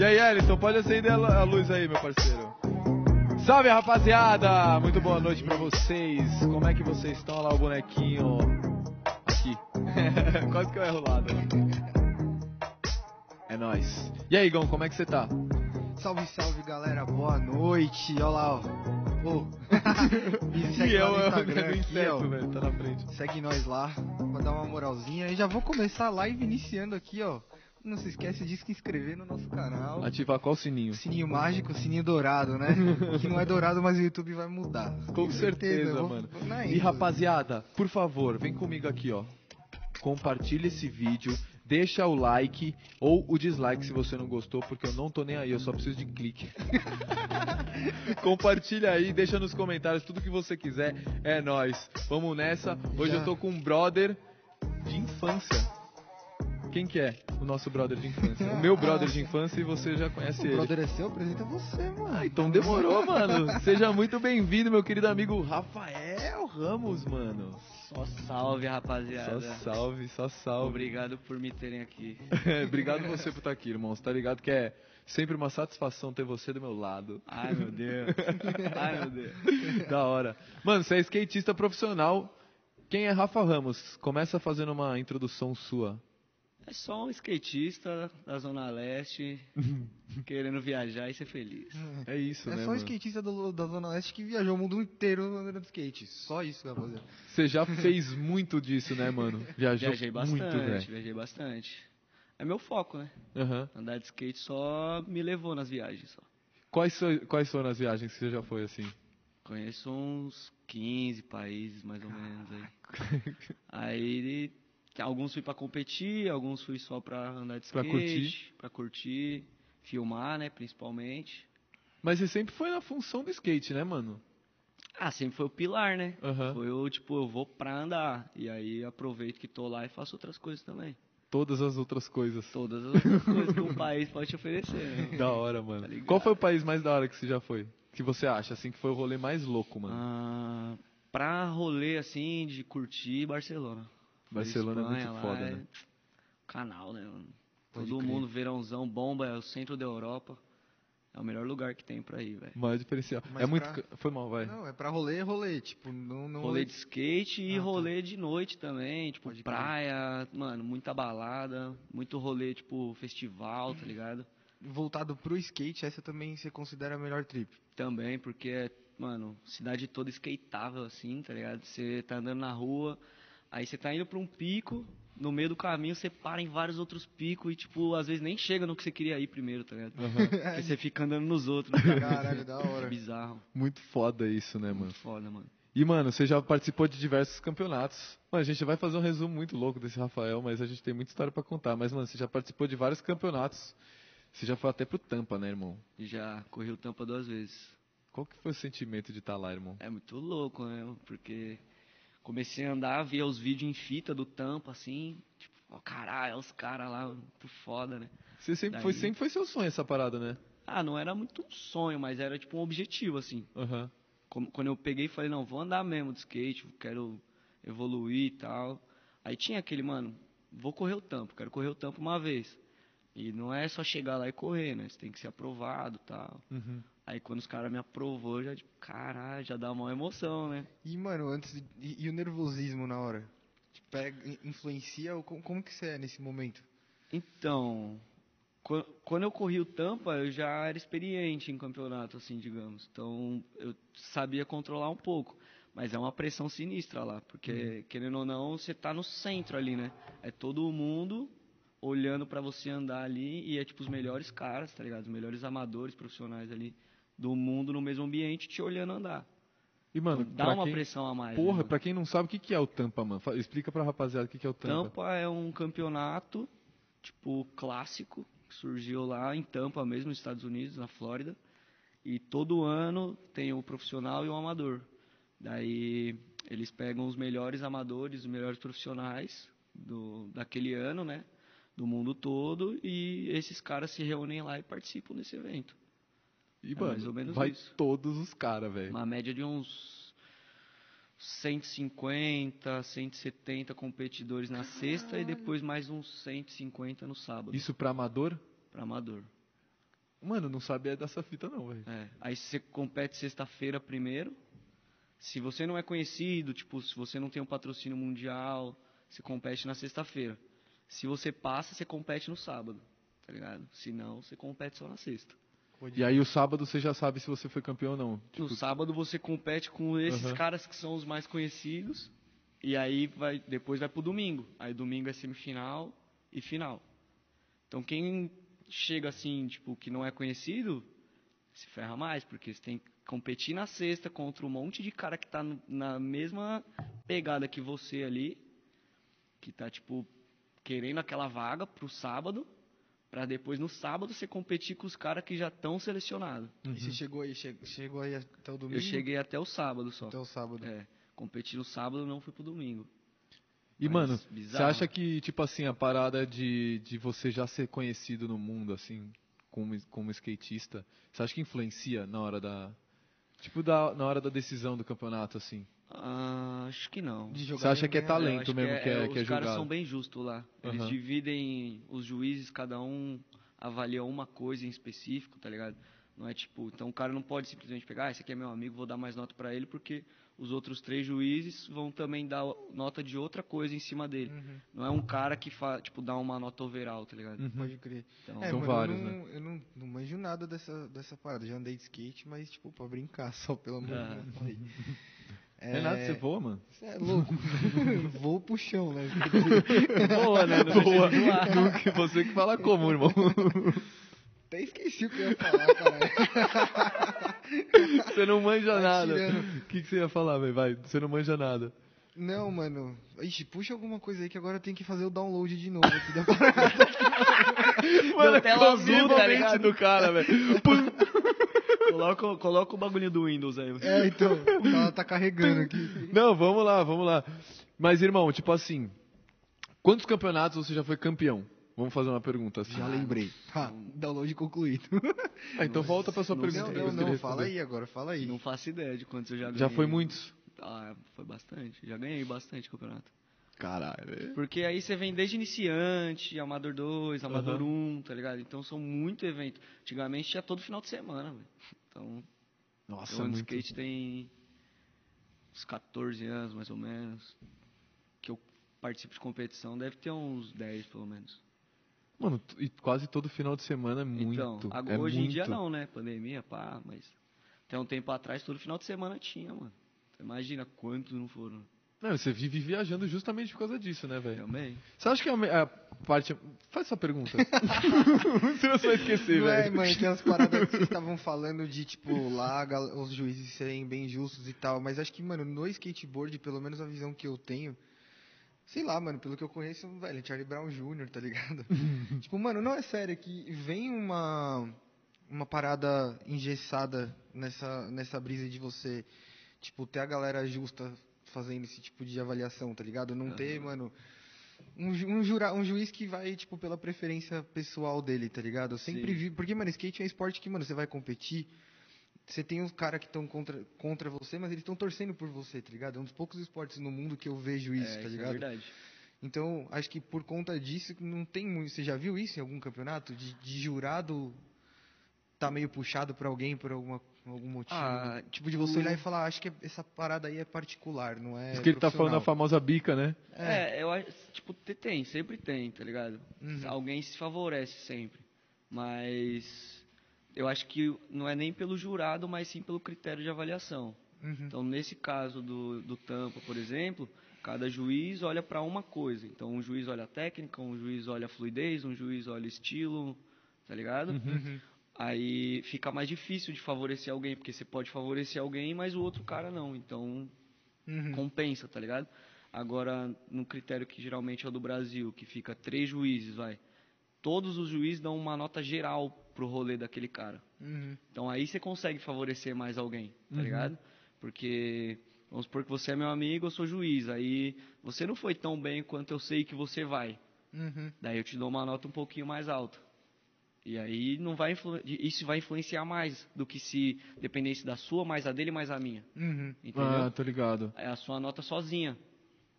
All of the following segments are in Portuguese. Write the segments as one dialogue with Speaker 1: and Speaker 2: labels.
Speaker 1: Wellington, pode acender a luz aí, meu parceiro. Salve, rapaziada! Muito boa noite pra vocês. Como é que vocês estão? Olha lá o bonequinho. Aqui. Quase que eu erro o lado. né? É nóis. E aí, Igão, como é que você tá?
Speaker 2: Salve, salve galera, boa noite. Olha lá, ó. Ô. Me
Speaker 1: E
Speaker 2: segue
Speaker 1: eu,
Speaker 2: lá no
Speaker 1: eu,
Speaker 2: é Instagram
Speaker 1: eu
Speaker 2: aqui, ó.
Speaker 1: inseto, velho. Tá na frente.
Speaker 2: Segue nós lá, pra dar uma moralzinha. E já vou começar a live iniciando aqui, ó. Não se esquece de se inscrever no nosso canal.
Speaker 1: Ativar qual sininho?
Speaker 2: Sininho mágico, sininho dourado, né? que não é dourado, mas o YouTube vai mudar.
Speaker 1: Com certeza,
Speaker 2: eu vou-
Speaker 1: mano.
Speaker 2: vou é na
Speaker 1: E
Speaker 2: ênfase.
Speaker 1: rapaziada, por favor, vem comigo aqui, ó. Compartilha esse vídeo, deixa o like ou o dislike se você não gostou, porque eu não tô nem aí, eu só preciso de clique. Compartilha aí, deixa nos comentários tudo que você quiser. É nóis. Vamos nessa. Hoje
Speaker 2: Já.
Speaker 1: eu tô com um brother de infância. Quem que é? O nosso brother de infância. O meu brother de infância e você já conhece
Speaker 2: O
Speaker 1: ele.
Speaker 2: brother é seu, apresenta você, mano.
Speaker 1: Ah, então demorou, mano. Seja muito bem-vindo, meu querido amigo Rafael Ramos, mano.
Speaker 3: Só salve,
Speaker 1: Só
Speaker 3: rapaziada.
Speaker 1: salve, só salve.
Speaker 3: Obrigado por me terem aqui.
Speaker 1: Obrigado você por estar aqui, irmão. Você tá ligado que é sempre uma satisfação ter você do meu lado.
Speaker 3: Ai, meu Deus. Ai, meu Deus.
Speaker 1: da hora. Mano, você é skatista profissional. Quem é Rafa Ramos? Começa fazendo uma introdução sua.
Speaker 3: É só um skatista da Zona Leste querendo viajar e ser feliz.
Speaker 1: É isso,
Speaker 2: É
Speaker 1: né,
Speaker 2: só o
Speaker 1: mano?
Speaker 2: skatista do- da Zona Leste que viajou o mundo inteiro andando de skate. Só isso, rapaziada.
Speaker 1: Você já fez muito disso, né, mano? Viajou
Speaker 3: Viajei bastante,
Speaker 1: muito, né? velho.
Speaker 3: viajei bastante. É meu foco, né?
Speaker 1: Aham.
Speaker 3: Andar de skate só me levou nas viagens. Só.
Speaker 1: Quais, so- quais foram as viagens que você já foi, assim?
Speaker 3: Conheço uns 15 países, mais ou menos. Aí, aí alguns fui pra competir, alguns fui só pra andar de
Speaker 1: Pra
Speaker 3: skate.
Speaker 1: curtir.
Speaker 3: Pra curtir, filmar, né, principalmente.
Speaker 1: Mas você sempre foi na função do skate, né, mano?
Speaker 3: Ah, sempre foi o pilar, né?
Speaker 1: Aham.
Speaker 3: Foi o tipo, eu vou pra andar. E aí aproveito que tô lá e faço outras coisas também.
Speaker 1: Todas as outras coisas.
Speaker 3: Todas as outras coisas que o país pode te oferecer. Né?
Speaker 1: Da hora, mano.
Speaker 3: Tá ligado.
Speaker 1: Qual foi o país mais da hora que você já foi? Que você acha, assim, que foi o rolê mais louco, mano?
Speaker 3: Ah, pra rolê assim, de curtir Barcelona. Foi
Speaker 1: Barcelona é
Speaker 3: Espanha
Speaker 1: muito
Speaker 3: lá,
Speaker 1: foda,
Speaker 3: é
Speaker 1: né?
Speaker 3: Canal, né? mano?
Speaker 2: Pode
Speaker 3: Todo
Speaker 2: crer.
Speaker 3: mundo, verãozão, bomba, é o centro da Europa. É o melhor lugar que tem pra ir, velho.
Speaker 1: Maior diferencial.
Speaker 2: Mas
Speaker 1: É muito.
Speaker 2: pra-
Speaker 1: ca- Foi mal, vai.
Speaker 2: Não, é pra rolê, é rolê. Tipo, não... não
Speaker 3: Rolê de skate e
Speaker 2: Ah, tá.
Speaker 3: rolê de noite também, tipo,
Speaker 2: Pode crer.
Speaker 3: praia, mano, muita balada, muito rolê, tipo, festival, tá ligado?
Speaker 2: Voltado pro skate, essa também você considera a melhor trip.
Speaker 3: Também, porque é, mano, cidade toda skateável, assim, tá ligado? Você tá andando na rua, aí você tá indo pra um pico, no meio do caminho você para em vários outros picos e, tipo, às vezes nem chega no que você queria ir primeiro, tá ligado?
Speaker 1: Aham.
Speaker 2: É.
Speaker 3: Porque você fica andando nos outros, no caminho.
Speaker 2: Caralho, da hora.
Speaker 3: É bizarro,
Speaker 1: Muito foda isso, né, mano?
Speaker 3: foda, mano.
Speaker 1: E, mano, você já participou de diversos campeonatos. Mano, a gente vai fazer um resumo muito louco desse Rafael, mas a gente tem muita história pra contar. Mas, mano, você já participou de vários campeonatos. Você já foi até pro Tampa, né, irmão?
Speaker 3: Já corri o tampa duas vezes.
Speaker 1: Qual que foi o sentimento de estar lá, irmão?
Speaker 3: É muito louco, né? Porque comecei a andar, via os vídeos em fita do tampa, assim. Tipo, ó, caralho, os caras lá, muito foda, né?
Speaker 1: Você sempre foi,
Speaker 3: Daí-
Speaker 1: sempre foi seu sonho essa parada, né?
Speaker 3: Ah, não era muito um sonho, mas era tipo um objetivo, assim.
Speaker 1: Aham.
Speaker 3: Como- Quando eu peguei e falei, não, vou andar mesmo de skate, quero evoluir e tal. Aí tinha aquele, mano, vou correr o tampo, quero correr o tampo uma vez. E não é só chegar lá e correr, né? Você tem que ser aprovado e tal.
Speaker 1: Uhum.
Speaker 3: Aí quando os caras me aprovou, eu já, tipo, caralho, já dá uma emoção, né?
Speaker 2: E, mano, antes. de- E, e o nervosismo na hora? Te Pega, in- influencia? ou Como, como que você é nesse momento?
Speaker 3: Então, qu- quando eu corri o Tampa, eu já era experiente em campeonato, assim, digamos. Então, eu sabia controlar um pouco. Mas é uma pressão sinistra lá, porque,
Speaker 1: Uhum.
Speaker 3: querendo ou não, você tá no centro ali, né? É todo mundo olhando pra você andar ali e é tipo os melhores caras, tá ligado? Os melhores amadores profissionais ali do mundo no mesmo ambiente te olhando andar.
Speaker 1: E, mano,
Speaker 3: Então, dá
Speaker 1: pra
Speaker 3: uma
Speaker 1: quem...
Speaker 3: pressão a mais. né,
Speaker 1: Porra,
Speaker 3: mano?
Speaker 1: pra quem não sabe, o que, que é o Tampa, mano? Fa- Explica pra rapaziada o que, que é o Tampa.
Speaker 3: Tampa é um campeonato, tipo, clássico, que surgiu lá em Tampa mesmo, nos Estados Unidos, na Flórida. E todo ano tem o profissional e o amador. Daí eles pegam os melhores amadores, os melhores profissionais do, daquele ano, né? Do mundo todo, e esses caras se reúnem lá e participam desse evento.
Speaker 1: E,
Speaker 3: é
Speaker 1: mano,
Speaker 3: mais ou menos
Speaker 1: vai
Speaker 3: isso.
Speaker 1: todos os caras, velho.
Speaker 3: Uma média de uns 150, 170 competidores na sexta e depois mais uns 150 no sábado.
Speaker 1: Isso pra amador?
Speaker 3: Pra amador.
Speaker 1: Mano, não sabia dessa fita não, velho.
Speaker 3: É, Aí você compete sexta-feira primeiro. Se você não é conhecido, tipo, se você não tem um patrocínio mundial, você compete na sexta-feira. Se você passa, você compete no sábado, tá ligado? Se não, você compete só na sexta.
Speaker 1: E aí o sábado você já sabe se você foi campeão ou não.
Speaker 3: No
Speaker 1: Tipo,
Speaker 3: sábado você compete com esses
Speaker 1: Aham.
Speaker 3: caras que são os mais conhecidos. E aí vai, depois vai pro domingo. Aí domingo é semifinal e final. Então quem chega assim, tipo, que não é conhecido, se ferra mais, porque você tem que competir na sexta contra um monte de cara que tá no- na mesma pegada que você ali, que tá tipo querendo aquela vaga pro sábado, pra depois no sábado você competir com os caras que já estão selecionados.
Speaker 1: uhum.
Speaker 2: E você chegou aí, che- chegou aí até o domingo?
Speaker 3: Eu cheguei até o sábado só.
Speaker 2: até o sábado.
Speaker 3: É, competi no sábado, não fui pro domingo.
Speaker 1: E,
Speaker 3: Mas
Speaker 1: mano, você
Speaker 3: bizarro,
Speaker 1: acha
Speaker 3: né?
Speaker 1: que, tipo assim, a parada de, de você já ser conhecido no mundo, assim, como, como skatista, você acha que influencia na hora da. Tipo, da, na hora da decisão do campeonato, assim?
Speaker 3: Ah, acho que não.
Speaker 2: De
Speaker 1: Você acha
Speaker 2: bem,
Speaker 1: que é
Speaker 2: né?
Speaker 3: Eu
Speaker 1: talento
Speaker 3: acho
Speaker 1: mesmo que é,
Speaker 3: os
Speaker 1: que é
Speaker 3: caras são
Speaker 1: julgado?
Speaker 3: bem justos lá. Eles
Speaker 1: Aham.
Speaker 3: dividem os juízes, cada um avalia uma coisa em específico, tá ligado? Não é tipo, então o cara não pode simplesmente pegar, ah, esse aqui é meu amigo, vou dar mais nota pra ele, porque os outros três juízes vão também dar nota de outra coisa em cima dele.
Speaker 2: Uhum,
Speaker 1: Hum.
Speaker 3: Não é um cara que fa, tipo dá uma nota overall, tá ligado?
Speaker 1: Uhum.
Speaker 2: pode crer.
Speaker 3: Então,
Speaker 2: É,
Speaker 1: São
Speaker 2: mano,
Speaker 1: vários,
Speaker 2: eu não, eu não, não manjo nada dessa, dessa parada. Já andei de skate, mas tipo, pra brincar só, pelo amor
Speaker 3: Ah.
Speaker 2: de Deus. É,
Speaker 1: Renato, você voa, mano?
Speaker 2: Você é louco. Vou pro chão, né?
Speaker 3: boa, né? Não
Speaker 1: Boa.
Speaker 3: precisa zoar.
Speaker 1: Tu que- Você que fala como, irmão?
Speaker 2: Até esqueci o que eu ia falar, caralho.
Speaker 1: Você não manja
Speaker 2: Tá
Speaker 1: nada.
Speaker 2: tirando.
Speaker 1: O que, que você ia falar, velho? Vai, você não manja nada.
Speaker 2: Não, mano. Ixi, puxa alguma coisa aí que agora eu tenho que fazer o download de novo aqui da parada.
Speaker 1: Mano,
Speaker 3: tela azul,
Speaker 1: combina
Speaker 3: tá
Speaker 1: a mente
Speaker 3: ligado?
Speaker 1: do cara, velho. Pum.
Speaker 3: Coloca, coloca o bagulho do Windows aí.
Speaker 2: É, então. Ela tá carregando aqui.
Speaker 1: Não, vamos lá, vamos lá. Mas, irmão, tipo assim, quantos campeonatos você já foi campeão? Vamos fazer uma pergunta assim.
Speaker 2: Já lembrei. Tá, download concluído.
Speaker 1: Ah, então volta pra sua
Speaker 3: Não,
Speaker 1: pergunta.
Speaker 2: Não,
Speaker 1: que eu
Speaker 2: não,
Speaker 1: queria
Speaker 2: não. Fala
Speaker 1: responder.
Speaker 2: aí agora, fala aí.
Speaker 3: Não faço ideia de quantos eu já ganhei.
Speaker 1: Já foi muitos?
Speaker 3: Ah, foi bastante. Já ganhei bastante campeonato.
Speaker 1: Caralho.
Speaker 3: Porque aí você vem desde iniciante, Amador 2, Amador 1, tá ligado? Então são muito evento. Antigamente tinha todo final de semana, velho. Então,
Speaker 1: Nossa,
Speaker 3: eu ando de
Speaker 1: muito.
Speaker 3: skate tem uns 14 anos, mais ou menos. Que eu participo de competição, deve ter uns 10, pelo menos.
Speaker 1: Mano, t- e quase todo final de semana é muito.
Speaker 3: então, agora,
Speaker 1: é
Speaker 3: hoje
Speaker 1: muito.
Speaker 3: em dia não, né? Pandemia, pá, mas... Até um tempo atrás, todo final de semana tinha, mano. Então, Imagina quantos não foram.
Speaker 1: Não, você vive viajando justamente por causa disso, né, velho?
Speaker 3: Também.
Speaker 1: Você acha que a, me- a parte. Faz sua pergunta. Senão você vai esquecer,
Speaker 2: Não é,
Speaker 1: velho.
Speaker 2: mano, tem as paradas que vocês estavam falando de, tipo, lá a gal- os juízes serem bem justos e tal, mas acho que, mano, no skateboard, pelo menos a visão que eu tenho, sei lá, mano, pelo que eu conheço, velho, é Charlie Brown Jr., tá ligado? tipo, mano, não é sério que vem uma, uma parada engessada nessa, nessa brisa de você, tipo, ter a galera justa fazendo esse tipo de avaliação, tá ligado? Não ter, mano, um, ju- um, jura, um juiz que vai, tipo, pela preferência pessoal dele, tá ligado? Eu sempre
Speaker 3: Sim.
Speaker 2: vi. Porque, mano, skate é um esporte que, mano, você vai competir. Você tem os caras que estão contra, contra você, mas eles estão torcendo por você, tá ligado? É um dos poucos esportes no mundo que eu vejo isso,
Speaker 3: é,
Speaker 2: tá
Speaker 3: isso é
Speaker 2: ligado?
Speaker 3: verdade.
Speaker 2: então, acho que por conta disso, não tem muito. Você já viu isso em algum campeonato? De, de jurado tá meio puxado pra alguém por alguma, algum motivo?
Speaker 3: Ah,
Speaker 2: tipo, de você olhar e falar, acho que essa parada aí é particular, não é.
Speaker 1: Isso que ele tá falando a
Speaker 2: profissional."
Speaker 1: famosa bica, né?
Speaker 3: É, eu acho, tipo, te- tem, sempre tem, tá ligado?
Speaker 2: Uhum.
Speaker 3: Alguém se favorece sempre. Mas eu acho que não é nem pelo jurado, mas sim pelo critério de avaliação.
Speaker 2: Uhum.
Speaker 3: Então, nesse caso do, do Tampa, por exemplo, cada juiz olha para uma coisa. Então, um juiz olha a técnica, um juiz olha a fluidez, um juiz olha o estilo, tá ligado?
Speaker 2: Uhum.
Speaker 3: Aí fica mais difícil de favorecer alguém, porque você pode favorecer alguém, mas o outro cara não. Então,
Speaker 2: Uhum.
Speaker 3: compensa, tá ligado? Agora, no critério que geralmente é o do Brasil, que fica três juízes, vai. Todos os juízes dão uma nota geral pro rolê daquele cara.
Speaker 2: Uhum.
Speaker 3: Então aí você consegue favorecer mais alguém, tá
Speaker 1: Uhum.
Speaker 3: ligado? Porque, vamos supor que você é meu amigo, eu sou juiz. Aí você não foi tão bem quanto eu sei que você vai.
Speaker 2: Uhum.
Speaker 3: Daí eu te dou uma nota um pouquinho mais alta. E aí não vai influ- isso vai influenciar mais do que se dependesse da sua, mais a dele, mais a minha.
Speaker 2: Uhum.
Speaker 3: Entendeu?
Speaker 1: Ah, tô ligado.
Speaker 3: é a sua nota sozinha.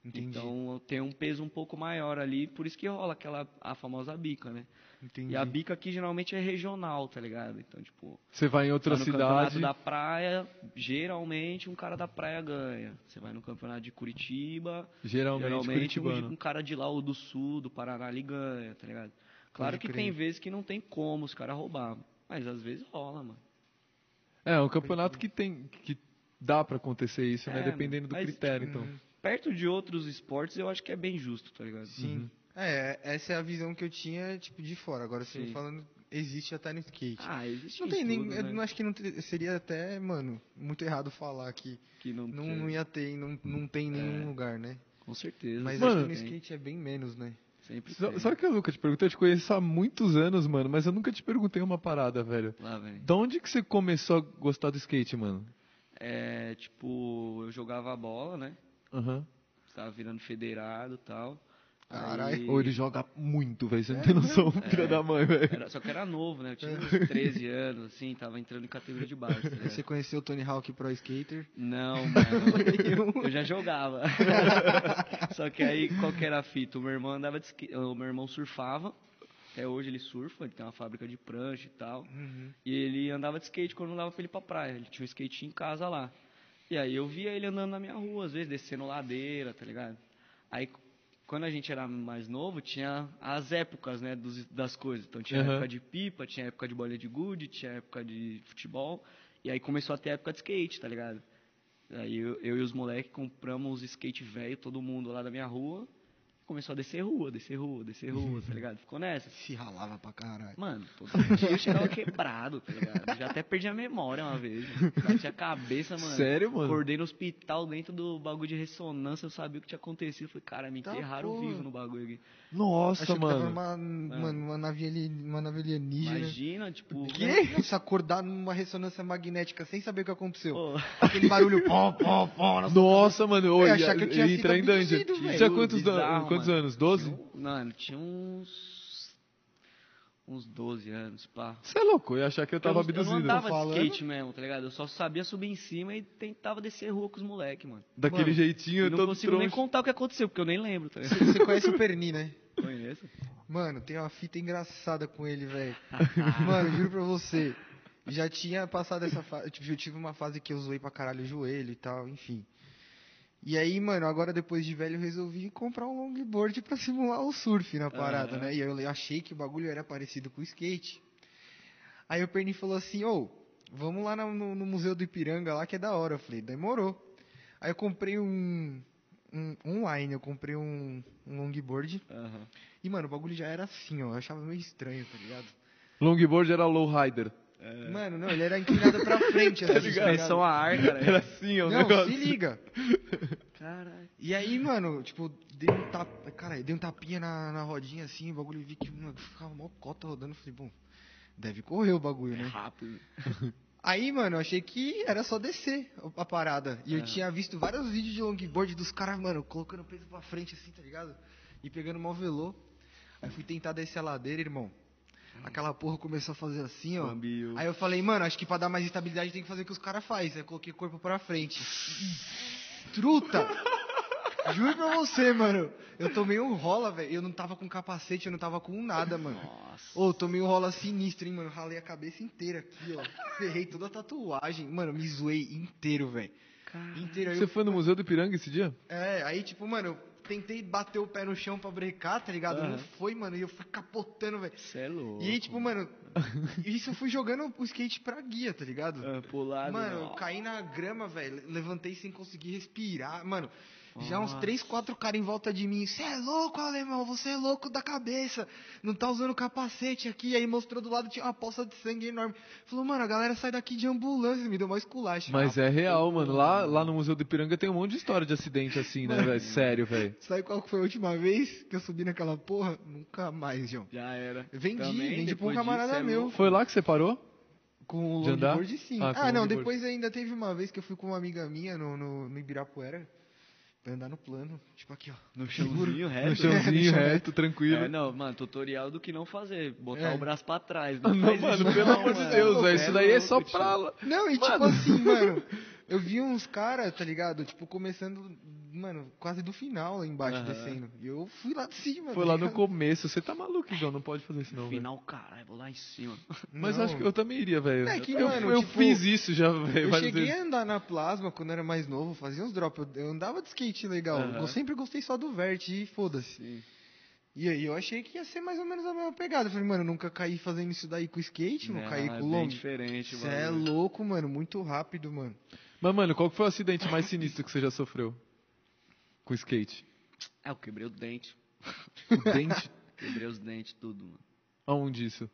Speaker 2: Entendi.
Speaker 3: Então tem um peso um pouco maior ali, por isso que rola aquela a famosa bica, né?
Speaker 2: entendi.
Speaker 3: E a bica aqui geralmente é regional, tá ligado? Então, tipo,
Speaker 4: Você vai em outra
Speaker 3: tá no
Speaker 4: cidade.
Speaker 3: campeonato da praia, geralmente um cara da praia ganha. Você vai no campeonato de Curitiba,
Speaker 4: Geralmente,
Speaker 3: geralmente um,
Speaker 4: curitibano.
Speaker 3: um cara de lá ou do sul, do Paraná, ele ganha, tá ligado? Claro
Speaker 2: Pode
Speaker 3: que
Speaker 2: crer.
Speaker 3: tem vezes que não tem como os caras roubar, mas às vezes rola, mano.
Speaker 4: É, um campeonato que tem. que dá pra acontecer isso, né?
Speaker 3: É,
Speaker 4: Dependendo do
Speaker 3: mas,
Speaker 2: Uhum,
Speaker 3: tipo,
Speaker 4: critério, então.
Speaker 3: Perto de outros esportes, eu acho que é bem justo, tá ligado?
Speaker 2: Sim. É, essa é a visão que eu tinha, tipo, de fora. Agora você me
Speaker 3: Sim.
Speaker 2: falando, existe até no skate.
Speaker 3: Ah, existe
Speaker 2: não
Speaker 3: isso
Speaker 2: tem nem.
Speaker 3: tudo,
Speaker 2: eu
Speaker 3: né?
Speaker 2: não é- acho que não te- seria até, mano, muito errado falar que
Speaker 3: Que não, É.
Speaker 2: não, não ia ter, e não, não tem em nenhum lugar, né?
Speaker 3: Com certeza.
Speaker 2: Mas
Speaker 4: Mano,
Speaker 2: aqui no
Speaker 3: tem,
Speaker 2: skate é bem menos, né?
Speaker 3: Sempre
Speaker 4: Só-
Speaker 3: tem.
Speaker 4: Sabe o que é louco? Eu te pergunto, eu te conheço há muitos anos, mano, mas eu nunca te perguntei uma parada, velho.
Speaker 3: Lá, velho.
Speaker 4: Da onde que você começou a gostar do skate, mano?
Speaker 3: É, tipo, eu jogava bola, né?
Speaker 4: Aham.
Speaker 3: Tava virando federado e tal.
Speaker 2: Carai.
Speaker 3: Aí-
Speaker 4: Ou ele joga muito, velho. Você não tem noção,
Speaker 2: É.
Speaker 4: filha da mãe, velho.
Speaker 3: Era- só que era novo, né? Eu tinha uns 13 anos, assim, tava entrando em categoria de base. tá ligado?
Speaker 2: Você conheceu o Tony Hawk Pro Skater?
Speaker 3: Não, mano. eu já jogava. Só que aí, qual que era a fita? O meu irmão andava de skate, o meu irmão surfava. Até hoje ele surfa, ele tem uma fábrica de prancha e tal. E ele andava de skate quando não dava pra ele ir pra praia. Ele tinha um skate em casa lá. E aí eu via ele andando na minha rua, às vezes, descendo ladeira, tá ligado? Aí, quando a gente era mais novo, tinha as épocas, né, dos- das coisas. Então tinha
Speaker 4: Aham.
Speaker 3: época de pipa, tinha época de bolinha de gude, tinha época de futebol. E aí começou a ter época de skate, tá ligado? Aí eu, eu e os moleques compramos os skate velho, todo mundo lá da minha rua. Começou a descer rua, descer rua, descer rua, tá ligado? Ficou nessa.
Speaker 2: Se ralava pra caralho.
Speaker 3: Mano, todo dia eu chegava quebrado, tá ligado? Já até perdi a memória uma vez. mano. Bati a cabeça, mano.
Speaker 4: Sério, mano?
Speaker 3: Acordei no hospital dentro do bagulho de ressonância, eu sabia o que tinha acontecido. Falei, cara, me
Speaker 2: Tá
Speaker 3: enterraram
Speaker 2: porra.
Speaker 3: vivo no bagulho aqui.
Speaker 4: Nossa,
Speaker 2: Achei que tá tava
Speaker 4: mano.
Speaker 2: numa, mano, uma nave, ali- uma nave
Speaker 4: né?
Speaker 2: alienígena.
Speaker 3: É. Imagina, tipo.
Speaker 2: Que? Nossa, acordar numa ressonância magnética sem saber o que aconteceu.
Speaker 3: Pô,
Speaker 2: Aquele barulho. pom, pom, pom,
Speaker 4: Nossa, mano.
Speaker 2: Eu
Speaker 4: Oi,
Speaker 2: ia achar que eu tinha sido
Speaker 4: entra em dungeon.
Speaker 2: abduzido, velho.
Speaker 4: Tinha quantos,
Speaker 3: Bizarro,
Speaker 4: an- quantos
Speaker 3: mano.
Speaker 4: anos? 12?
Speaker 3: Tinha um- Mano, tinha uns. Uns 12 anos, pá.
Speaker 4: Você é louco, eu ia achar que eu tava
Speaker 3: eu, não- eu
Speaker 4: abduzido.
Speaker 3: não andava
Speaker 2: Tô
Speaker 3: de
Speaker 2: falando.
Speaker 3: skate mesmo, tá ligado? Eu só sabia subir em cima e tentava descer rua com os moleques, mano.
Speaker 4: Daquele
Speaker 2: Mano,
Speaker 4: jeitinho,
Speaker 3: E não
Speaker 4: todo
Speaker 3: consigo nem
Speaker 4: troncho.
Speaker 3: contar o que aconteceu, porque eu nem lembro, tá ligado?
Speaker 2: Você conhece o Perni, né?
Speaker 3: Conheço.
Speaker 2: Mano, tem uma fita engraçada com ele, velho. Mano, juro pra você. Já tinha passado essa fase. Tipo, eu tive uma fase que eu zoei pra caralho o joelho e tal, enfim. E aí, mano, agora depois de velho, eu resolvi comprar um longboard pra simular o surf na parada,
Speaker 3: Aham.
Speaker 2: né? E aí eu achei que o bagulho era parecido com o skate. Aí o Perni falou assim: Ô, vamos lá na- no, no Museu do Ipiranga lá que é da hora. Eu falei: demorou. Aí eu comprei um. um online, eu comprei um, um longboard.
Speaker 3: Aham.
Speaker 2: E, mano, o bagulho já era assim, ó. Eu achava meio estranho, tá ligado?
Speaker 4: Longboard era lowrider.
Speaker 2: Mano, não, ele era inclinado pra frente, assim, É. tá ligado?
Speaker 3: Suspensão a ar,
Speaker 4: Era
Speaker 3: cara.
Speaker 4: assim, ó, ah, o
Speaker 2: Não,
Speaker 4: negócio.
Speaker 2: se liga.
Speaker 3: Caralho.
Speaker 2: E aí, mano, tipo, dei um tapa. Cara, eu dei um tapinha na, na rodinha assim, o bagulho eu vi que mano, ficava mó cota rodando. Eu falei, bom, deve correr o bagulho, né?
Speaker 3: Rápido.
Speaker 2: Aí, mano, eu achei que era só descer a parada. E eu
Speaker 3: Aham.
Speaker 2: tinha visto vários vídeos de longboard dos caras, mano, colocando o peso pra frente assim, tá ligado? E pegando mó velô. Aí fui tentar descer a ladeira, irmão. Aquela porra começou a fazer assim, ó.
Speaker 3: Bambiu.
Speaker 2: Aí eu falei, mano, acho que pra dar mais estabilidade tem que fazer o que os caras fazem. Aí eu coloquei o corpo pra frente. Truta! Juro pra você, mano. Eu tomei um rola, velho. Eu não tava com capacete, eu não tava com nada, mano.
Speaker 3: Nossa.
Speaker 2: Ô, tomei um rola sinistro, hein, mano. Ralei a cabeça inteira aqui, ó. Ferrei toda a tatuagem. Mano, me zoei inteiro, velho.
Speaker 3: Caralho.
Speaker 2: Inteiro. Aí
Speaker 4: Você
Speaker 2: eu-
Speaker 4: foi no Museu do Ipiranga esse dia?
Speaker 2: É, aí tipo, mano, eu tentei bater o pé no chão pra brecar, tá ligado?
Speaker 3: Aham.
Speaker 2: Não foi, mano. E eu fui capotando, velho.
Speaker 3: Cê é louco.
Speaker 2: E aí, tipo, mano, isso eu fui jogando o skate pra guia, tá ligado?
Speaker 3: Ah, pulado.
Speaker 2: Mano, eu
Speaker 3: ó.
Speaker 2: caí na grama, velho. Levantei sem conseguir respirar. Mano, já uns
Speaker 3: Nossa.
Speaker 2: três, quatro caras em volta de mim. Você é louco, alemão. Você é louco da cabeça. Não tá usando capacete aqui. Aí mostrou do lado, tinha uma poça de sangue enorme. Falou, mano, a galera sai daqui de ambulância. Me deu uma esculacha.
Speaker 4: Mas é real, mano. Lá, lá no Museu do Ipiranga tem um monte de história de acidente assim, né, velho? Sério, velho.
Speaker 2: Sabe qual que foi a última vez que eu subi naquela porra? Nunca mais, João.
Speaker 3: Já era.
Speaker 2: Vendi,
Speaker 3: Também,
Speaker 2: vendi pra um
Speaker 3: depois
Speaker 2: camarada
Speaker 3: disso, é
Speaker 2: meu.
Speaker 3: louco.
Speaker 4: Foi lá que você parou?
Speaker 2: Com o
Speaker 4: De andar?
Speaker 2: longboard, sim.
Speaker 4: Ah,
Speaker 2: Ah,
Speaker 4: com o
Speaker 2: não,
Speaker 4: longboard.
Speaker 2: depois ainda teve uma vez que eu fui com uma amiga minha no, no, no Ibirapuera pra andar no plano. Tipo aqui, ó.
Speaker 3: No chãozinho
Speaker 2: É,
Speaker 3: reto.
Speaker 4: No chãozinho,
Speaker 2: deixa eu ver.
Speaker 4: reto, tranquilo.
Speaker 3: É, não, mano, tutorial do que não fazer. Botar
Speaker 2: É.
Speaker 3: o braço pra trás.
Speaker 4: Não,
Speaker 3: faz isso
Speaker 4: mano, pelo
Speaker 3: não, é
Speaker 4: amor de
Speaker 3: mano.
Speaker 4: Deus, velho.
Speaker 3: É
Speaker 4: Isso daí é
Speaker 3: louco,
Speaker 4: só
Speaker 3: tio.
Speaker 4: pra.
Speaker 2: Não, e tipo
Speaker 4: Mano.
Speaker 2: assim, mano. Eu vi uns caras, tá ligado? Tipo, começando, mano, quase do final lá embaixo,
Speaker 3: Aham.
Speaker 2: descendo. E eu fui lá de cima.
Speaker 1: Foi
Speaker 2: tá
Speaker 1: lá no
Speaker 2: ligado?
Speaker 1: começo. Você tá maluco, João. Não pode fazer isso, não. velho.
Speaker 3: Final, caralho, vou lá em cima.
Speaker 1: Mas
Speaker 2: Não.
Speaker 1: acho que eu também iria, velho.
Speaker 2: É que,
Speaker 1: eu
Speaker 2: mano,
Speaker 1: eu
Speaker 2: tipo,
Speaker 1: fiz isso já, velho.
Speaker 2: Eu
Speaker 1: várias
Speaker 2: cheguei
Speaker 1: vezes.
Speaker 2: a andar na plasma quando eu era mais novo, fazia uns drops. Eu, eu andava de skate legal.
Speaker 3: Aham.
Speaker 2: Eu sempre gostei só do vert e foda-se.
Speaker 3: Sim.
Speaker 2: E aí eu achei que ia ser mais ou menos a mesma pegada. Eu falei, mano, eu nunca caí fazendo isso daí com skate, mano.
Speaker 3: Não,
Speaker 2: caí
Speaker 3: é
Speaker 2: com
Speaker 3: bem
Speaker 2: lombo.
Speaker 3: diferente,
Speaker 2: Você é
Speaker 3: mano.
Speaker 2: louco, mano. Muito rápido, mano.
Speaker 1: Mas, mano, qual que foi o acidente mais sinistro que você já sofreu? Com skate?
Speaker 3: Ah, eu quebrei o dente.
Speaker 1: O dente?
Speaker 3: Quebrei os dentes, tudo, mano.
Speaker 1: Aonde isso?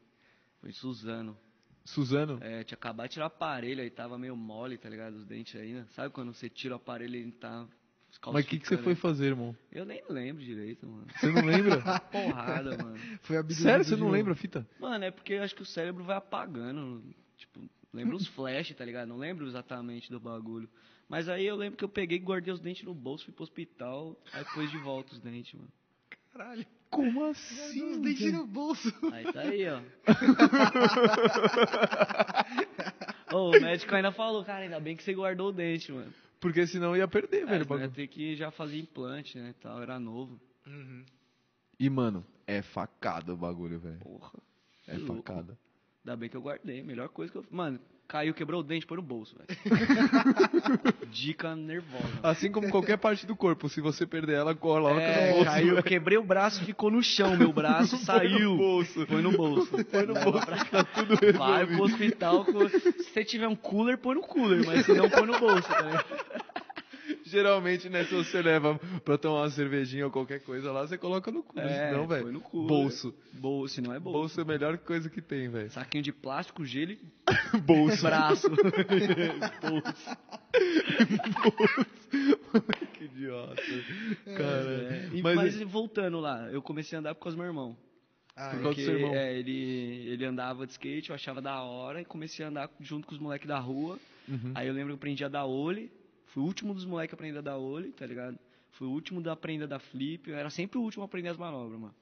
Speaker 3: Foi em Suzano.
Speaker 1: Suzano?
Speaker 3: É, tinha acabado de tirar o aparelho, aí tava meio mole, tá ligado? Os dentes ainda. Sabe quando você tira o aparelho e ele tá.
Speaker 1: Mas o que, que você foi
Speaker 3: calcificando?
Speaker 1: fazer, irmão?
Speaker 3: Eu nem lembro direito, mano.
Speaker 1: Você não lembra?
Speaker 3: Uma porrada, mano.
Speaker 2: Foi abduzido
Speaker 1: Sério,
Speaker 2: de
Speaker 1: você não
Speaker 2: novo.
Speaker 1: lembra a fita?
Speaker 3: Mano, é porque eu acho que o cérebro vai apagando. Tipo, lembro os flash, tá ligado? Não lembro exatamente do bagulho. Mas aí eu lembro que eu peguei, guardei os dentes no bolso, fui pro hospital, aí pôs de volta os dentes, mano.
Speaker 2: Caralho.
Speaker 1: Como
Speaker 2: Os
Speaker 1: assim?
Speaker 2: dentes
Speaker 1: velho?
Speaker 2: no bolso.
Speaker 3: Aí tá aí, ó. Ô, o médico ainda falou, cara, ainda bem que você guardou o dente, mano.
Speaker 1: Porque senão ia perder,
Speaker 3: É,
Speaker 1: velho. o
Speaker 3: senão ia
Speaker 1: bagulho.
Speaker 3: ter que já fazer implante, né, e tal, era novo.
Speaker 2: Uhum.
Speaker 1: E, mano, é facada o bagulho, velho.
Speaker 3: Porra,
Speaker 1: É
Speaker 3: que louco.
Speaker 1: facada.
Speaker 3: ainda bem que eu guardei, melhor coisa que eu... Mano, caiu, quebrou o dente, põe no bolso, velho. Dica nervosa.
Speaker 1: Assim como qualquer parte do corpo, se você perder ela, coloca
Speaker 3: É,
Speaker 1: no bolso.
Speaker 3: caiu, quebrei o braço, ficou no chão, meu braço
Speaker 1: no
Speaker 3: saiu.
Speaker 1: bolso.
Speaker 3: Foi no bolso. Foi no bolso, tá tudo Vai pro hospital, com- se você tiver um cooler, põe no cooler, mas se não, põe no bolso, tá ligado?
Speaker 1: Geralmente, né, se você leva pra tomar uma cervejinha ou qualquer coisa lá, você coloca no cu.
Speaker 3: É,
Speaker 1: não, velho.
Speaker 3: põe no cooler.
Speaker 1: Bolso.
Speaker 3: Bolso, se não é bolso.
Speaker 1: Bolso é a melhor coisa que tem, velho.
Speaker 3: Saquinho de plástico, gelo e
Speaker 1: Bolso.
Speaker 3: braço. bolso.
Speaker 1: que idiota. Cara.
Speaker 3: É, e-
Speaker 1: Mas,
Speaker 3: mas, voltando lá, eu comecei a andar por causa do meu irmão.
Speaker 2: Ah,
Speaker 1: Por
Speaker 2: é.
Speaker 1: causa do seu irmão.
Speaker 3: é, ele, ele andava de skate, eu achava da hora, e comecei a andar junto com os moleques da rua.
Speaker 1: Uhum.
Speaker 3: Aí eu lembro que eu aprendi a dar ole. Fui o último dos moleques a aprender a dar ole, tá ligado? Fui o último da aprender a dar flip. Eu era sempre o último a aprender as manobras, mano.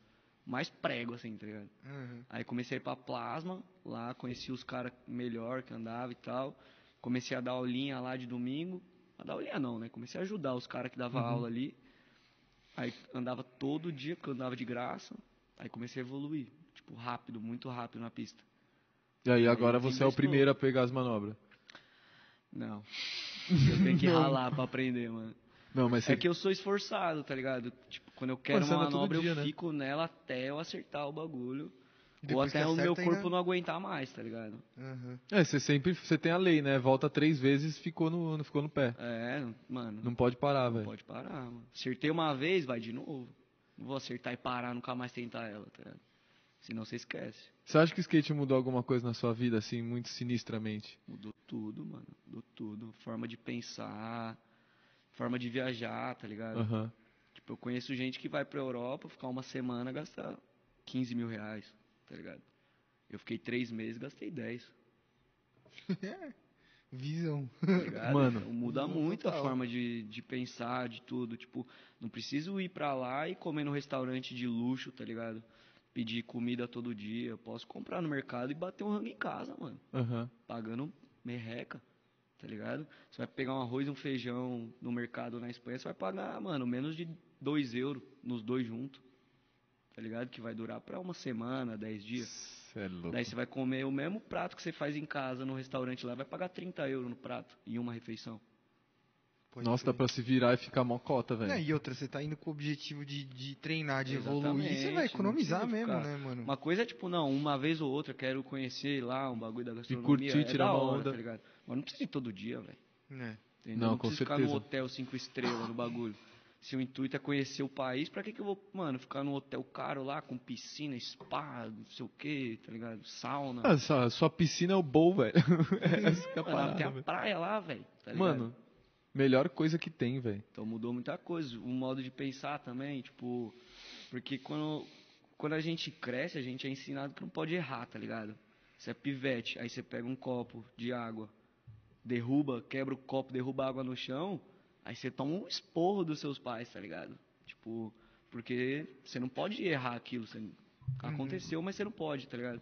Speaker 3: Mais prego, assim, tá ligado?
Speaker 2: Uhum.
Speaker 3: Aí comecei a ir pra plasma, lá conheci os caras melhor que andava e tal. Comecei a dar aulinha lá de domingo. A dar aulinha não, né? Comecei a ajudar os caras que davam aula ali. Aí andava todo dia, porque eu andava de graça. Aí comecei a evoluir, tipo, rápido, muito rápido na pista.
Speaker 1: E aí, agora
Speaker 3: Aí,
Speaker 1: você
Speaker 3: quem
Speaker 1: é o
Speaker 3: gastou?
Speaker 1: primeiro a pegar as manobras.
Speaker 3: Não. Eu tenho que ralar pra aprender, mano.
Speaker 1: Não, mas você.
Speaker 3: É que eu sou esforçado, tá ligado? Tipo, quando eu quero
Speaker 1: você
Speaker 3: uma
Speaker 1: anda todo
Speaker 3: manobra,
Speaker 1: dia,
Speaker 3: eu
Speaker 1: né?
Speaker 3: fico nela até eu acertar o bagulho. Ou
Speaker 2: Depois que
Speaker 3: até o meu
Speaker 2: acerta,
Speaker 3: corpo
Speaker 2: ainda-
Speaker 3: não aguentar mais, tá ligado?
Speaker 2: Uhum.
Speaker 1: É, você sempre. Você tem a lei, né? Volta três vezes, ficou no, ficou no pé.
Speaker 3: É, mano, não
Speaker 1: Não pode parar, velho.
Speaker 3: pode parar, mano. Acertei uma vez, vai de novo. Não vou acertar e parar, nunca mais tentar ela, tá ligado? Senão você esquece.
Speaker 1: Você acha que o skate mudou alguma coisa na sua vida, assim, muito sinistramente?
Speaker 3: Mudou tudo, mano. Mudou tudo. Forma de pensar, forma de viajar, tá ligado?
Speaker 1: Aham.
Speaker 3: Tipo, eu conheço gente que vai pra Europa ficar uma semana gastar 15 mil reais, tá ligado? Eu fiquei três meses, gastei 10,
Speaker 2: Visão.
Speaker 3: tá ligado?
Speaker 1: Mano.
Speaker 3: Então, muda
Speaker 2: Muda
Speaker 3: muito
Speaker 2: total.
Speaker 3: a forma de, de pensar, de tudo. Tipo, não preciso ir pra lá e comer num restaurante de luxo, tá ligado? Pedir comida todo dia. Eu posso comprar no mercado e bater um rango em casa, mano.
Speaker 1: Aham.
Speaker 3: Pagando merreca, tá ligado? Você vai pegar um arroz e um feijão no mercado na Espanha, você vai pagar, mano, menos de 2 euros nos dois juntos. Tá ligado? Que vai durar pra uma semana, 10 dias.
Speaker 1: Cê é louco.
Speaker 3: Daí você vai comer o mesmo prato que você faz em casa, no restaurante lá, vai pagar 30 euros no prato, em uma refeição.
Speaker 2: Pode
Speaker 1: Nossa, dá
Speaker 2: crer.
Speaker 3: tá
Speaker 1: pra se virar e ficar mocota, velho.
Speaker 2: Não, e outra, você tá indo com o objetivo de, de treinar, de evoluir.
Speaker 3: Exatamente,
Speaker 2: Você vai economizar
Speaker 3: não precisa
Speaker 2: mesmo,
Speaker 3: ficar-
Speaker 2: né, mano?
Speaker 3: Uma coisa é tipo, não, uma vez ou outra, quero conhecer lá um bagulho da gastronomia.
Speaker 1: curtir,
Speaker 3: é
Speaker 1: tirar
Speaker 3: da
Speaker 1: uma
Speaker 3: hora,
Speaker 1: onda.
Speaker 3: Tá ligado? Mas não precisa ir todo dia, velho.
Speaker 2: É.
Speaker 3: Entendeu?
Speaker 1: Não,
Speaker 3: Não,
Speaker 1: com
Speaker 3: preciso ficar
Speaker 1: certeza.
Speaker 3: num hotel cinco estrelas no bagulho. Se o intuito é conhecer o país, pra que que eu vou, mano, ficar num hotel caro lá, com piscina, spa, não sei o que, tá ligado? Sauna.
Speaker 1: Ah, sua, sua piscina é o bowl, velho. Essa que é a
Speaker 3: Mano, tem
Speaker 1: parada,
Speaker 3: a
Speaker 1: velho.
Speaker 3: praia lá, velho. tá ligado?
Speaker 1: Mano, melhor coisa que tem, velho.
Speaker 3: Então mudou muita coisa, o modo de pensar também, tipo, porque quando, quando a gente cresce, a gente é ensinado que não pode errar, tá ligado? Você é pivete, aí você pega um copo de água, derruba, quebra o copo, derruba a água no chão, aí você toma um esporro dos seus pais, tá ligado? Tipo, porque você não pode errar aquilo, você-
Speaker 2: Uhum.
Speaker 3: aconteceu, mas você não pode, tá ligado?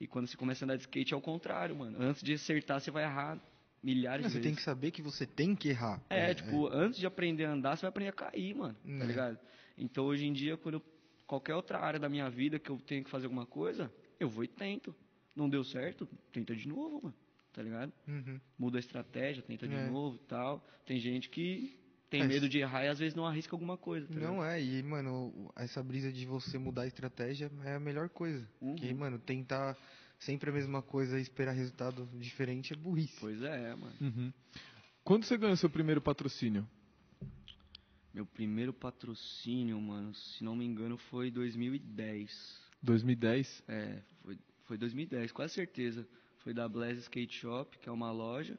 Speaker 3: E quando você começa a andar de skate é o contrário, mano. Antes de acertar, você vai errar milhares de
Speaker 2: Você
Speaker 3: vezes.
Speaker 2: tem que saber que você tem que errar.
Speaker 3: É, tipo, antes de aprender a andar, você vai aprender a cair, mano.
Speaker 2: Né.
Speaker 3: Tá ligado? Então, hoje em dia, quando eu- qualquer outra área da minha vida que eu tenho que fazer alguma coisa, eu vou e tento. Não deu certo, tenta de novo, mano. Tá ligado?
Speaker 2: Uhum.
Speaker 3: Muda a estratégia, tenta
Speaker 2: É.
Speaker 3: de novo e tal. Tem gente que tem
Speaker 2: Mas-
Speaker 3: medo de errar e às vezes não arrisca alguma coisa. Tá ligado?
Speaker 2: Não é, e, mano, o- essa brisa de você mudar a estratégia é a melhor coisa.
Speaker 3: Uhum.
Speaker 2: Porque, mano, tentar sempre a mesma coisa e esperar resultado diferente é burrice.
Speaker 3: Pois é, mano.
Speaker 1: Uhum. Quando você ganhou seu primeiro patrocínio?
Speaker 3: Meu primeiro patrocínio, mano, se não me engano, foi 2010.
Speaker 1: 2010?
Speaker 3: É, foi, foi 2010, quase certeza. Foi da Blaze Skate Shop, que é uma loja.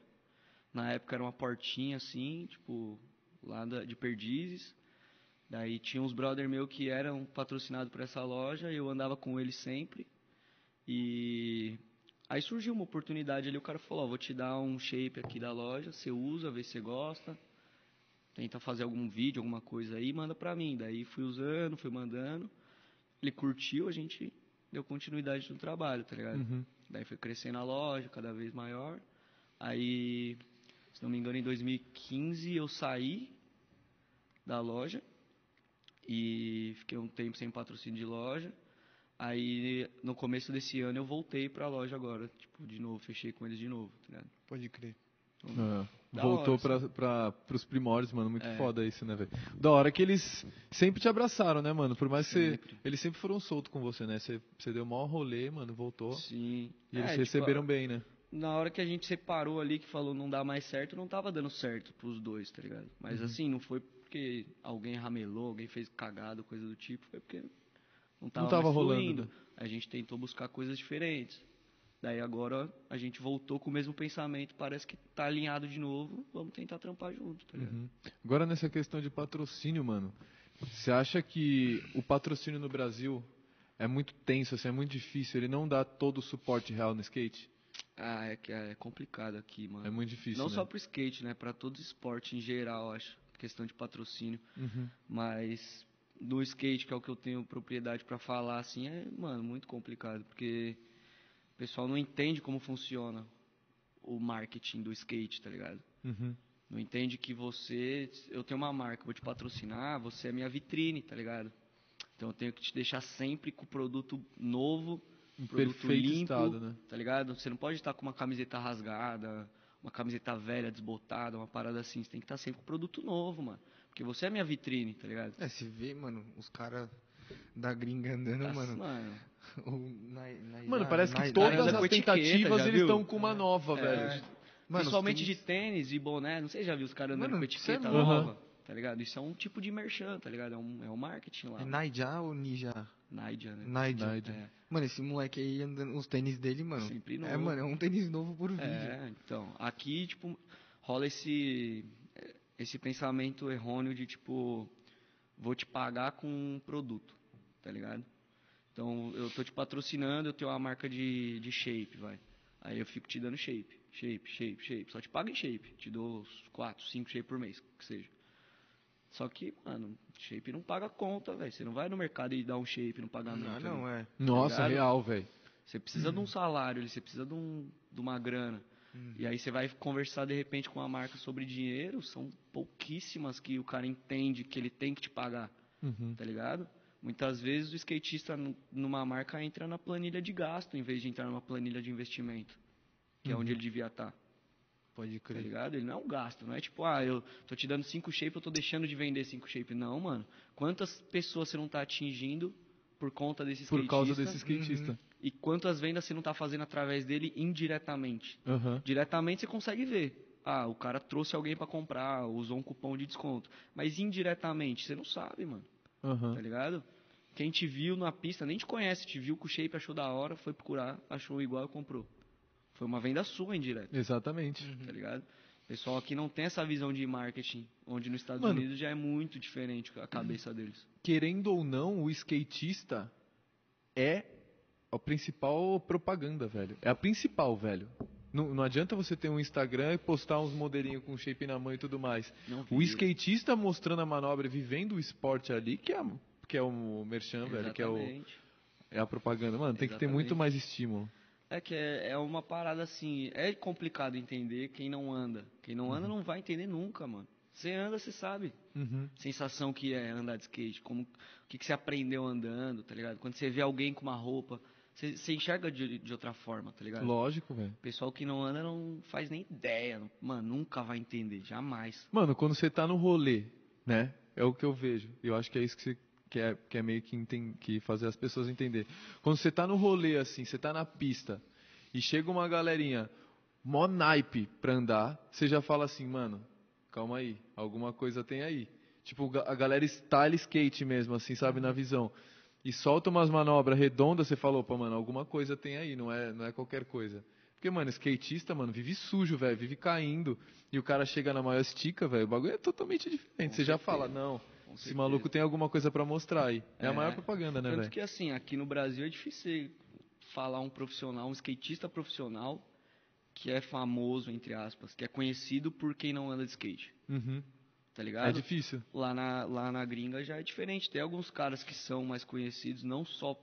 Speaker 3: Na época era uma portinha assim, tipo, lá da- de Perdizes. Daí tinha uns brother meu que eram patrocinados por essa loja, eu andava com eles sempre. E aí surgiu uma oportunidade ali, o cara falou, ó, vou te dar um shape aqui da loja, você usa, vê se você gosta. Tenta fazer algum vídeo, alguma coisa aí, manda pra mim. Daí fui usando, fui mandando. Ele curtiu, a gente deu continuidade no trabalho, tá ligado?
Speaker 1: Uhum.
Speaker 3: Daí foi crescendo a loja, cada vez maior. Aí, se não me engano, em 2015 eu saí da loja e fiquei um tempo sem patrocínio de loja. Aí, no começo desse ano, eu voltei pra loja agora, tipo, de novo, fechei com eles de novo, tá ligado?
Speaker 2: Pode crer.
Speaker 1: É.
Speaker 3: Uhum. Da
Speaker 1: Voltou
Speaker 3: hora, É.
Speaker 1: pra, pra, pros primórdios, mano. Muito foda isso, né, velho? Da hora que eles sempre te abraçaram, né, mano? Por mais que você.
Speaker 3: Sempre.
Speaker 1: Eles sempre foram soltos com você, né? Você, você deu o maior rolê, mano, voltou.
Speaker 3: Sim.
Speaker 1: E eles
Speaker 3: É, tipo,
Speaker 1: receberam bem, né?
Speaker 3: na hora que a gente separou ali, que falou não dá mais certo, não tava dando certo pros dois, tá ligado? Mas
Speaker 1: Uhum.
Speaker 3: assim, não foi porque alguém ramelou, alguém fez cagada, coisa do tipo, foi porque não tava,
Speaker 1: tava
Speaker 3: mais
Speaker 1: rolando,
Speaker 3: fluindo.
Speaker 1: né?
Speaker 3: A gente tentou buscar coisas diferentes. Daí agora a gente voltou com o mesmo pensamento, parece que tá alinhado de novo, vamos tentar trampar junto, tá ligado?
Speaker 1: Uhum. Agora nessa questão de patrocínio, mano, você acha que o patrocínio no Brasil é muito tenso, assim, é muito difícil, ele não dá todo o suporte real no skate?
Speaker 3: Ah, é, que é complicado aqui, mano.
Speaker 1: É muito difícil,
Speaker 3: não
Speaker 1: né?
Speaker 3: só pro skate, né? Pra todo esporte em geral, acho. Questão de patrocínio.
Speaker 1: Uhum.
Speaker 3: Mas no skate, que é o que eu tenho propriedade pra falar, assim, é, mano, muito complicado, porque o pessoal não entende como funciona o marketing do skate, tá ligado?
Speaker 1: Uhum.
Speaker 3: Não entende que você, eu tenho uma marca, vou te patrocinar, você é minha vitrine, tá ligado? Então eu tenho que te deixar sempre com o produto novo,
Speaker 1: Em
Speaker 3: produto
Speaker 1: Um perfeito
Speaker 3: limpo,
Speaker 1: estado, né?
Speaker 3: tá ligado? Você não pode estar com uma camiseta rasgada, uma camiseta velha, desbotada, uma parada assim, você tem que estar sempre com produto novo, mano. Porque você é minha vitrine, tá ligado?
Speaker 2: É, se vê, mano, os caras da gringa andando,
Speaker 3: Nossa,
Speaker 2: mano.
Speaker 3: Tá, mano.
Speaker 2: o- na- na-
Speaker 1: Mano,
Speaker 2: na-
Speaker 1: parece
Speaker 2: na-
Speaker 1: que
Speaker 2: na-
Speaker 1: todas
Speaker 3: ainda
Speaker 1: as
Speaker 3: com etiqueta,
Speaker 1: tentativas
Speaker 3: já
Speaker 1: eles
Speaker 3: viu?
Speaker 1: estão com uma nova,
Speaker 3: É.
Speaker 1: velho.
Speaker 2: Mano,
Speaker 3: Principalmente
Speaker 2: os
Speaker 3: de tênis e boné, não sei, já viu os caras andando
Speaker 2: Mano,
Speaker 3: com
Speaker 2: isso é
Speaker 3: etiqueta
Speaker 1: louco.
Speaker 3: nova, tá ligado? Isso é um tipo de merchan, tá ligado? É um, é um marketing lá.
Speaker 2: É Naija ou Ninja?
Speaker 3: Naija, né?
Speaker 2: Naija.
Speaker 1: Naija.
Speaker 3: É,
Speaker 2: Mano, esse moleque aí andando, os tênis dele, mano.
Speaker 3: Sempre
Speaker 2: É,
Speaker 3: novo.
Speaker 2: mano, é um tênis novo por vídeo.
Speaker 3: É, então, aqui, tipo, rola esse, esse pensamento errôneo de, tipo, vou te pagar com um produto, tá ligado? Então, eu tô te patrocinando, eu tenho uma marca de, de shape, vai. Aí eu fico te dando shape, shape, shape, shape. Só te pago em shape. Te dou uns 4, 5 shape por mês, que seja. Só que, mano, shape não paga conta, velho. Você não vai no mercado e dá um shape no pagamento.
Speaker 2: Não,
Speaker 3: ali.
Speaker 2: não, é.
Speaker 1: Nossa,
Speaker 3: Tá ligado?
Speaker 1: real, velho.
Speaker 3: Você precisa de
Speaker 1: Uhum.
Speaker 3: um salário, ali, você precisa de, um, de uma grana. E aí você vai conversar de repente com a marca sobre dinheiro, são pouquíssimas que o cara entende que ele tem que te pagar,
Speaker 1: Uhum.
Speaker 3: tá ligado? Muitas vezes o skatista nu- numa marca entra na planilha de gasto em vez de entrar numa planilha de investimento, que
Speaker 1: Uhum.
Speaker 3: é onde ele devia estar,
Speaker 2: Pode
Speaker 3: tá
Speaker 2: crer.
Speaker 3: ligado? Ele não é um gasto, não é tipo, ah, eu tô te dando cinco shape, eu tô deixando de vender cinco shape. Não, mano. Quantas pessoas você não tá atingindo por conta desse skatista?
Speaker 1: Por causa desse skatista.
Speaker 3: E quantas vendas você não está fazendo através dele indiretamente?
Speaker 1: Aham.
Speaker 3: Diretamente você consegue ver. Ah, o cara trouxe alguém para comprar, usou um cupom de desconto. Mas indiretamente, você não sabe, mano.
Speaker 1: Aham.
Speaker 3: Tá ligado? Quem te viu na pista, nem te conhece, te viu com o shape, achou da hora, foi procurar, achou igual e comprou. Foi uma venda sua indireta,
Speaker 1: Exatamente.
Speaker 3: tá ligado? O pessoal aqui não tem essa visão de marketing, onde nos Estados
Speaker 1: Mano. uhum.
Speaker 3: Unidos já é muito diferente a cabeça deles.
Speaker 1: querendo ou não, o skatista é a principal propaganda, velho. É a principal, velho. Não, não adianta você ter um Instagram e postar uns modelinhos com shape na mão e tudo mais.
Speaker 3: Não
Speaker 1: O
Speaker 3: vira.
Speaker 1: skatista mostrando a manobra e vivendo o esporte ali, que é, que é o merchan, velho, que é, o-
Speaker 3: Exatamente.
Speaker 1: é a propaganda. Mano, tem que ter muito
Speaker 3: Exatamente.
Speaker 1: mais estímulo.
Speaker 3: É que é, é uma parada assim, é complicado entender quem não anda. Quem não anda não vai entender nunca, mano. Você anda, você sabe.
Speaker 1: Uhum.
Speaker 3: Sensação que é andar de skate, como, o que, que você aprendeu andando, tá ligado? Quando você vê alguém com uma roupa, você, você enxerga de, de outra forma, tá ligado?
Speaker 1: Lógico, velho.
Speaker 3: O pessoal que não anda não faz nem ideia, não- mano, nunca vai entender, jamais.
Speaker 1: Mano, quando você tá no rolê, né? É o que eu vejo. E eu acho que é isso que você quer, quer meio que, enten- que fazer as pessoas entender. Quando você tá no rolê, assim, você tá na pista e chega uma galerinha mó naipe pra andar, você já fala assim, mano, calma aí, alguma coisa tem aí. Tipo, ga- a galera style skate mesmo, assim, sabe, na visão. E solta umas manobras redondas, você fala, opa, mano, alguma coisa tem aí, não é, não é qualquer coisa. Porque, mano, skatista, mano, vive sujo, velho, vive caindo. E o cara chega na maior estica, velho, o bagulho é totalmente diferente.
Speaker 3: Com
Speaker 1: você já
Speaker 3: certeza.
Speaker 1: fala, não,
Speaker 3: Com
Speaker 1: esse
Speaker 3: certeza.
Speaker 1: maluco tem alguma coisa pra mostrar aí. É, a
Speaker 3: É.
Speaker 1: maior propaganda, né,
Speaker 3: Tanto
Speaker 1: velho?
Speaker 3: que assim, aqui no Brasil é difícil você falar um profissional, um skatista profissional que é famoso, entre aspas, que é conhecido por quem não anda de skate,
Speaker 1: Uhum.
Speaker 3: tá
Speaker 1: É
Speaker 3: ligado?
Speaker 1: difícil.
Speaker 3: lá, na, lá na gringa já é diferente. Tem alguns caras que são mais conhecidos, não só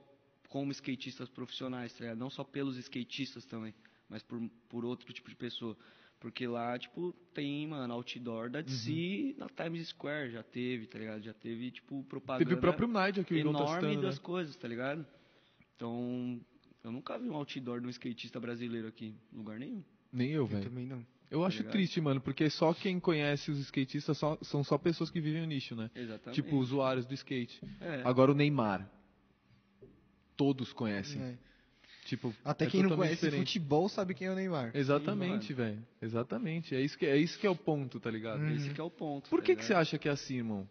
Speaker 3: como skatistas profissionais, tá ligado? Não só pelos skatistas também, mas por, por outro tipo de pessoa. Porque lá, tipo, tem, mano, outdoor da DC na Times Square, já teve, tá ligado? Já teve, tipo, propaganda
Speaker 1: Uhum. Teve o próprio Nigel que o Igor tá
Speaker 3: enorme
Speaker 1: citando, né?
Speaker 3: das coisas, tá ligado? Então, eu nunca vi um outdoor de um skatista brasileiro aqui, em lugar nenhum.
Speaker 1: Nem eu,
Speaker 2: Eu
Speaker 1: velho.
Speaker 2: também não.
Speaker 1: Eu acho
Speaker 3: ligado?
Speaker 1: triste, mano, porque só quem conhece os skatistas só- são só pessoas que vivem o nicho, né?
Speaker 3: Exatamente.
Speaker 1: Tipo, usuários do skate.
Speaker 3: é.
Speaker 1: Agora o Neymar. Todos
Speaker 3: Assim.
Speaker 1: conhecem.
Speaker 2: É.
Speaker 1: Tipo,
Speaker 2: Até
Speaker 1: é
Speaker 2: quem não
Speaker 1: totalmente
Speaker 2: conhece
Speaker 1: diferente.
Speaker 2: futebol sabe quem é o Neymar.
Speaker 1: Exatamente, velho. Exatamente. É isso, que, é isso que é o ponto, tá ligado?
Speaker 2: Hum.
Speaker 3: Esse que é o ponto.
Speaker 1: Por
Speaker 3: tá
Speaker 1: que, que
Speaker 3: ligado?
Speaker 1: você acha que é assim, irmão?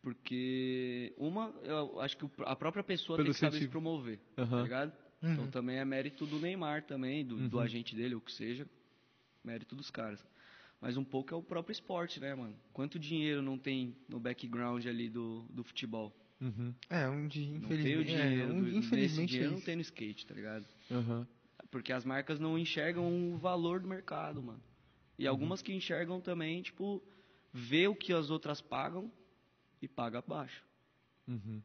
Speaker 3: Porque uma, eu acho que o- a própria pessoa
Speaker 1: Pelo
Speaker 3: tem que saber
Speaker 1: sentido.
Speaker 3: se promover, tá
Speaker 1: Aham.
Speaker 3: ligado?
Speaker 2: Uhum.
Speaker 3: Então também é mérito do Neymar também, do, do
Speaker 1: Uhum.
Speaker 3: agente dele, ou o que seja, mérito dos caras. Mas um pouco é o próprio esporte, né, mano? Quanto dinheiro não tem no background ali do, do futebol?
Speaker 1: Uhum.
Speaker 2: É, um de
Speaker 3: Não tem o
Speaker 2: infelizmente. é,
Speaker 3: dinheiro,
Speaker 2: um de-
Speaker 3: do, desse
Speaker 2: infelizmente
Speaker 3: dinheiro
Speaker 2: é
Speaker 3: não
Speaker 2: isso.
Speaker 3: tem no skate, tá ligado?
Speaker 1: Aham.
Speaker 3: Porque as marcas não enxergam o valor do mercado, mano. E algumas que enxergam também, tipo, vê o que as outras pagam e paga abaixo.
Speaker 1: Uhum.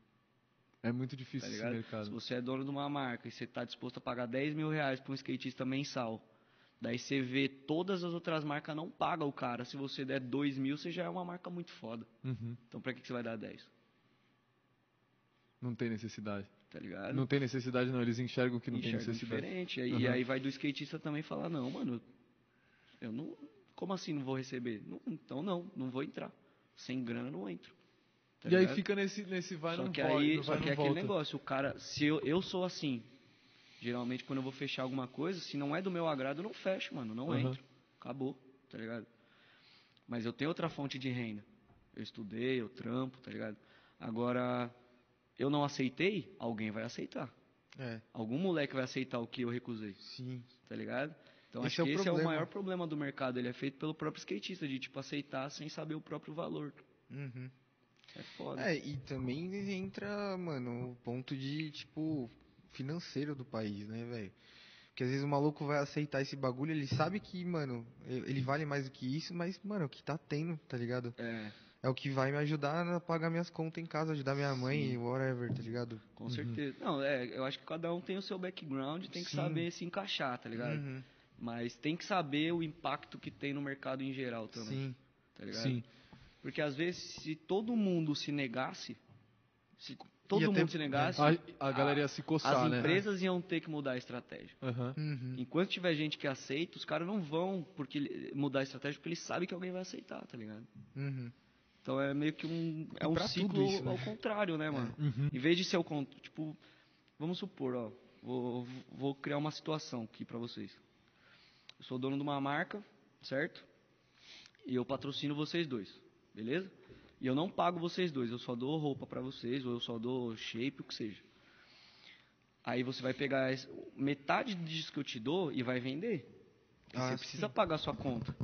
Speaker 1: É muito
Speaker 3: tá
Speaker 1: difícil esse
Speaker 3: ligado? Se
Speaker 1: mercado.
Speaker 3: você é dono de uma marca e você está disposto a pagar 10 mil reais para um skatista mensal, daí você vê todas as outras marcas não pagam o cara. Se você der 2 mil, você já é uma marca muito foda.
Speaker 1: Uhum.
Speaker 3: Então pra que, que você vai dar 10?
Speaker 1: Não tem necessidade.
Speaker 3: Tá ligado?
Speaker 1: Não tem necessidade, não. Eles enxergam que não tem
Speaker 3: Enxerga
Speaker 1: necessidade.
Speaker 3: diferente. E
Speaker 1: Uhum.
Speaker 3: aí vai do skatista também falar, não, mano, eu não. Como assim não vou receber? Não, então não, não vou entrar. Sem grana não entro. Tá
Speaker 1: e aí
Speaker 3: ligado?
Speaker 1: fica nesse, nesse vai
Speaker 3: só
Speaker 1: não
Speaker 3: que
Speaker 1: pode,
Speaker 3: aí,
Speaker 1: não
Speaker 3: só
Speaker 1: vai
Speaker 3: que
Speaker 1: não
Speaker 3: é aquele
Speaker 1: volta.
Speaker 3: negócio, o cara, se eu, eu sou assim, geralmente quando eu vou fechar alguma coisa, se não é do meu agrado, eu não fecho, mano, não
Speaker 1: Uhum.
Speaker 3: entro. Acabou, tá ligado? Mas eu tenho outra fonte de renda. Eu estudei, eu trampo, tá ligado? Agora, eu não aceitei, alguém vai aceitar.
Speaker 2: É,
Speaker 3: Algum moleque vai aceitar o que eu recusei,
Speaker 2: sim.
Speaker 3: tá ligado? Então
Speaker 2: Esse
Speaker 3: acho
Speaker 2: é o
Speaker 3: que esse é o
Speaker 2: problema.
Speaker 3: maior problema do mercado, ele é feito pelo próprio skatista, de tipo aceitar sem saber o próprio valor.
Speaker 2: Uhum.
Speaker 3: É foda.
Speaker 2: É, e também entra, mano, o ponto de, tipo, financeiro do país, né, velho? Porque às vezes o maluco vai aceitar esse bagulho, ele sabe que, mano, e- ele vale mais do que isso, mas, mano, é o que tá tendo, tá ligado?
Speaker 3: é
Speaker 2: É o que vai me ajudar a pagar minhas contas em casa, ajudar minha mãe e whatever, tá ligado?
Speaker 3: Com certeza. Não, é, eu acho que cada um tem o seu background, tem que
Speaker 2: Sim.
Speaker 3: saber se encaixar, tá ligado?
Speaker 2: Uhum,
Speaker 3: Mas tem que saber o impacto que tem no mercado em geral também,
Speaker 2: Sim.
Speaker 3: tá ligado?
Speaker 1: Sim.
Speaker 3: Porque às vezes se todo mundo se negasse, se todo
Speaker 2: Ia
Speaker 3: mundo
Speaker 2: ter-
Speaker 3: se negasse,
Speaker 1: A, a
Speaker 3: a-
Speaker 1: galera ia se coçar,
Speaker 3: Assim, as
Speaker 1: né?
Speaker 3: empresas iam ter que mudar a estratégia.
Speaker 1: Aham.
Speaker 2: Uhum.
Speaker 3: Enquanto tiver gente que aceita, os caras não vão porque ele- mudar a estratégia porque eles sabem que alguém vai aceitar, tá ligado?
Speaker 2: Uhum.
Speaker 3: Então é meio que um é
Speaker 2: E
Speaker 3: um
Speaker 2: pra
Speaker 3: ciclo
Speaker 2: tudo isso, né? É,
Speaker 3: ao contrário, né, mano?
Speaker 1: Uhum.
Speaker 3: Em vez de ser o conto, tipo, vamos supor, ó, vou, vou criar uma situação aqui pra vocês. Eu sou dono de uma marca, certo? E eu patrocino vocês dois, beleza? E eu não pago vocês dois, eu só dou roupa pra vocês, ou eu só dou shape, o que seja. Aí você vai pegar es- metade disso que eu te dou e vai vender. E
Speaker 2: Ah,
Speaker 3: você precisa pagar a sua conta,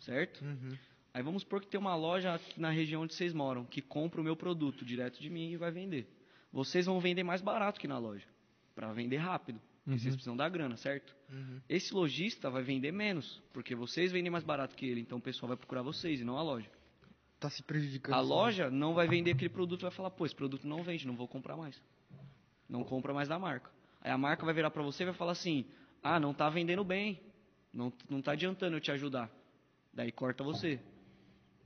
Speaker 3: certo?
Speaker 2: Uhum.
Speaker 3: Aí vamos supor que tem uma loja aqui na região onde vocês moram que compra o meu produto direto de mim e vai vender. Vocês vão vender mais barato que na loja, para vender rápido, porque
Speaker 1: Uhum.
Speaker 3: vocês precisam da grana, certo?
Speaker 2: Uhum.
Speaker 3: Esse lojista vai vender menos, porque vocês vendem mais barato que ele, então o pessoal vai procurar vocês e não a loja.
Speaker 2: Tá se prejudicando.
Speaker 3: A
Speaker 2: sim.
Speaker 3: loja não vai vender aquele produto, vai falar, pô, esse produto não vende, não vou comprar mais. Não compra mais da marca. Aí a marca vai virar para você e vai falar assim: ah, não tá vendendo bem, não, não tá adiantando eu te ajudar. Daí corta você,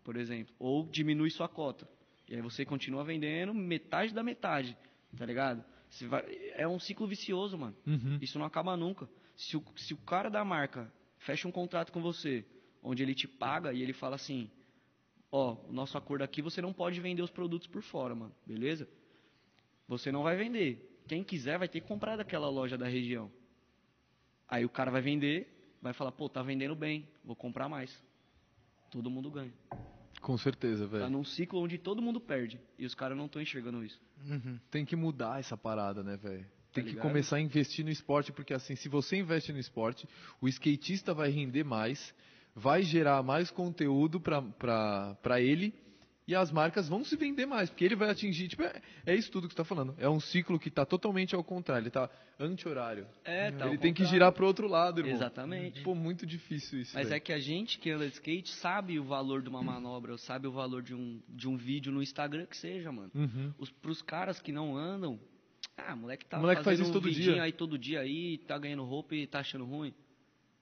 Speaker 3: por exemplo. Ou diminui sua cota. E aí você continua vendendo metade da metade, tá ligado? Você vai- é um ciclo vicioso, mano.
Speaker 1: Uhum.
Speaker 3: Isso não acaba nunca. Se o, se o cara da marca fecha um contrato com você, onde ele te paga e ele fala assim: Ó, o nosso acordo aqui você não pode vender os produtos por fora, mano, beleza? Você não vai vender. Quem quiser vai ter que comprar daquela loja da região. Aí o cara vai vender, vai falar: pô, tá vendendo bem, vou comprar mais. Todo mundo ganha.
Speaker 1: Com certeza, velho.
Speaker 3: Tá num ciclo onde todo mundo perde. E os caras não estão enxergando isso. Uhum.
Speaker 1: Tem que mudar essa parada, né, velho? Tem que
Speaker 3: Tá ligado?
Speaker 1: começar a investir no esporte, porque assim, se você investe no esporte, o skatista vai render mais, vai gerar mais conteúdo pra, pra, pra ele e as marcas vão se vender mais, porque ele vai atingir, tipo, é, é isso tudo que você tá falando. É um ciclo que tá totalmente ao contrário, ele tá anti-horário.
Speaker 3: É, tá.
Speaker 1: ele tem que girar pro outro lado, irmão.
Speaker 3: Exatamente.
Speaker 1: Pô, muito difícil isso,
Speaker 3: Mas
Speaker 1: velho.
Speaker 3: é que a gente que anda de skate sabe o valor de uma manobra, ou sabe o valor de um, de um vídeo no Instagram que seja, mano.
Speaker 1: Uhum.
Speaker 3: Os, pros caras que não andam, ah, moleque tá
Speaker 1: O moleque faz
Speaker 3: fazendo
Speaker 1: isso
Speaker 3: um
Speaker 1: todo
Speaker 3: vidinho
Speaker 1: dia.
Speaker 3: aí todo dia aí, tá ganhando roupa e tá achando ruim.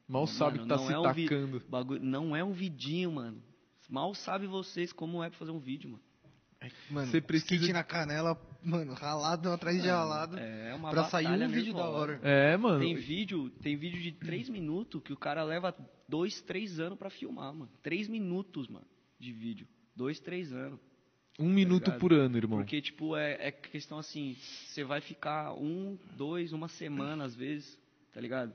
Speaker 1: Mal sabe que
Speaker 3: Mano,
Speaker 1: tá
Speaker 3: não
Speaker 1: se
Speaker 3: é um vi-
Speaker 1: tacando.
Speaker 3: Bagulho, não é um vidinho, mano. Mal sabe vocês como é pra fazer um vídeo, mano.
Speaker 2: Mano,
Speaker 1: Você precisa
Speaker 2: skate
Speaker 1: de-
Speaker 2: na canela, mano, ralado atrás de ralado.
Speaker 3: É uma
Speaker 2: pra sair
Speaker 3: batalha
Speaker 2: um vídeo da
Speaker 3: nervosa.
Speaker 2: hora.
Speaker 1: É, mano.
Speaker 3: Tem vídeo, tem vídeo de 3 minutos que o cara leva 2, 3 anos pra filmar, mano. 3 minutos, mano, de vídeo. 2, 3 anos.
Speaker 1: Um minuto
Speaker 3: tá ligado?
Speaker 1: por ano, irmão.
Speaker 3: Porque, tipo, é, é questão assim, você vai ficar um, dois, uma semana, às vezes, tá ligado?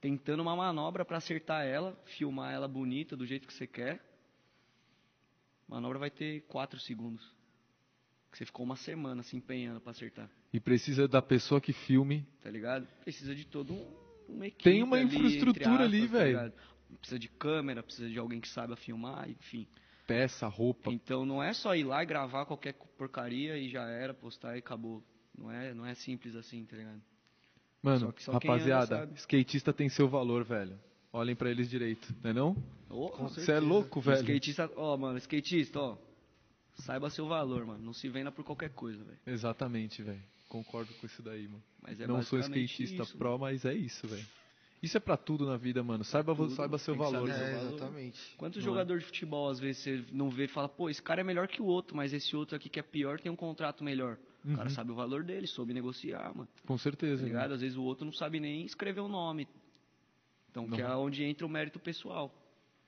Speaker 3: Tentando uma manobra pra acertar ela, filmar ela bonita, do jeito que você quer. Manobra vai ter quatro segundos. Que você ficou uma semana se empenhando pra acertar,
Speaker 1: E precisa da pessoa que filme
Speaker 3: tá ligado? Precisa de todo um uma equipe
Speaker 1: Tem uma
Speaker 3: ali, entre
Speaker 1: infraestrutura ali,
Speaker 3: aspas, tá
Speaker 1: velho.
Speaker 3: ligado? precisa de câmera, precisa de alguém que saiba filmar, enfim.
Speaker 1: peça, roupa,
Speaker 3: Então não é só ir lá e gravar qualquer porcaria e já era, postar e acabou. Não é, não é simples assim, tá ligado?
Speaker 1: Mano,
Speaker 3: Só que só quem anda
Speaker 1: rapaziada,
Speaker 3: sabe.
Speaker 1: skatista tem seu valor, velho. Olhem pra eles direito, não é não?
Speaker 3: Ô,
Speaker 1: Você é louco, velho.
Speaker 3: Skatista, ó, mano, skatista, ó. Saiba seu valor, mano. Não se venda por qualquer coisa, velho.
Speaker 1: Exatamente, velho. Concordo com isso daí, mano.
Speaker 3: Mas é
Speaker 1: não sou
Speaker 3: basicamente
Speaker 1: skatista
Speaker 3: isso,
Speaker 1: pro, mas é isso, velho. Isso é pra tudo na vida, mano. Saiba, vo-
Speaker 3: tudo,
Speaker 1: saiba seu
Speaker 3: tem que
Speaker 1: valor.
Speaker 3: saber
Speaker 1: velho.
Speaker 2: É,
Speaker 3: valor.
Speaker 2: exatamente.
Speaker 3: Quantos
Speaker 1: Não é?
Speaker 3: jogadores de futebol às vezes você não vê e fala, pô, esse cara é melhor que o outro, mas esse outro aqui que é pior tem um contrato melhor. O
Speaker 1: Uhum.
Speaker 3: cara sabe o valor dele, soube negociar, mano.
Speaker 1: Com
Speaker 3: Tá
Speaker 1: certeza, mano.
Speaker 3: ligado? Às vezes o outro não sabe nem escrever o nome. Então, que é
Speaker 1: Não.
Speaker 3: onde entra o mérito pessoal.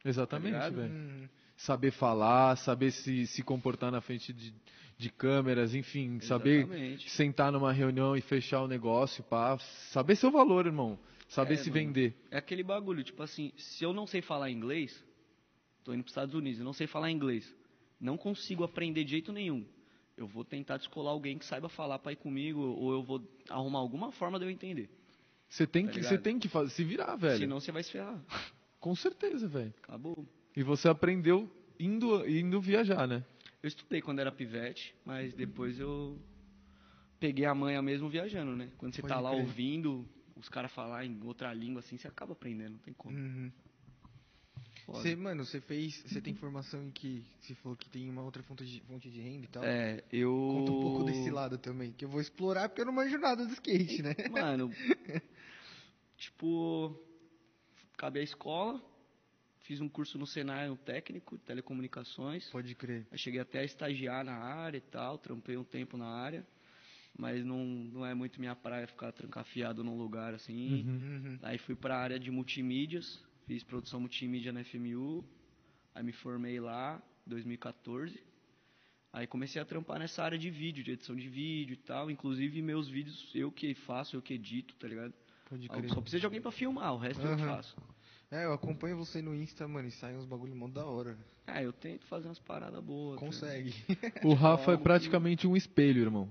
Speaker 1: Exatamente,
Speaker 3: Tá ligado?
Speaker 1: velho.
Speaker 2: Hum,
Speaker 1: Saber falar, saber se, se comportar na frente de, de câmeras, enfim, saber
Speaker 3: Exatamente.
Speaker 1: sentar numa reunião e fechar o negócio, pá. Saber seu valor, irmão. Saber
Speaker 3: É,
Speaker 1: se
Speaker 3: mano.
Speaker 1: vender.
Speaker 3: É aquele bagulho, tipo assim, se eu não sei falar inglês, tô indo pros Estados Unidos, eu não sei falar inglês, não consigo aprender de jeito nenhum. Eu vou tentar descolar alguém que saiba falar pra ir comigo, ou eu vou arrumar alguma forma de eu entender.
Speaker 1: Você tem
Speaker 3: Tá
Speaker 1: que, você
Speaker 3: ligado?
Speaker 1: tem que fazer, se virar, velho.
Speaker 3: Senão você vai se ferrar.
Speaker 1: Com certeza, velho.
Speaker 3: Acabou.
Speaker 1: E você aprendeu indo, indo viajar, né?
Speaker 3: Eu estudei quando era pivete, mas depois eu peguei a manha mesmo viajando, né? Quando você
Speaker 2: Pode
Speaker 3: tá lá
Speaker 2: crer.
Speaker 3: ouvindo os caras falar em outra língua, assim, você acaba aprendendo, não tem como.
Speaker 2: uhum.
Speaker 3: Foda.
Speaker 2: Você, mano, você fez. Você tem formação em que. Você falou que tem uma outra fonte de, fonte de renda e tal.
Speaker 3: É, eu...
Speaker 2: Conta um pouco desse lado também, que eu vou explorar porque eu não manjo nada do skate, né?
Speaker 3: Mano, tipo, acabei a escola, fiz um curso no Senai, um técnico, de telecomunicações.
Speaker 2: Pode crer.
Speaker 3: Aí cheguei até a estagiar na área e tal, trampei um tempo na área, mas não, não é muito minha praia ficar trancafiado num lugar assim.
Speaker 2: Uhum.
Speaker 3: Aí fui pra área de multimídias, fiz produção multimídia na FMU, aí me formei lá, 2014. Aí comecei a trampar nessa área de vídeo, de edição de vídeo e tal. Inclusive meus vídeos, eu que faço, eu que edito, tá ligado?
Speaker 2: Pode
Speaker 3: Ah, eu
Speaker 2: crer.
Speaker 3: Só precisa de alguém pra filmar, o resto eu que
Speaker 2: Aham.
Speaker 3: faço.
Speaker 2: É, eu acompanho você no Insta, mano, e sai uns bagulho mó da hora.
Speaker 3: Ah, eu tento fazer umas paradas boas. tá ligado?
Speaker 2: Consegue.
Speaker 1: O Rafa é
Speaker 3: algo que-
Speaker 1: praticamente um espelho, irmão.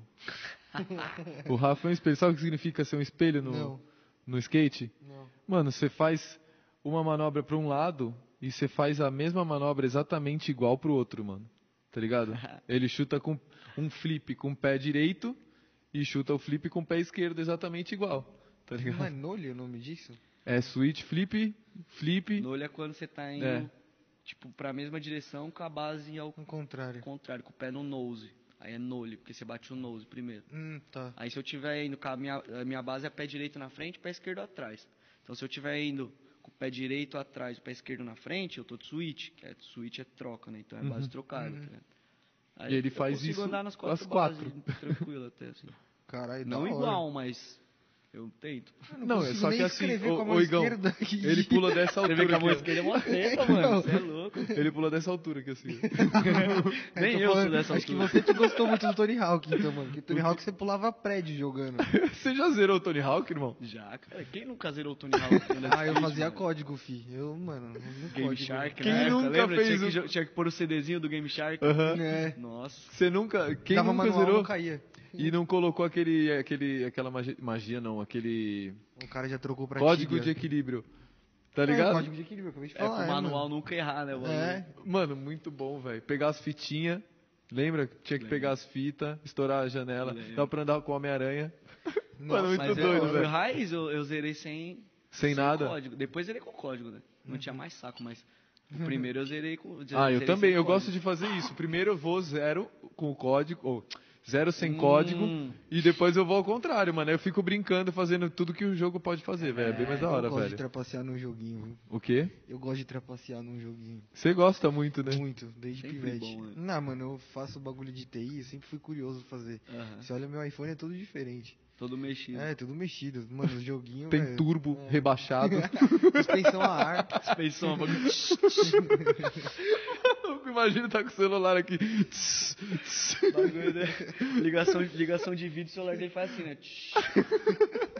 Speaker 1: o Rafa é um espelho. Sabe o que significa ser um espelho no,
Speaker 2: Não.
Speaker 3: Tá
Speaker 1: no skate?
Speaker 2: Não.
Speaker 1: Mano, você faz uma manobra pra um lado e você faz a mesma manobra exatamente igual pro outro, mano. Tá ligado? Ele chuta com um flip com o pé direito e chuta o flip com o pé esquerdo exatamente igual. Tá ligado?
Speaker 2: Manolho é o nome disso?
Speaker 1: É switch, flip, flip.
Speaker 3: Nolho é quando você tá indo,
Speaker 1: É.
Speaker 3: tipo, pra mesma direção com a base ao
Speaker 2: Ao contrário.
Speaker 3: contrário, com o pé no nose. Aí é nole, porque você bate o nose primeiro.
Speaker 2: Hum, tá.
Speaker 3: Aí se eu tiver indo com a minha, a minha base é pé direito na frente, pé esquerdo atrás. Então se eu tiver indo com o pé direito atrás, o pé esquerdo na frente, eu tô de switch, que é switch é troca, né? Então é base trocada, tá ligado? Aí
Speaker 1: E ele
Speaker 3: eu
Speaker 1: faz
Speaker 3: consigo
Speaker 1: isso
Speaker 3: andar nas
Speaker 1: com as
Speaker 3: quatro, bases, tranquilo até assim.
Speaker 2: Caralho, da
Speaker 3: Não
Speaker 2: hora.
Speaker 3: igual, mas eu tento.
Speaker 2: Eu
Speaker 1: Não, é
Speaker 2: consigo
Speaker 1: só
Speaker 2: nem
Speaker 1: que assim,
Speaker 2: escrever
Speaker 1: o-
Speaker 2: com a mão
Speaker 1: o Igão,
Speaker 2: esquerda aqui.
Speaker 1: Ele pula dessa
Speaker 3: Escrever com
Speaker 1: altura
Speaker 3: a mão
Speaker 1: aqui.
Speaker 3: esquerda é uma treta, mano. Você é louco.
Speaker 1: ó. Ele pula dessa altura aqui, assim.
Speaker 2: É,
Speaker 3: Nem
Speaker 2: tô
Speaker 3: eu sou
Speaker 2: falando-
Speaker 3: dessa
Speaker 2: Acho que
Speaker 3: altura.
Speaker 2: você que gostou muito do Tony Hawk, então, mano. Porque Tony Hawk você pulava prédio jogando.
Speaker 1: É Você já zerou o Tony Hawk, irmão?
Speaker 3: Já, cara. Quem nunca zerou o Tony Hawk? quando era
Speaker 2: Ah, eu
Speaker 3: triste,
Speaker 2: fazia
Speaker 3: mano?
Speaker 2: código, fi. Eu, mano, no
Speaker 3: Game
Speaker 2: código.
Speaker 3: Shark,
Speaker 1: Quem
Speaker 3: na época,
Speaker 1: nunca
Speaker 3: lembra?
Speaker 1: fez
Speaker 3: tinha, que,
Speaker 1: um-
Speaker 3: jo- tinha que pôr o CDzinho do Game Shark.
Speaker 1: Aham.
Speaker 2: É.
Speaker 3: Nossa.
Speaker 1: Você nunca. Quem
Speaker 2: Dava
Speaker 1: nunca
Speaker 2: manual,
Speaker 1: zerou
Speaker 2: não caía.
Speaker 1: e não colocou aquele, aquele, aquela magia, magia não, aquele
Speaker 2: O cara já trocou pra
Speaker 1: código de
Speaker 2: tíbia.
Speaker 1: equilíbrio. Tá
Speaker 2: É,
Speaker 1: ligado?
Speaker 2: código de equilíbrio, eu acabei de
Speaker 3: É,
Speaker 2: falar. né,
Speaker 3: pro manual
Speaker 2: mano.
Speaker 3: nunca errar, né, mano?
Speaker 2: É.
Speaker 1: Mano, muito bom, velho. Pegar as fitinhas. Lembra? Tinha que
Speaker 3: Lembro.
Speaker 1: pegar as fitas, estourar a janela.
Speaker 3: Lembro.
Speaker 1: Dá pra andar com o Homem-Aranha. Mano, é
Speaker 2: Nossa, é
Speaker 1: muito
Speaker 3: Mas eu,
Speaker 1: doido,
Speaker 3: eu,
Speaker 1: velho.
Speaker 3: raiz, eu, eu zerei sem,
Speaker 1: Sem
Speaker 3: sem
Speaker 1: nada.
Speaker 3: código. Depois zerei com código, né? Não tinha mais saco, mas o primeiro eu zerei com.
Speaker 1: Ah, eu também. Eu gosto de fazer isso. Primeiro eu vou zero com o código, ou zero sem
Speaker 3: Hum,
Speaker 1: código, e depois eu vou ao contrário, mano. Eu fico brincando, fazendo tudo que o jogo pode fazer, velho. É bem mais da hora,
Speaker 2: eu gosto de
Speaker 1: velho.
Speaker 2: trapacear num joguinho. viu?
Speaker 1: O quê?
Speaker 2: Eu gosto de trapacear num joguinho.
Speaker 1: Você gosta muito, né?
Speaker 2: Muito, desde
Speaker 3: Sempre
Speaker 2: pivete.
Speaker 3: bom, né?
Speaker 2: Não, mano, eu faço bagulho de TI, eu sempre fui curioso fazer. Você olha meu iPhone, é tudo diferente.
Speaker 3: Todo mexido.
Speaker 2: É, tudo mexido. Mano, os joguinhos.
Speaker 1: Tem
Speaker 2: velho,
Speaker 1: turbo rebaixado.
Speaker 2: Suspensão a ar.
Speaker 3: Suspensão, bagulho.
Speaker 1: Imagina tá com o celular aqui.
Speaker 3: bagulho né? ligação, ligação de vídeo, o celular dele faz assim, né?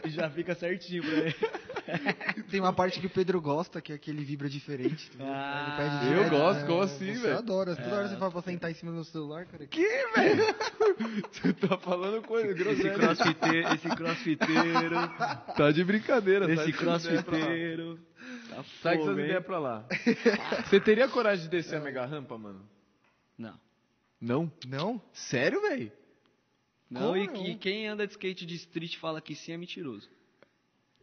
Speaker 3: E já fica certinho pra ele.
Speaker 2: Tem uma parte que o Pedro gosta, que é aquele vibra diferente. tá ligado?
Speaker 3: Ah,
Speaker 2: Ele pede
Speaker 3: eu
Speaker 2: direto,
Speaker 1: gosto,
Speaker 2: né?
Speaker 1: como assim,
Speaker 2: Você
Speaker 1: velho?
Speaker 2: adora. Toda
Speaker 3: É.
Speaker 2: hora você fala pra sentar em cima do meu celular, cara.
Speaker 1: Você tá falando coisa
Speaker 3: Esse
Speaker 1: grosseira.
Speaker 3: crossfiteiro, esse crossfiteiro,
Speaker 1: Tá de brincadeira, tá?
Speaker 3: esse
Speaker 1: Essas ideias pra lá.
Speaker 3: crossfiteiro. Tá
Speaker 1: Sai com essas
Speaker 3: fogo, hein?
Speaker 1: ideias pra lá. Você teria coragem de descer a mega rampa, mano?
Speaker 3: Não.
Speaker 1: Não?
Speaker 2: Não?
Speaker 1: Sério, velho?
Speaker 3: Não, e,
Speaker 2: não?
Speaker 3: que- e quem anda de skate de street fala que sim é mentiroso.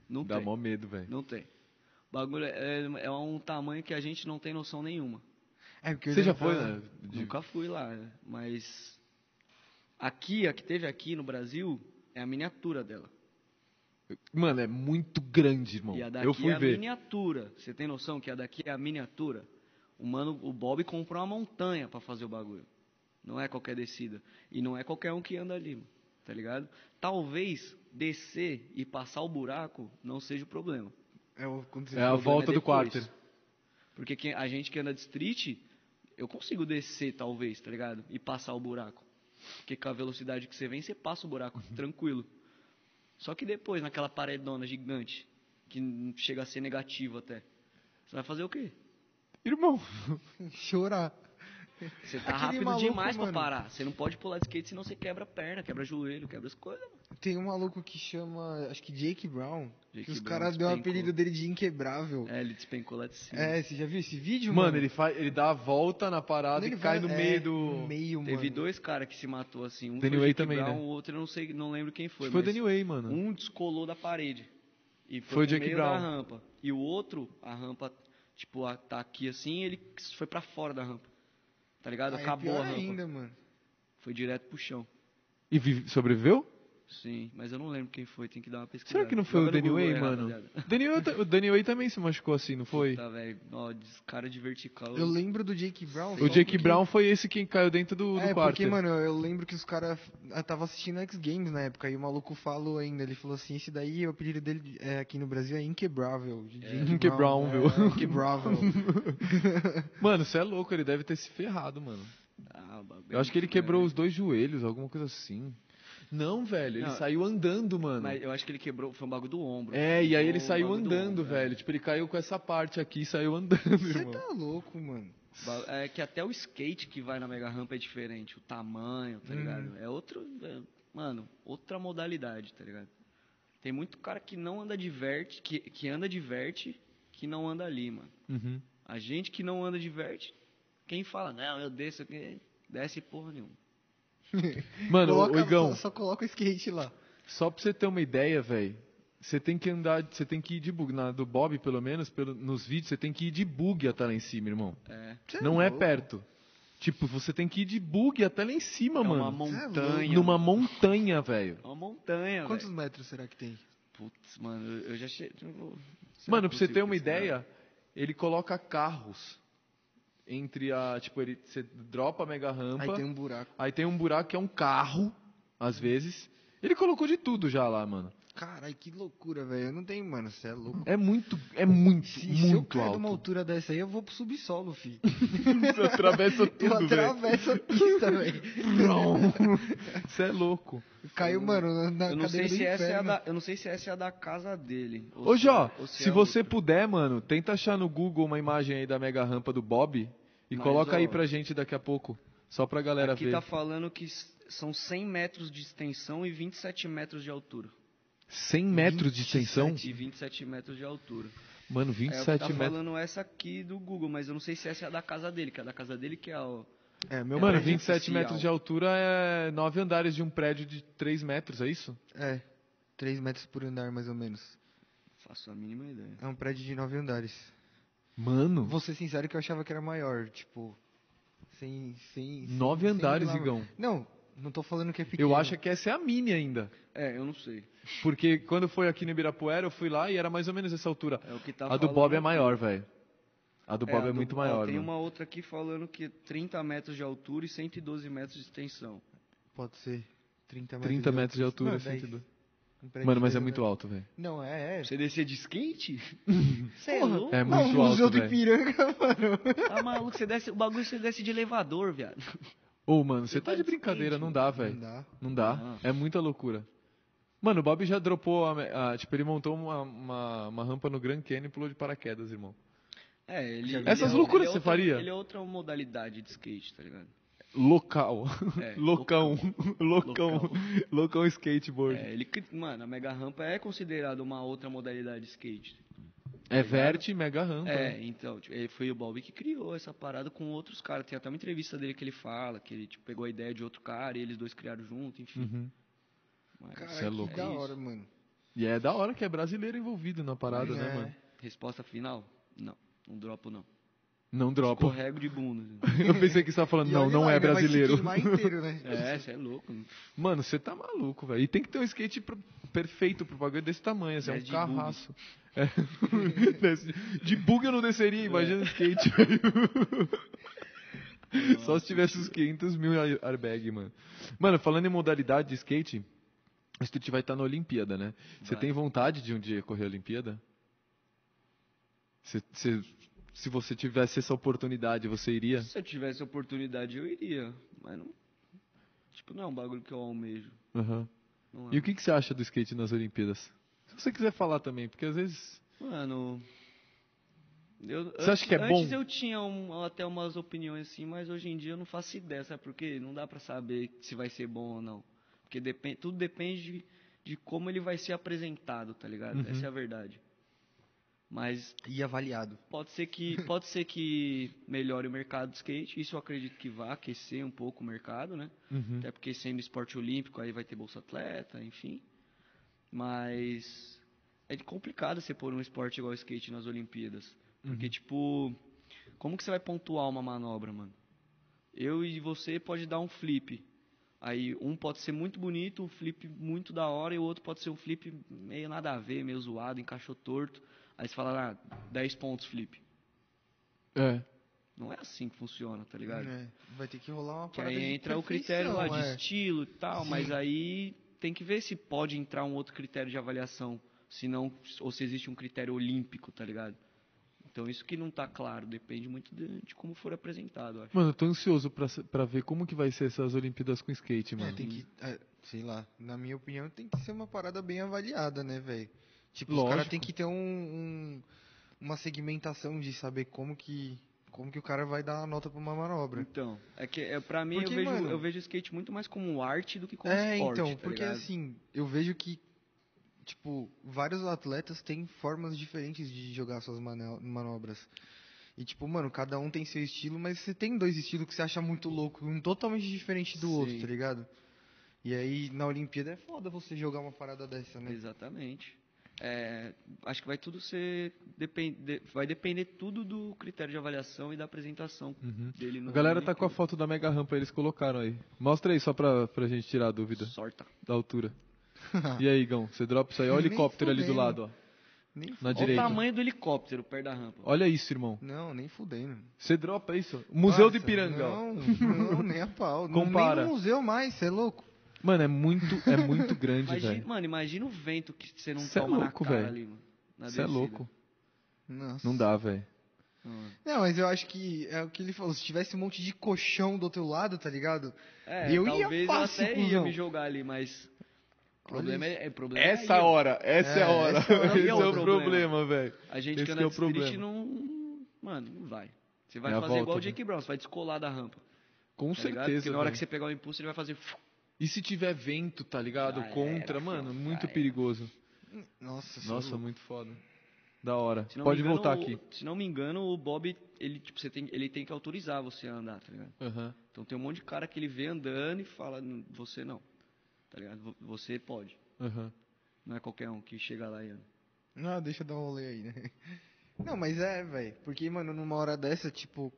Speaker 3: Não
Speaker 1: Dá
Speaker 3: tem.
Speaker 1: mó medo, velho.
Speaker 3: Não tem. O bagulho é, é um tamanho que a gente não tem noção nenhuma.
Speaker 2: É porque eu
Speaker 1: Você
Speaker 2: ia
Speaker 1: já foi,
Speaker 2: falar-
Speaker 1: né? De-
Speaker 3: Nunca fui lá, né? mas aqui, a que teve aqui no Brasil, é a miniatura dela.
Speaker 1: Mano, é muito grande, irmão.
Speaker 3: E a daqui
Speaker 1: Eu fui
Speaker 3: é a
Speaker 1: ver.
Speaker 3: miniatura. Você tem noção que a daqui é a miniatura? O mano, o Bob comprou uma montanha pra fazer o bagulho. Não é qualquer descida. E não é qualquer um que anda ali, mano, tá ligado? Talvez descer e passar o buraco não seja o problema.
Speaker 2: É, o- quando você
Speaker 1: É a
Speaker 2: falou,
Speaker 1: volta do
Speaker 3: né? depois.
Speaker 1: quarter.
Speaker 3: Porque quem- a gente que anda de street, eu consigo descer talvez, tá ligado? E passar o buraco. Porque com a velocidade que você vem, você passa o buraco
Speaker 2: Uhum.
Speaker 3: tranquilo. Só que depois, naquela paredona gigante, que n- chega a ser negativo até, você vai fazer o quê?
Speaker 1: Irmão,
Speaker 2: Chorar.
Speaker 3: Você tá
Speaker 2: Aquele
Speaker 3: rápido
Speaker 2: maluco,
Speaker 3: demais
Speaker 2: mano.
Speaker 3: pra parar. Você não pode pular de skate, senão você quebra a perna, quebra joelho, quebra as coisas. mano.
Speaker 2: Tem um maluco que chama, acho que Jake Brown.
Speaker 3: Jake
Speaker 2: que os
Speaker 3: Brown
Speaker 2: caras deu o
Speaker 3: despencou.
Speaker 2: apelido dele de Inquebrável.
Speaker 3: É, ele despencou lá de cima.
Speaker 2: É, você já viu esse vídeo, mano?
Speaker 1: mano, ele, faz, ele dá a volta na parada e cai
Speaker 2: vai-
Speaker 1: no
Speaker 2: é,
Speaker 1: meio do.
Speaker 2: no Meio,
Speaker 3: Teve
Speaker 2: mano.
Speaker 3: dois caras que se matou assim. Um
Speaker 1: Danny
Speaker 3: foi o
Speaker 1: Way
Speaker 3: Jake
Speaker 1: também,
Speaker 3: Brown,
Speaker 1: né?
Speaker 3: o outro eu não sei, não lembro quem foi.
Speaker 1: Foi o
Speaker 3: mas-
Speaker 1: Danny Way, mano.
Speaker 3: Um descolou da parede. E foi,
Speaker 1: Né? Foi o
Speaker 3: pro
Speaker 1: Jack
Speaker 3: meio
Speaker 1: Brown.
Speaker 3: da rampa. E o outro, a rampa, tipo, a- tá aqui assim, ele foi pra fora da rampa. Tá ligado?
Speaker 2: Ah, é
Speaker 3: Acabou a
Speaker 2: pior
Speaker 3: rampa.
Speaker 2: ainda, mano.
Speaker 3: Foi direto pro chão.
Speaker 1: E vive- sobreviveu?
Speaker 3: Sim, mas eu não lembro quem foi, tem que dar uma pesquisa.
Speaker 1: Será que não foi o Danny Way, mano? Danny Way ta- o Danny Way também se machucou assim, não foi?
Speaker 3: Tá, velho. Ó, descara de vertical.
Speaker 2: Eu lembro do Jake Brown.
Speaker 1: O
Speaker 2: só
Speaker 1: Jake
Speaker 2: porque-
Speaker 1: Brown foi esse que caiu dentro do, do
Speaker 2: É,
Speaker 1: quarto.
Speaker 2: porque, mano, eu lembro que os caras. Eu tava assistindo X Games na época e o maluco falou ainda. Ele falou assim: esse daí, o apelido dele é, aqui no Brasil é Inquebrável. de Jake Brown,
Speaker 1: Inquebrável.
Speaker 2: É, Inquebrável.
Speaker 1: Mano, você é louco, ele deve ter se ferrado, mano.
Speaker 3: Ah, bagulho.
Speaker 1: Eu acho que ele quebrou os dois joelhos, alguma coisa assim. Não, velho, ele
Speaker 3: Não.
Speaker 1: saiu andando, mano.
Speaker 3: Mas eu acho que ele quebrou, foi um bagulho do ombro.
Speaker 1: É, e aí ele
Speaker 3: Foi um
Speaker 1: saiu
Speaker 3: bagulho do
Speaker 1: andando,
Speaker 3: ombro, é.
Speaker 1: velho. Tipo, ele caiu com essa parte aqui e saiu andando,
Speaker 2: Você
Speaker 1: irmão.
Speaker 2: tá louco, mano.
Speaker 3: Ba- É que até o skate que vai na mega rampa é diferente, o tamanho,
Speaker 1: Uhum.
Speaker 3: tá ligado? É outro, é, mano, outra modalidade, tá ligado? Tem muito cara que não anda de vert, que, que anda de vert, que não anda ali, mano.
Speaker 1: Uhum.
Speaker 3: A gente que não anda de vert, quem fala, não, eu desço aqui, desce porra nenhuma.
Speaker 1: Mano, o
Speaker 2: Coloca-
Speaker 1: Igão,
Speaker 2: Só, só coloca o skate lá.
Speaker 1: só pra você ter uma ideia, velho. Você tem que andar, você tem que ir de bug. Na do Bob, pelo menos, pelo- nos vídeos, você tem que ir de bug até lá em cima, irmão.
Speaker 3: É,
Speaker 2: Cê
Speaker 1: Não é
Speaker 2: louco.
Speaker 1: perto. Tipo, você tem que ir de bug até lá em cima,
Speaker 3: É
Speaker 1: mano.
Speaker 3: uma montanha.
Speaker 1: Numa montanha, velho.
Speaker 3: É uma montanha,
Speaker 2: Quantos
Speaker 3: velho.
Speaker 2: metros será que tem?
Speaker 3: Putz, mano, eu- eu já cheguei... eu vou-
Speaker 2: é
Speaker 1: Mano,
Speaker 3: será que
Speaker 1: pra
Speaker 3: eu
Speaker 1: você
Speaker 3: consigo
Speaker 1: ter uma
Speaker 3: pesquisar?
Speaker 1: ideia, ele coloca carros entre a. Tipo, ele, você dropa a mega rampa.
Speaker 2: Aí tem um buraco.
Speaker 1: um buraco que é um carro, às vezes. Ele colocou de tudo já lá, mano.
Speaker 2: Carai, que loucura, velho. Eu não tenho, mano. Você é louco.
Speaker 1: É muito, é muito,
Speaker 2: Se, se eu
Speaker 1: muito
Speaker 2: cair
Speaker 1: alto.
Speaker 2: numa altura dessa aí, eu vou pro subsolo, filho.
Speaker 1: Você atravessa
Speaker 2: Eu
Speaker 1: tudo, velho.
Speaker 2: atravesso a pista, velho.
Speaker 3: assim.
Speaker 1: Você é louco.
Speaker 2: Caiu, mano, na, na
Speaker 3: Eu não, sei
Speaker 2: cadeira do
Speaker 3: se essa é a
Speaker 2: inferno.
Speaker 3: da, eu não sei se essa é a da casa dele. ou
Speaker 1: Ô,
Speaker 3: se
Speaker 1: Jó,
Speaker 3: é- ou
Speaker 1: se
Speaker 3: é
Speaker 1: você
Speaker 3: outra.
Speaker 1: puder, mano, tenta achar no Google uma imagem aí da mega rampa do Bob e
Speaker 3: Mas,
Speaker 1: coloca aí
Speaker 3: ó,
Speaker 1: pra gente daqui a pouco. Só pra galera
Speaker 3: Aqui
Speaker 1: ver.
Speaker 3: tá falando que s- são 100 metros de extensão e 27 metros de altura.
Speaker 1: 100 metros de extensão?
Speaker 3: De 27 metros de altura.
Speaker 1: Mano,
Speaker 3: É, o que
Speaker 1: 27
Speaker 3: tá
Speaker 1: metros.
Speaker 3: falando essa aqui do Google, mas eu não sei se essa é a da casa dele, que é a da casa dele que é o...
Speaker 2: É, meu
Speaker 1: Mano,
Speaker 2: prédio-
Speaker 1: 27
Speaker 3: oficial.
Speaker 1: metros de altura é 9 andares de um prédio de 3 metros, é isso?
Speaker 2: É, 3 metros por andar, mais ou menos.
Speaker 3: Faço a mínima ideia.
Speaker 2: É um prédio de 9 andares.
Speaker 1: Mano,
Speaker 2: Vou ser sincero que eu achava que era maior, tipo... Sem... sem
Speaker 1: 9
Speaker 2: sem- sei
Speaker 1: andares,
Speaker 2: lá, mano.
Speaker 1: Igão.
Speaker 2: Não, não tô falando que é pequeno.
Speaker 1: Eu acho que essa é a mini ainda.
Speaker 3: É, eu não sei.
Speaker 1: Porque quando foi aqui no Ibirapuera, eu fui lá e era mais ou menos essa altura.
Speaker 3: É o que tá
Speaker 1: a do
Speaker 3: falando
Speaker 1: Bob é
Speaker 3: aqui.
Speaker 1: maior, velho. A do
Speaker 3: É,
Speaker 1: Bob
Speaker 3: a
Speaker 1: é,
Speaker 3: do-
Speaker 1: muito
Speaker 3: ó,
Speaker 1: maior.
Speaker 3: Tem
Speaker 1: mano.
Speaker 3: uma outra aqui falando que é 30 metros de altura e 112 metros de extensão.
Speaker 2: Pode ser 30 metros
Speaker 1: 30 metros de altura,
Speaker 2: Não,
Speaker 1: 102.
Speaker 2: 10. Um prédio
Speaker 1: Mano,
Speaker 2: de
Speaker 1: mas é
Speaker 2: 10
Speaker 1: muito
Speaker 2: andares.
Speaker 1: alto, velho.
Speaker 2: Não, é, é.
Speaker 3: Você descer de skate? Você é
Speaker 2: Porra.
Speaker 3: louco?
Speaker 1: É
Speaker 2: Não,
Speaker 1: muito
Speaker 2: o Museu
Speaker 1: alto,
Speaker 2: do
Speaker 1: velho.
Speaker 2: Ipiranga, mano.
Speaker 3: Tá maluco? Você desce, o bagulho você desce de elevador, viado.
Speaker 1: Ô, mano, você tá
Speaker 3: vai
Speaker 1: de
Speaker 3: de skate,
Speaker 1: brincadeira, não dá, velho.
Speaker 2: Não dá.
Speaker 1: Não dá.
Speaker 3: Ah.
Speaker 1: É muita loucura. Mano, o Bob já dropou. a me- a- tipo, ele montou uma, uma, uma rampa no Grand Canyon e pulou de paraquedas, irmão.
Speaker 3: É, ele,
Speaker 1: Essas
Speaker 3: ele é-
Speaker 1: loucuras
Speaker 3: ele é
Speaker 1: você
Speaker 3: outra-
Speaker 1: faria?
Speaker 3: Ele é outra modalidade de skate, tá ligado?
Speaker 1: Local.
Speaker 3: É,
Speaker 1: Loucão. Loucão.
Speaker 3: Loucão.
Speaker 1: Loucão skateboard.
Speaker 3: É, ele, cri- mano, a mega rampa é considerada uma outra modalidade de skate.
Speaker 1: É, vert e mega rampa. né?
Speaker 3: tá É, então, tipo, ele foi o Balbi que criou essa parada com outros caras. Tem até uma entrevista dele que ele fala, que ele tipo, pegou a ideia de outro cara e eles dois criaram junto, enfim.
Speaker 1: Uhum.
Speaker 3: Mas-
Speaker 2: Cara,
Speaker 1: Isso é louco.
Speaker 2: que da
Speaker 3: É isso.
Speaker 2: hora, mano.
Speaker 1: E é da hora que é brasileiro envolvido na parada, né,
Speaker 2: É.
Speaker 1: mano?
Speaker 3: Resposta final? Não, não dropo não.
Speaker 1: Não dropa.
Speaker 3: Escorrego de bunda.
Speaker 1: Eu pensei que você tava falando,
Speaker 2: E
Speaker 1: não,
Speaker 2: olha
Speaker 1: não
Speaker 2: lá,
Speaker 1: é
Speaker 2: ainda vai se
Speaker 1: brasileiro.
Speaker 2: queimar inteiro, né?
Speaker 3: é, você é louco.
Speaker 1: Mano, você tá maluco, velho. E tem que ter um skate pro- perfeito pro bagulho desse tamanho, assim, é um
Speaker 3: Desce de
Speaker 1: carraço. É. Desce de- De bug eu não desceria,
Speaker 3: É.
Speaker 1: imagina skate, velho. Só se tivesse os 500 mil air- airbag, mano. Mano, falando em modalidade de skate, o street vai estar na Olimpíada, né? Você
Speaker 3: Vai.
Speaker 1: tem vontade de um dia correr a Olimpíada? Você- você- se você tivesse essa oportunidade, você iria?
Speaker 3: Se eu tivesse oportunidade, eu iria. Mas não. Tipo, não é um bagulho que eu almejo.
Speaker 1: Aham.
Speaker 3: Não é.
Speaker 1: E o que, que você acha do skate nas Olimpíadas? Se você quiser falar também, porque às vezes.
Speaker 3: Mano. Eu,
Speaker 1: Você acha que é bom?
Speaker 3: Antes eu tinha um- até umas opiniões assim, mas hoje em dia eu não faço ideia, sabe por quê? Não dá pra saber se vai ser bom ou não. Porque depende, tudo depende de, de como ele vai ser apresentado, tá ligado?
Speaker 1: Uhum.
Speaker 3: Essa é a verdade. Mas
Speaker 1: É.
Speaker 2: E avaliado. tá
Speaker 3: pode ser que pode ser que melhore o mercado do skate, isso eu acredito que vá aquecer um pouco o mercado, né?
Speaker 1: Uhum.
Speaker 3: Até porque sendo esporte olímpico, aí vai ter bolsa atleta, enfim. Mas é de- complicado você pôr um esporte igual skate nas Olimpíadas. Porque, tipo, como que você vai pontuar uma manobra, mano? Eu e você pode dar um flip. Aí um pode ser muito bonito, um flip muito da hora, e o outro pode ser um flip meio nada a ver, meio zoado, encaixou torto. Aí você fala, ah, 10 pontos flip.
Speaker 1: É.
Speaker 3: Não é assim que funciona, tá ligado?
Speaker 2: É, vai ter que rolar uma
Speaker 3: Que
Speaker 2: parada
Speaker 3: aí
Speaker 2: de
Speaker 3: entra o critério
Speaker 2: perfeição,
Speaker 3: lá de
Speaker 2: é.
Speaker 3: estilo e tal,
Speaker 2: Sim.
Speaker 3: mas aí tem que ver se pode entrar um outro critério de avaliação, se não, ou se existe um critério olímpico, tá ligado? Então isso que não tá claro, depende muito de, de como for apresentado, eu acho.
Speaker 1: Mano, eu tô ansioso pra, se- pra ver como que vai ser essas Olimpíadas com skate,
Speaker 2: É,
Speaker 1: mano.
Speaker 2: tem que, é, sei lá, na minha opinião, tem que ser uma parada bem avaliada, né, velho? Tipo,
Speaker 1: Lógico.
Speaker 2: os caras tem que ter um, um- uma segmentação de saber como que como que o cara vai dar uma nota pra uma manobra.
Speaker 3: Então, é que é, pra mim
Speaker 2: Porque,
Speaker 3: eu, vejo,
Speaker 2: mano-
Speaker 3: eu vejo skate muito mais como um arte do que como
Speaker 2: é,
Speaker 3: esporte,
Speaker 2: então,
Speaker 3: tá
Speaker 2: porque
Speaker 3: ligado?
Speaker 2: assim, eu vejo que tipo, vários atletas têm formas diferentes de jogar suas mano- manobras. E tipo, mano, cada um tem seu estilo, mas você tem dois estilos que você acha muito louco, um totalmente diferente do outro,
Speaker 3: Sim.
Speaker 2: tá ligado? E aí, na Olimpíada é foda você jogar uma parada dessa, né?
Speaker 3: Exatamente. É, acho que vai tudo ser. Depende, vai depender tudo do critério de avaliação e da apresentação
Speaker 2: Hum.
Speaker 1: Uhum.
Speaker 3: dele no né?
Speaker 1: A galera
Speaker 3: ano
Speaker 1: tá com a
Speaker 3: inteiro.
Speaker 1: foto da mega rampa, eles colocaram aí. Mostra aí só pra, pra gente tirar a dúvida
Speaker 3: Sorta.
Speaker 1: da altura. E aí, Igão, você dropa isso aí. Olha o
Speaker 2: Nem
Speaker 1: helicóptero ali do
Speaker 2: fudendo.
Speaker 1: lado, ó.
Speaker 2: Nem
Speaker 1: Na
Speaker 3: Olha o
Speaker 1: direita.
Speaker 3: tamanho do helicóptero perto da rampa.
Speaker 1: Olha isso, irmão.
Speaker 2: Não, nem fudendo.
Speaker 1: Você dropa isso? Museu do
Speaker 2: Nossa,
Speaker 1: Ipiranga, ó.
Speaker 2: Não, não, nem a pau.
Speaker 1: Compara.
Speaker 2: Nem no museu mais, você é louco.
Speaker 1: Mano, é muito, é muito grande,
Speaker 3: Imagina-
Speaker 1: velho.
Speaker 3: mano, imagina o vento que você não
Speaker 1: Cê é
Speaker 3: toma
Speaker 1: louco,
Speaker 3: na cara
Speaker 1: velho.
Speaker 3: ali, mano. na
Speaker 1: Você é
Speaker 3: descida.
Speaker 1: louco.
Speaker 2: Nossa.
Speaker 1: Não dá, velho.
Speaker 3: Não.
Speaker 2: Não, mas eu acho que é o que ele falou. Se tivesse um monte de colchão do outro lado, tá ligado?
Speaker 3: É,
Speaker 2: Eu ia
Speaker 3: talvez
Speaker 2: fácil,
Speaker 3: eu até ia
Speaker 2: cuzão.
Speaker 3: me jogar ali, mas.
Speaker 2: Olha
Speaker 3: O problema é, é problema. é
Speaker 1: Essa
Speaker 3: aí, ó.
Speaker 1: hora, essa é a
Speaker 2: É,
Speaker 1: hora.
Speaker 2: essa hora
Speaker 1: Esse
Speaker 3: é
Speaker 1: é
Speaker 3: o
Speaker 1: o problema, velho.
Speaker 3: A gente
Speaker 1: Esse que
Speaker 3: que
Speaker 1: é
Speaker 3: anda
Speaker 1: o
Speaker 3: de street
Speaker 1: problema.
Speaker 3: não. Mano, não vai. Você vai
Speaker 1: É a
Speaker 3: fazer
Speaker 1: volta,
Speaker 3: igual o
Speaker 1: né?
Speaker 3: Jake Brown, você vai descolar da rampa.
Speaker 1: Com
Speaker 3: tá ligado?
Speaker 1: certeza.
Speaker 3: Porque na hora
Speaker 1: velho.
Speaker 3: que você pegar o impulso, ele vai fazer.
Speaker 1: E se tiver vento, tá ligado?
Speaker 3: Já
Speaker 1: Contra,
Speaker 3: era,
Speaker 1: mano,
Speaker 3: já
Speaker 1: muito
Speaker 3: era.
Speaker 1: perigoso.
Speaker 2: Nossa, cê é
Speaker 1: Nossa,
Speaker 2: louco.
Speaker 1: muito foda. Da hora.
Speaker 3: Tá Se não
Speaker 1: Pode
Speaker 3: me engano,
Speaker 1: voltar
Speaker 3: o-
Speaker 1: aqui.
Speaker 3: Se não me engano, o Bob, ele, tipo, você tem, ele tem que autorizar você a andar, tá ligado?
Speaker 1: Aham.
Speaker 3: Então tem um monte de cara que ele vê andando e fala, "N- você não. Tá ligado? Vo- Você pode.
Speaker 1: Aham.
Speaker 3: Não é qualquer um que chega lá e anda.
Speaker 2: Não, deixa eu dar um rolê aí, né? Não, mas é, velho. Porque, mano, numa hora dessa, tipo,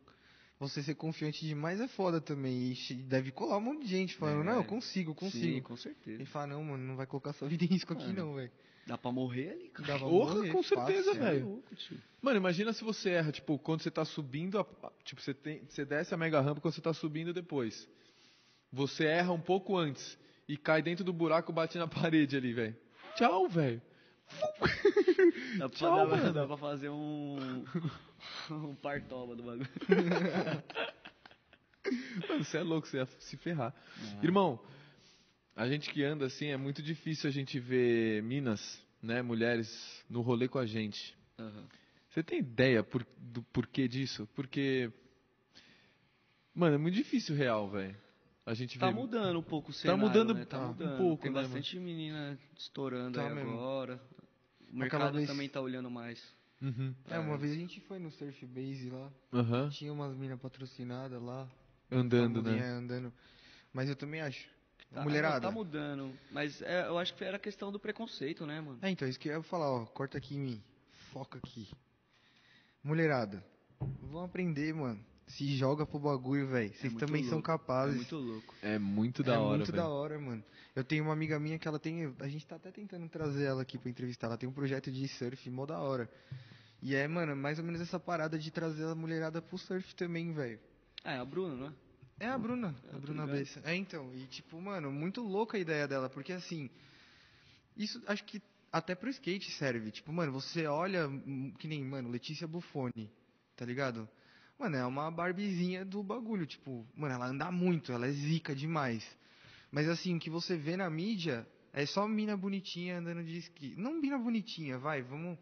Speaker 2: você ser confiante demais é foda também. E che- deve colar um monte de gente falando,
Speaker 3: É.
Speaker 2: não, eu consigo, eu
Speaker 3: Sim,
Speaker 2: consigo.
Speaker 3: com certeza.
Speaker 2: E fala, não, mano, não vai colocar sua vida em risco aqui
Speaker 3: Mano.
Speaker 2: não, velho.
Speaker 3: Dá pra morrer ali, cara. é
Speaker 2: Dá pra
Speaker 1: Porra,
Speaker 2: morrer,
Speaker 1: com certeza,
Speaker 2: fácil.
Speaker 1: velho.
Speaker 3: louco, tio.
Speaker 1: Mano, imagina se você erra, tipo, quando você tá subindo, a- a- tipo, você, tem, você desce a mega rampa quando você tá subindo depois. Você erra um pouco antes e cai dentro do buraco, bate na parede ali, velho. Tchau, velho.
Speaker 3: Dá pra,
Speaker 1: Tchau,
Speaker 3: dá-
Speaker 1: mano.
Speaker 3: dá pra fazer um. um partoba do bagulho.
Speaker 1: Mano, você é louco, você ia se ferrar. Irmão, a gente que anda assim, é muito difícil a gente ver minas, né, mulheres no rolê com a gente.
Speaker 3: Aham.
Speaker 1: Você tem ideia por- do porquê disso? Porque mano, é muito difícil real, velho. A gente
Speaker 3: Tá
Speaker 1: vê
Speaker 3: mudando um pouco o cenário,
Speaker 1: mudando-
Speaker 3: né? Tá
Speaker 1: tá, um
Speaker 3: mudando.
Speaker 1: pouco,
Speaker 3: Tem
Speaker 1: né,
Speaker 3: bastante menina estourando
Speaker 2: Tá
Speaker 3: aí
Speaker 2: mesmo.
Speaker 3: agora. O mercado
Speaker 2: vez-
Speaker 3: também tá olhando mais.
Speaker 1: Uhum.
Speaker 2: É, uma vez a gente foi no Surf Base lá,
Speaker 1: Aham.
Speaker 2: tinha umas minas patrocinadas lá.
Speaker 1: Andando,
Speaker 2: uma
Speaker 1: né?
Speaker 2: mulher Andando. Mas eu também acho.
Speaker 3: Tá,
Speaker 2: Mulherada.
Speaker 3: Tá mudando. Mas é, eu acho que era questão do preconceito, né, mano?
Speaker 2: É, então, isso que eu ia falar, ó. Corta aqui em mim. Foca aqui. Mulherada, vão aprender, mano. Se joga pro bagulho, velho. Vocês
Speaker 3: muito
Speaker 2: também são
Speaker 3: louco, É
Speaker 2: capazes.
Speaker 3: muito louco.
Speaker 1: É muito da hora,
Speaker 2: muito da
Speaker 1: velho.
Speaker 2: hora, mano. Eu tenho uma amiga minha que ela tem. A gente tá até tentando trazer ela aqui pra entrevistar. Ela tem um projeto de surf mó da hora. E é, mano, mais ou menos essa parada de trazer a mulherada pro surf também, velho.
Speaker 3: Ah, é a Bruna, não é?
Speaker 2: É a Bruna,
Speaker 3: tô
Speaker 2: a Bruna
Speaker 3: ligado.
Speaker 2: Bessa. É, então, e tipo, mano, muito louca a ideia dela, porque assim, isso acho que até pro skate serve. Tipo, mano, você olha, hum, que nem, mano, Letícia Buffoni, tá ligado? Mano, é uma barbizinha do bagulho, tipo, mano, ela anda muito, ela é zica demais. Mas assim, o que você vê na mídia é só mina bonitinha andando de esqui. Não mina bonitinha, vai, vamos...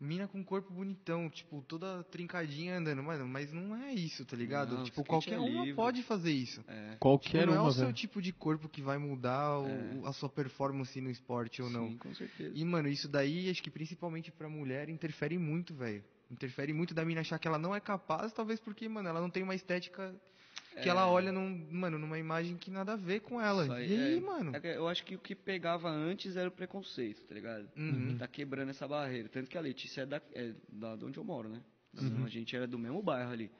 Speaker 2: Mina com corpo bonitão, tipo, toda trincadinha andando, mano, mas não é isso, tá ligado?
Speaker 3: Não,
Speaker 2: tipo,
Speaker 3: skate
Speaker 2: qualquer
Speaker 3: é
Speaker 2: uma
Speaker 3: livre.
Speaker 2: pode fazer isso.
Speaker 3: É.
Speaker 1: Qualquer
Speaker 2: não é
Speaker 1: uma,
Speaker 2: o seu
Speaker 1: velho.
Speaker 2: tipo de corpo que vai mudar o-
Speaker 3: É.
Speaker 2: a sua performance no esporte ou não.
Speaker 3: Sim, com certeza.
Speaker 2: E, mano, isso daí, acho que principalmente pra mulher, interfere muito, velho. Interfere muito da mina achar que ela não é capaz, talvez porque, mano, ela não tem uma estética que
Speaker 3: É.
Speaker 2: ela olha num, mano, numa imagem que nada a ver com ela.
Speaker 3: Isso aí,
Speaker 2: e aí,
Speaker 3: é.
Speaker 2: mano?
Speaker 3: É que Eu acho que o que pegava antes era o preconceito, tá ligado?
Speaker 2: Uhum.
Speaker 3: E tá quebrando essa barreira. Tanto que a Letícia é da, é da de onde eu moro, né?
Speaker 2: Uhum.
Speaker 3: Então, A gente era do mesmo bairro ali.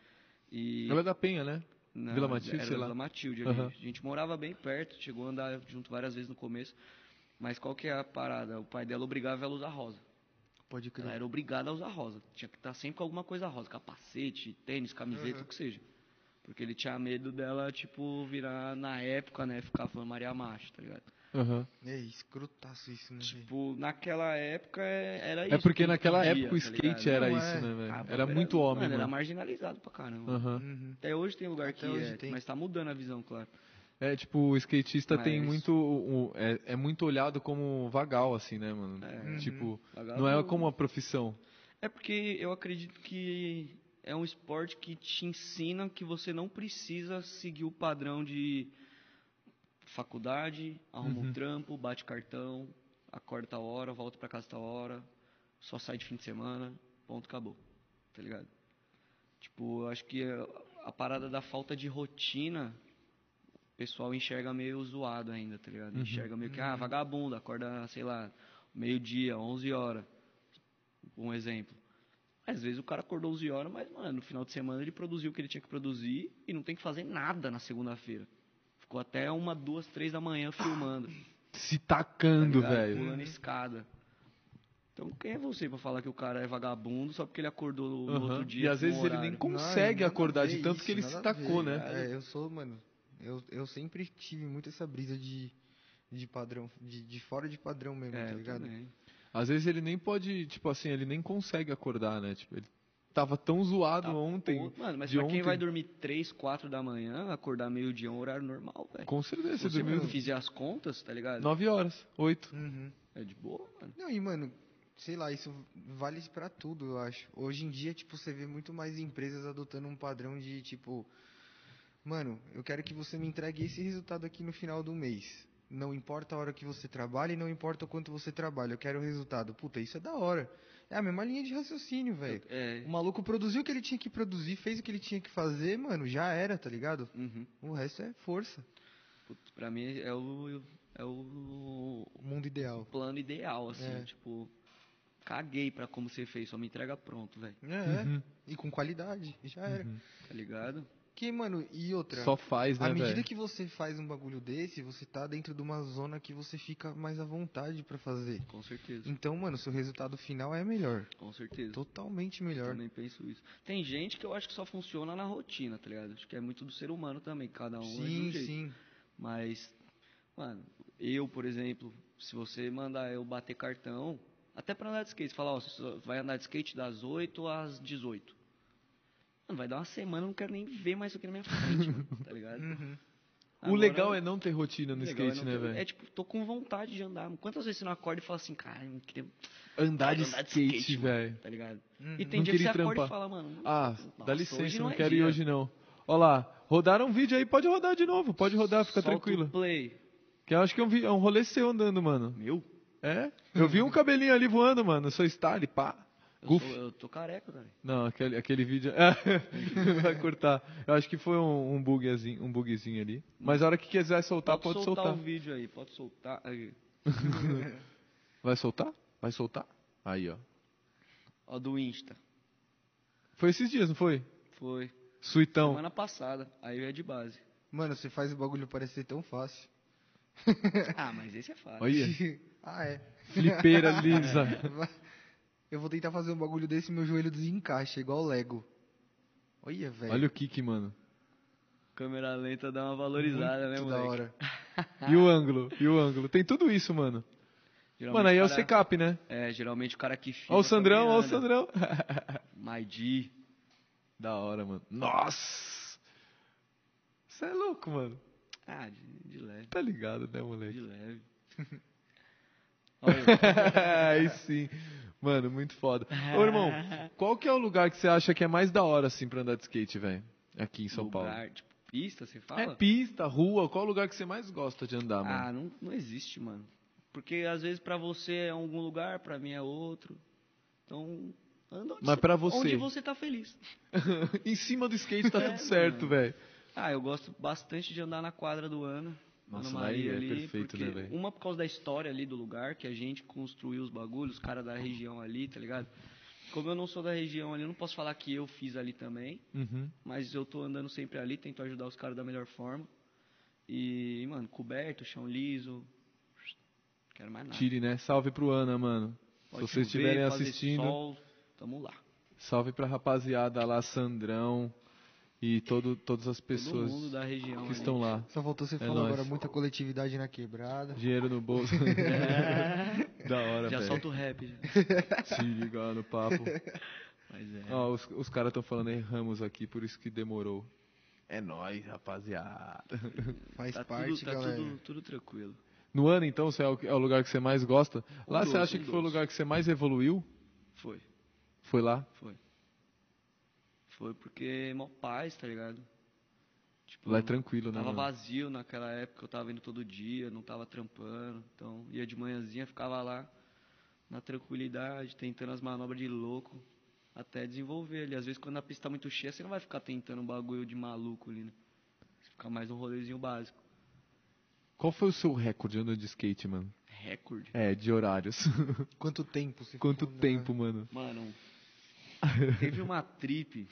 Speaker 3: E
Speaker 1: Ela é da Penha, né?
Speaker 3: na-
Speaker 1: Vila Matilde,
Speaker 3: era
Speaker 1: sei lá.
Speaker 3: Vila Matilde ali.
Speaker 2: Uhum.
Speaker 1: Aham.
Speaker 3: A gente morava bem perto, chegou a andar junto várias vezes no começo. Mas qual que é a parada? O pai dela obrigava ela a usar rosa.
Speaker 2: Pode crer.
Speaker 3: Ela era obrigada a usar rosa. Tinha que estar sempre com alguma coisa rosa. Capacete, tênis, camiseta,
Speaker 2: Uhum.
Speaker 3: o que seja. Porque ele tinha medo dela, tipo, virar na época, né? Ficar falando Maria Macho, tá ligado?
Speaker 1: Aham.
Speaker 2: É escrotaço isso, né, velho?
Speaker 3: Tipo, naquela época é- era isso.
Speaker 1: É porque
Speaker 3: que
Speaker 1: naquela
Speaker 3: podia,
Speaker 1: época o
Speaker 3: tá
Speaker 1: skate
Speaker 3: ligado?
Speaker 1: era
Speaker 2: Não,
Speaker 1: isso,
Speaker 2: é.
Speaker 1: né,
Speaker 3: Ah,
Speaker 1: velho? Era muito homem,
Speaker 3: Era
Speaker 1: mano.
Speaker 3: marginalizado pra caramba.
Speaker 1: Aham.
Speaker 2: Uhum.
Speaker 3: Até hoje tem lugar
Speaker 2: Até
Speaker 3: que
Speaker 2: hoje
Speaker 3: é,
Speaker 2: tem.
Speaker 3: mas tá mudando a visão, claro.
Speaker 1: É, tipo, o skatista tem
Speaker 3: Mas-
Speaker 1: muito. o- o- é, é muito olhado como vagal, assim, né, mano?
Speaker 3: É. Uhum.
Speaker 1: Tipo,
Speaker 3: Vagabundo.
Speaker 1: não é como uma profissão.
Speaker 3: É porque eu acredito que é um esporte que te ensina que você não precisa seguir o padrão de faculdade, arruma um trampo, bate cartão, acorda tal hora, volta pra casa tal hora, só sai de fim de semana, ponto, acabou. Tá ligado? Tipo, eu acho que a- a parada da falta de rotina, o pessoal enxerga meio zoado ainda, tá ligado? Enxerga meio que, ah, vagabundo, acorda, sei lá, meio-dia, 11 horas. Um exemplo. Às vezes o cara acordou 11 horas, mas, mano, no final de semana ele produziu o que ele tinha que produzir e não tem que fazer nada na segunda-feira. Ficou até uma, duas, três da manhã filmando.
Speaker 1: Se tacando,
Speaker 3: Tá ligado?
Speaker 1: velho.
Speaker 3: Pulando escada. Então quem é você pra falar que o cara é vagabundo só porque ele acordou no
Speaker 1: Aham.
Speaker 3: outro dia?
Speaker 1: E às
Speaker 3: com
Speaker 1: vezes ele
Speaker 3: horário?
Speaker 1: nem consegue
Speaker 2: Não, é nada a
Speaker 1: acordar de
Speaker 2: ver
Speaker 1: tanto
Speaker 2: isso,
Speaker 1: que ele se
Speaker 2: nada a
Speaker 1: tacou,
Speaker 2: ver.
Speaker 1: né?
Speaker 2: É, eu sou, mano. Eu, eu sempre tive muito essa brisa de, de padrão, de, de fora de padrão mesmo,
Speaker 3: É,
Speaker 2: tá
Speaker 3: eu
Speaker 2: ligado?
Speaker 3: também.
Speaker 1: Às vezes ele nem pode, tipo assim, ele nem consegue acordar, né? Tipo, ele tava tão zoado
Speaker 3: Tá
Speaker 1: ontem.
Speaker 3: Pô, Mano, mas
Speaker 1: de
Speaker 3: pra quem
Speaker 1: ontem.
Speaker 3: vai dormir 3, 4 da manhã, acordar meio-dia é um horário normal, velho.
Speaker 1: Com certeza,
Speaker 3: Se
Speaker 1: você
Speaker 3: você
Speaker 1: dormiu
Speaker 3: fizer as contas, tá ligado?
Speaker 1: 9 horas, 8.
Speaker 2: Uhum.
Speaker 3: É de boa, mano.
Speaker 2: Não, e mano, sei lá, isso vale pra tudo, eu acho. Hoje em dia, tipo, você vê muito mais empresas adotando um padrão de tipo, mano, eu quero que você me entregue esse resultado aqui no final do mês. Não importa a hora que você trabalha e não importa o quanto você trabalha, eu quero o resultado. Puta, isso é da hora. É a mesma linha de raciocínio, velho.
Speaker 3: É.
Speaker 2: O maluco produziu o que ele tinha que produzir, fez o que ele tinha que fazer, mano, já era, tá ligado?
Speaker 3: Uhum.
Speaker 2: O resto é força.
Speaker 3: Putz, pra mim é o, é o
Speaker 2: O mundo ideal.
Speaker 3: plano ideal, assim.
Speaker 2: É.
Speaker 3: Tipo, caguei pra como você fez, só me entrega pronto, velho.
Speaker 2: É,
Speaker 1: Uhum,
Speaker 2: é. E com qualidade, e já era.
Speaker 3: Tá ligado?
Speaker 2: Que, mano, e outra?
Speaker 1: Só faz, né,
Speaker 2: À medida
Speaker 1: velho?
Speaker 2: que você faz um bagulho desse, você tá dentro de uma zona que você fica mais à vontade pra fazer.
Speaker 3: Com certeza.
Speaker 2: Então, mano, seu resultado final é melhor.
Speaker 3: Com certeza.
Speaker 2: Totalmente melhor.
Speaker 3: Também penso isso. Tem gente que eu acho que só funciona na rotina, tá ligado? Acho que é muito do ser humano também, cada um é de um
Speaker 2: Sim,
Speaker 3: jeito.
Speaker 2: sim.
Speaker 3: Mas, mano, eu, por exemplo, se você mandar eu bater cartão, até pra andar de skate, falar, ó, você só vai andar de skate das 8 às 18. Mano, vai dar uma semana, eu não quero nem ver mais isso aqui na minha frente, mano, tá ligado?
Speaker 2: Uhum.
Speaker 1: O legal é não ter rotina no
Speaker 3: né? legal é
Speaker 1: skate,
Speaker 3: não
Speaker 1: né,
Speaker 3: ter- É
Speaker 1: velho?
Speaker 3: tipo, tô com vontade de andar. Quantas vezes você não acorda e fala assim, cara, eu não queria
Speaker 1: É Andar de
Speaker 3: andar de
Speaker 1: skate,
Speaker 3: skate,
Speaker 1: velho.
Speaker 3: tá ligado?
Speaker 2: Uhum.
Speaker 3: E tem
Speaker 1: Não
Speaker 3: dia que
Speaker 1: queria
Speaker 3: você acorda
Speaker 1: trampar.
Speaker 3: e fala, mano,
Speaker 1: Ah,
Speaker 3: nossa,
Speaker 1: dá licença,
Speaker 3: hoje
Speaker 1: não
Speaker 3: é
Speaker 1: quero ir
Speaker 3: dia.
Speaker 1: hoje não. Ó lá, rodaram um vídeo aí, pode rodar de novo, pode rodar, fica
Speaker 3: Solta o
Speaker 1: tranquilo.
Speaker 3: play.
Speaker 1: Que eu acho que é um, vi- é um rolê seu andando, mano.
Speaker 3: Meu?
Speaker 1: É? Eu vi um cabelinho ali voando, mano. Eu sou Stalin, pá.
Speaker 3: Uhum. Eu,
Speaker 1: Goof.
Speaker 3: sou, eu tô careca, cara.
Speaker 1: Não, aquele, aquele vídeo. é, Vai cortar. Eu acho que foi um, um, bugzinho, um bugzinho ali. Mas a hora que quiser soltar, Tá, pode, soltar.
Speaker 3: o um vídeo aí, pode soltar. Aí.
Speaker 1: Vai soltar? Vai soltar? Aí, ó.
Speaker 3: Ó, do Insta.
Speaker 1: Foi esses dias, não foi?
Speaker 3: Foi.
Speaker 1: Suitão.
Speaker 3: Semana passada. Aí é de base.
Speaker 2: Mano, você faz o bagulho parecer tão fácil.
Speaker 3: Ah, mas esse é fácil.
Speaker 1: Olha.
Speaker 2: ah, é.
Speaker 1: Flipeira lisa.
Speaker 2: Eu vou tentar fazer um bagulho desse e meu joelho desencaixa, igual o Lego. Olha, velho.
Speaker 1: Olha o kick, mano.
Speaker 3: Câmera lenta dá uma valorizada, né,
Speaker 2: Muito da
Speaker 3: moleque?
Speaker 2: hora.
Speaker 1: E o ângulo. E o ângulo. Tem tudo isso, mano.
Speaker 3: Geralmente
Speaker 1: Mano, aí é o
Speaker 3: cara-
Speaker 1: secap, né?
Speaker 3: É, geralmente o cara que fica.
Speaker 1: Ó o Sandrão,
Speaker 3: também
Speaker 1: ó o
Speaker 3: anda.
Speaker 1: Sandrão.
Speaker 3: Maidi.
Speaker 1: da hora, mano. Nossa! Você é louco, mano.
Speaker 3: Ah, de, de leve.
Speaker 1: Tá ligado, né,
Speaker 3: De
Speaker 1: moleque?
Speaker 3: leve. Olha,
Speaker 1: aí sim. Mano, muito foda. Ô, irmão, qual que é o lugar que você acha que é mais da hora, assim, pra andar de skate, velho? Aqui em São Paulo.
Speaker 3: lugar, tipo, pista, você fala?
Speaker 1: É pista, rua, qual lugar que você mais gosta de andar, mano?
Speaker 3: Ah, não, não existe, mano. Porque às vezes pra você é algum lugar, pra mim é outro. Então, anda onde
Speaker 1: Mas
Speaker 3: você-
Speaker 1: pra você?
Speaker 3: Onde você tá feliz.
Speaker 1: em cima do skate tá
Speaker 3: É,
Speaker 1: tudo certo,
Speaker 3: mano.
Speaker 1: velho.
Speaker 3: Ah, eu gosto bastante de andar na quadra do Ana.
Speaker 1: Nossa,
Speaker 3: Ana
Speaker 1: lá
Speaker 3: Maria
Speaker 1: é
Speaker 3: ali,
Speaker 1: perfeito,
Speaker 3: porque
Speaker 1: né, velho?
Speaker 3: Uma por causa da história ali do lugar, que a gente construiu os bagulhos, os caras da região ali, tá ligado? Como eu não sou da região ali, eu não posso falar que eu fiz ali também,
Speaker 1: Uhum.
Speaker 3: mas eu tô andando sempre ali, tento ajudar os caras da melhor forma. E, mano, coberto, chão liso. Quero mais nada.
Speaker 1: Tire, né? Salve pro Ana, mano.
Speaker 3: Pode
Speaker 1: Se vocês
Speaker 3: chover,
Speaker 1: estiverem
Speaker 3: fazer
Speaker 1: assistindo,
Speaker 3: Sol, tamo lá.
Speaker 1: salve pra rapaziada lá, Sandrão e todo, todas as pessoas
Speaker 3: Todo mundo da região.
Speaker 1: que
Speaker 3: ali.
Speaker 1: estão lá.
Speaker 2: Só faltou você
Speaker 1: É
Speaker 2: falar
Speaker 1: nóis.
Speaker 2: agora muita coletividade na quebrada.
Speaker 1: Dinheiro no bolso. da hora,
Speaker 3: Já
Speaker 1: velho.
Speaker 3: solta o rap. já.
Speaker 1: Se ligar no papo.
Speaker 3: Mas é.
Speaker 1: Ó, os, os caras estão falando erramos aqui, por isso que demorou. É nóis, rapaziada.
Speaker 2: Faz
Speaker 3: tá
Speaker 2: parte,
Speaker 3: tudo, tá
Speaker 2: galera.
Speaker 3: tudo, tudo tranquilo.
Speaker 1: No ano, então, você é o, é o lugar que você mais gosta. Lá você
Speaker 3: Um doce,
Speaker 1: acha
Speaker 3: um
Speaker 1: que foi o
Speaker 3: doce.
Speaker 1: lugar que você mais evoluiu?
Speaker 3: Foi.
Speaker 1: Foi lá?
Speaker 3: Foi. Foi porque é mó paz, tá ligado? Tipo,
Speaker 1: Lá é tranquilo, né?
Speaker 3: tava
Speaker 1: mano?
Speaker 3: vazio naquela época, eu tava indo todo dia, não tava trampando. Então, ia de manhãzinha, ficava lá na tranquilidade, tentando as manobras de louco, até desenvolver ali. Às vezes quando a pista tá muito cheia, você não vai ficar tentando um bagulho de maluco ali, né? Você fica mais um rolezinho básico.
Speaker 1: Qual foi o seu recorde andando de skate, mano?
Speaker 3: recorde.
Speaker 1: É, de horários.
Speaker 2: Quanto tempo você
Speaker 1: Quanto
Speaker 2: ficou na-
Speaker 1: tempo, mano?
Speaker 3: Mano, teve uma trip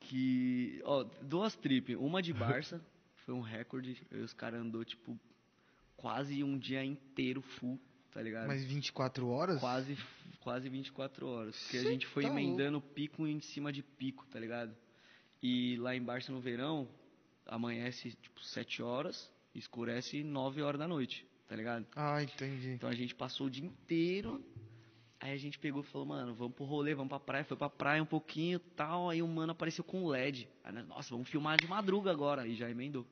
Speaker 3: que, ó, duas tripes, uma de Barça, foi um recorde, e os caras andou tipo quase um dia inteiro full, tá ligado?
Speaker 2: Mas 24 horas?
Speaker 3: Quase, quase 24 horas. Porque a
Speaker 2: Cê
Speaker 3: gente foi
Speaker 2: tá
Speaker 3: emendando pico em cima de pico, tá ligado? E lá em Barça, no verão, amanhece tipo 7 horas, escurece 9 horas da noite, tá ligado?
Speaker 2: Ah, entendi.
Speaker 3: Então a gente passou o dia inteiro. Aí a gente pegou e falou, mano, vamos pro rolê, vamos pra praia. Foi pra praia um pouquinho tal. Aí o mano apareceu com um LED. Aí nós, nossa, vamos filmar de madruga agora. Aí já emendou.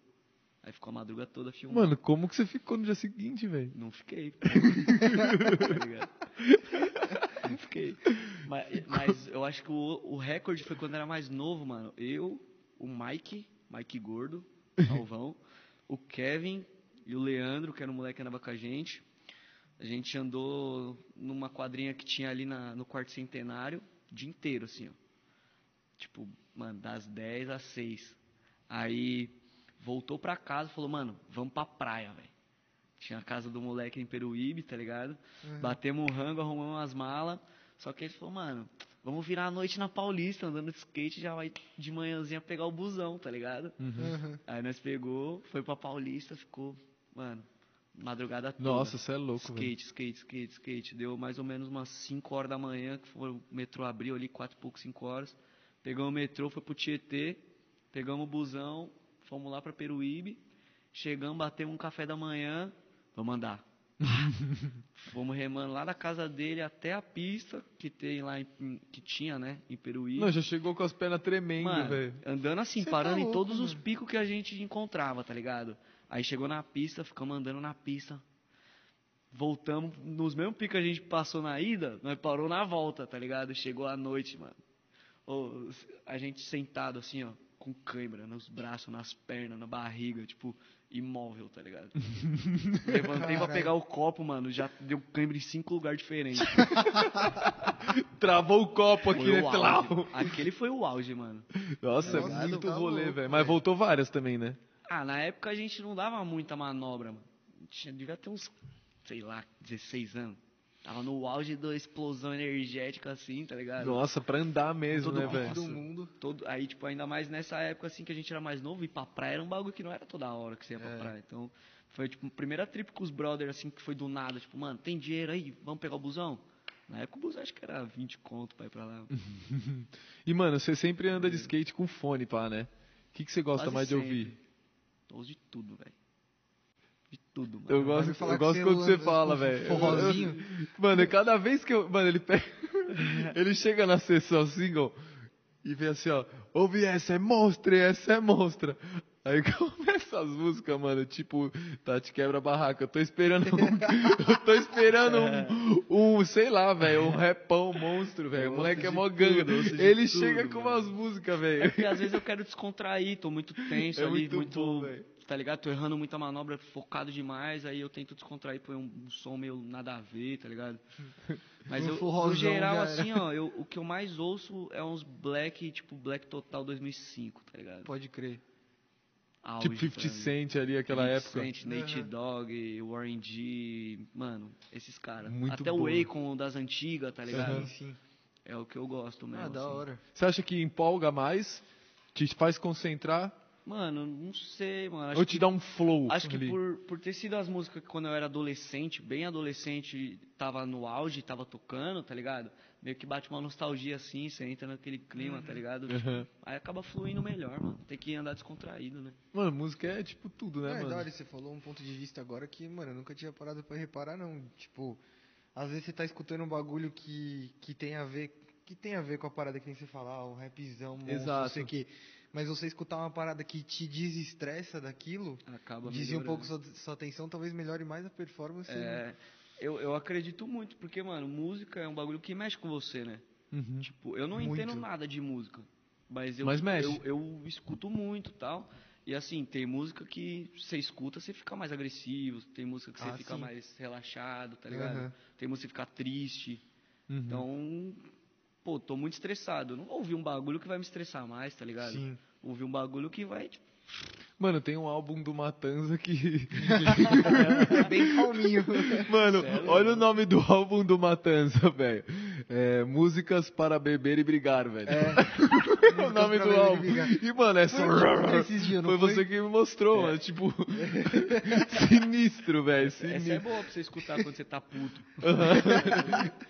Speaker 3: Aí ficou a madruga toda filmando.
Speaker 1: Mano, como que você ficou no dia seguinte, velho?
Speaker 3: Não fiquei. tá ligado? Não fiquei. Mas, mas eu acho que o, o recorde foi quando era mais novo, mano. Eu, o Mike, Mike Gordo, Salvão, o Kevin e o Leandro, que era um moleque que andava com a gente. A gente andou numa quadrinha que tinha ali na- no quarto centenário o dia inteiro, assim, ó. Tipo, mano, das 10 às 6. Aí voltou pra casa e falou, mano, vamos pra praia, velho. Tinha a casa do moleque em Peruíbe, tá ligado?
Speaker 2: Uhum.
Speaker 3: Batemos um rango, arrumamos umas malas. Só que ele falou, mano, vamos virar a noite na Paulista, andando de skate, já vai de manhãzinha pegar o busão, tá ligado?
Speaker 2: Aham.
Speaker 3: Aí nós pegou, foi pra Paulista, ficou, mano, madrugada toda.
Speaker 1: Nossa, você é louco, velho.
Speaker 3: Skate, skate, skate, skate. Deu mais ou menos umas 5 horas da manhã, que foi, o metrô abriu ali, 4 e pouco, 5 horas. Pegamos o metrô, foi pro Tietê, pegamos o busão, fomos lá pra Peruíbe, chegamos, batemos um café da manhã, vamos andar. fomos remando lá da casa dele até a pista que tem lá, em- que tinha, né, em Peruíbe.
Speaker 1: Não, já chegou com as pernas tremendo,
Speaker 3: Mano,
Speaker 1: velho.
Speaker 3: andando assim,
Speaker 2: Cê tá
Speaker 3: parando em
Speaker 2: louco,
Speaker 3: todos os
Speaker 2: mano.
Speaker 3: picos que a gente encontrava, tá ligado? Aí chegou na pista, ficamos andando na pista. Voltamos, nos mesmos picos que a gente passou na ida, nós parou na volta, tá ligado? Chegou a noite, mano. Ô, a gente sentado assim, ó, com cãibra nos braços, nas pernas, na barriga, tipo, imóvel, tá ligado? Levantei pra
Speaker 2: Caralho.
Speaker 3: pegar o copo, mano, já deu cãibra em cinco lugares diferentes.
Speaker 1: Travou o copo aqui,
Speaker 3: Foi
Speaker 1: né?
Speaker 3: o auge. Aquele foi o auge, mano.
Speaker 1: Nossa, é
Speaker 2: Nossa,
Speaker 1: muito
Speaker 2: tá
Speaker 1: rolê,
Speaker 2: louco,
Speaker 1: velho. Mas voltou várias também, né?
Speaker 3: Ah, na época a gente não dava muita manobra, mano. Tinha, devia ter uns, sei lá, 16 anos. Tava no auge da explosão energética, assim, tá ligado?
Speaker 1: Nossa, pra andar mesmo,
Speaker 3: Todo
Speaker 1: né,
Speaker 3: mundo
Speaker 2: Todo
Speaker 1: velho?
Speaker 2: mundo.
Speaker 3: Todo, aí, tipo, ainda mais nessa época, assim, que a gente era mais novo, ir pra praia era um bagulho que não era toda hora que você ia
Speaker 1: É.
Speaker 3: pra praia. Então, foi, tipo, a primeira trip com os brothers, assim, que foi do nada. Tipo, mano, tem dinheiro aí, vamos pegar o busão? Na época o busão acho que era 20 conto pra ir pra lá.
Speaker 1: Uhum. E, mano, você sempre anda de skate com fone, pá, né? O que, que você gosta
Speaker 3: Hum. Quase
Speaker 1: mais de
Speaker 3: sempre.
Speaker 1: ouvir?
Speaker 3: Eu Ouço de tudo, velho. De tudo, mano.
Speaker 1: Eu
Speaker 2: me
Speaker 1: gosto,
Speaker 2: falar
Speaker 1: eu
Speaker 2: que né?
Speaker 1: gosto
Speaker 2: você
Speaker 1: quando você
Speaker 2: anda
Speaker 1: fala,
Speaker 2: com
Speaker 1: velho.
Speaker 2: forrozinho?
Speaker 1: Eu- Mano, cada vez que eu. Mano, ele pega. ele chega na sessão single e vem assim, ó. Ouve essa é monstra, essa é monstra. Aí começa as músicas, mano, tipo, Tati quebra a barraca. Eu tô esperando um, eu tô esperando um, um, sei lá, velho, um repão monstro, velho. O moleque é mó ganga. Ele chega com umas músicas,
Speaker 3: É
Speaker 1: velho.
Speaker 3: porque às vezes eu quero descontrair, tô muito tenso
Speaker 1: É
Speaker 3: ali,
Speaker 1: muito
Speaker 3: muito.
Speaker 1: bom, velho.
Speaker 3: tá ligado? Tô errando muita manobra, focado demais, aí eu tento descontrair, põe um, um som meio nada a ver, tá ligado? Mas
Speaker 2: Um
Speaker 3: eu,
Speaker 2: forrozão
Speaker 3: no geral,
Speaker 2: já
Speaker 3: assim, ó, eu- o que eu mais ouço é uns black, tipo Black Total 2005, tá ligado?
Speaker 2: Pode crer.
Speaker 3: Auge
Speaker 1: Tipo
Speaker 3: pra
Speaker 1: 50
Speaker 3: mim.
Speaker 1: Cent ali, aquela
Speaker 3: 50
Speaker 1: época.
Speaker 3: Cent, Nate
Speaker 2: Aham.
Speaker 3: Dogg, Warren G, mano, esses caras.
Speaker 1: Muito
Speaker 3: Até
Speaker 1: bom.
Speaker 3: o Akon das antigas, tá
Speaker 2: Sim,
Speaker 3: ligado?
Speaker 2: sim.
Speaker 3: É o que eu gosto mesmo.
Speaker 2: Ah, da
Speaker 3: assim.
Speaker 2: hora.
Speaker 1: Você acha que empolga mais? Te faz concentrar?
Speaker 3: Mano, não sei, mano.
Speaker 1: ou
Speaker 3: acho
Speaker 1: te dá um flow?
Speaker 3: Acho que
Speaker 1: ali?
Speaker 3: por, por ter sido as músicas que quando eu era adolescente, bem adolescente, tava no auge, tava tocando, tá ligado? Meio que bate uma nostalgia assim, você entra naquele clima, tá ligado?
Speaker 1: Uhum.
Speaker 3: Aí acaba fluindo melhor, mano. Tem que andar descontraído, né?
Speaker 1: Mano, música é tipo tudo, né,
Speaker 2: Não, é da
Speaker 1: mano?
Speaker 2: hora, e você falou um ponto de vista agora que, mano, eu nunca tinha parado pra reparar, não. Tipo, às vezes você tá escutando um bagulho que, que tem a ver que tem a ver com a parada que tem que você falar, um rapzão, monstro, não
Speaker 1: Exato.
Speaker 2: sei o quê. Mas você escutar uma parada que te desestressa daquilo,
Speaker 3: Acaba
Speaker 2: dizia um
Speaker 3: melhorando.
Speaker 2: pouco sua, sua atenção, talvez melhore mais a performance. né?
Speaker 3: É, eu, eu acredito muito, porque, mano, música é um bagulho que mexe com você, né?
Speaker 1: Uhum.
Speaker 3: Tipo, eu não
Speaker 2: Muito.
Speaker 3: entendo nada de música, mas eu,
Speaker 1: Mas mexe.
Speaker 3: eu, eu escuto muito e tal. E assim, tem música que você escuta, você fica mais agressivo, tem música que você
Speaker 2: Ah,
Speaker 3: fica
Speaker 2: sim.
Speaker 3: mais relaxado, tá ligado?
Speaker 2: Aham.
Speaker 3: Tem música que fica triste.
Speaker 1: Uhum.
Speaker 3: Então, pô, tô muito estressado. Eu Não vou ouvir um bagulho que vai me estressar mais, tá ligado?
Speaker 2: Sim.
Speaker 3: Vou Ouvir um bagulho que vai, tipo,
Speaker 1: Mano, tem um álbum do Matanza que.
Speaker 2: É bem calminho.
Speaker 1: Mano, olha o nome do álbum do Matanza, velho. É, Músicas para beber e brigar, velho. É o nome
Speaker 2: pra
Speaker 1: do
Speaker 2: beber e
Speaker 1: álbum.
Speaker 2: brigar.
Speaker 1: E, mano, essa.
Speaker 2: Foi esses dias, não
Speaker 1: Foi você
Speaker 2: foi?
Speaker 1: que me
Speaker 3: É.
Speaker 1: mostrou, mano. Tipo. Sinistro, velho.
Speaker 3: Essa
Speaker 1: Sinistro.
Speaker 3: é boa pra você escutar quando você tá puto.
Speaker 1: Aham.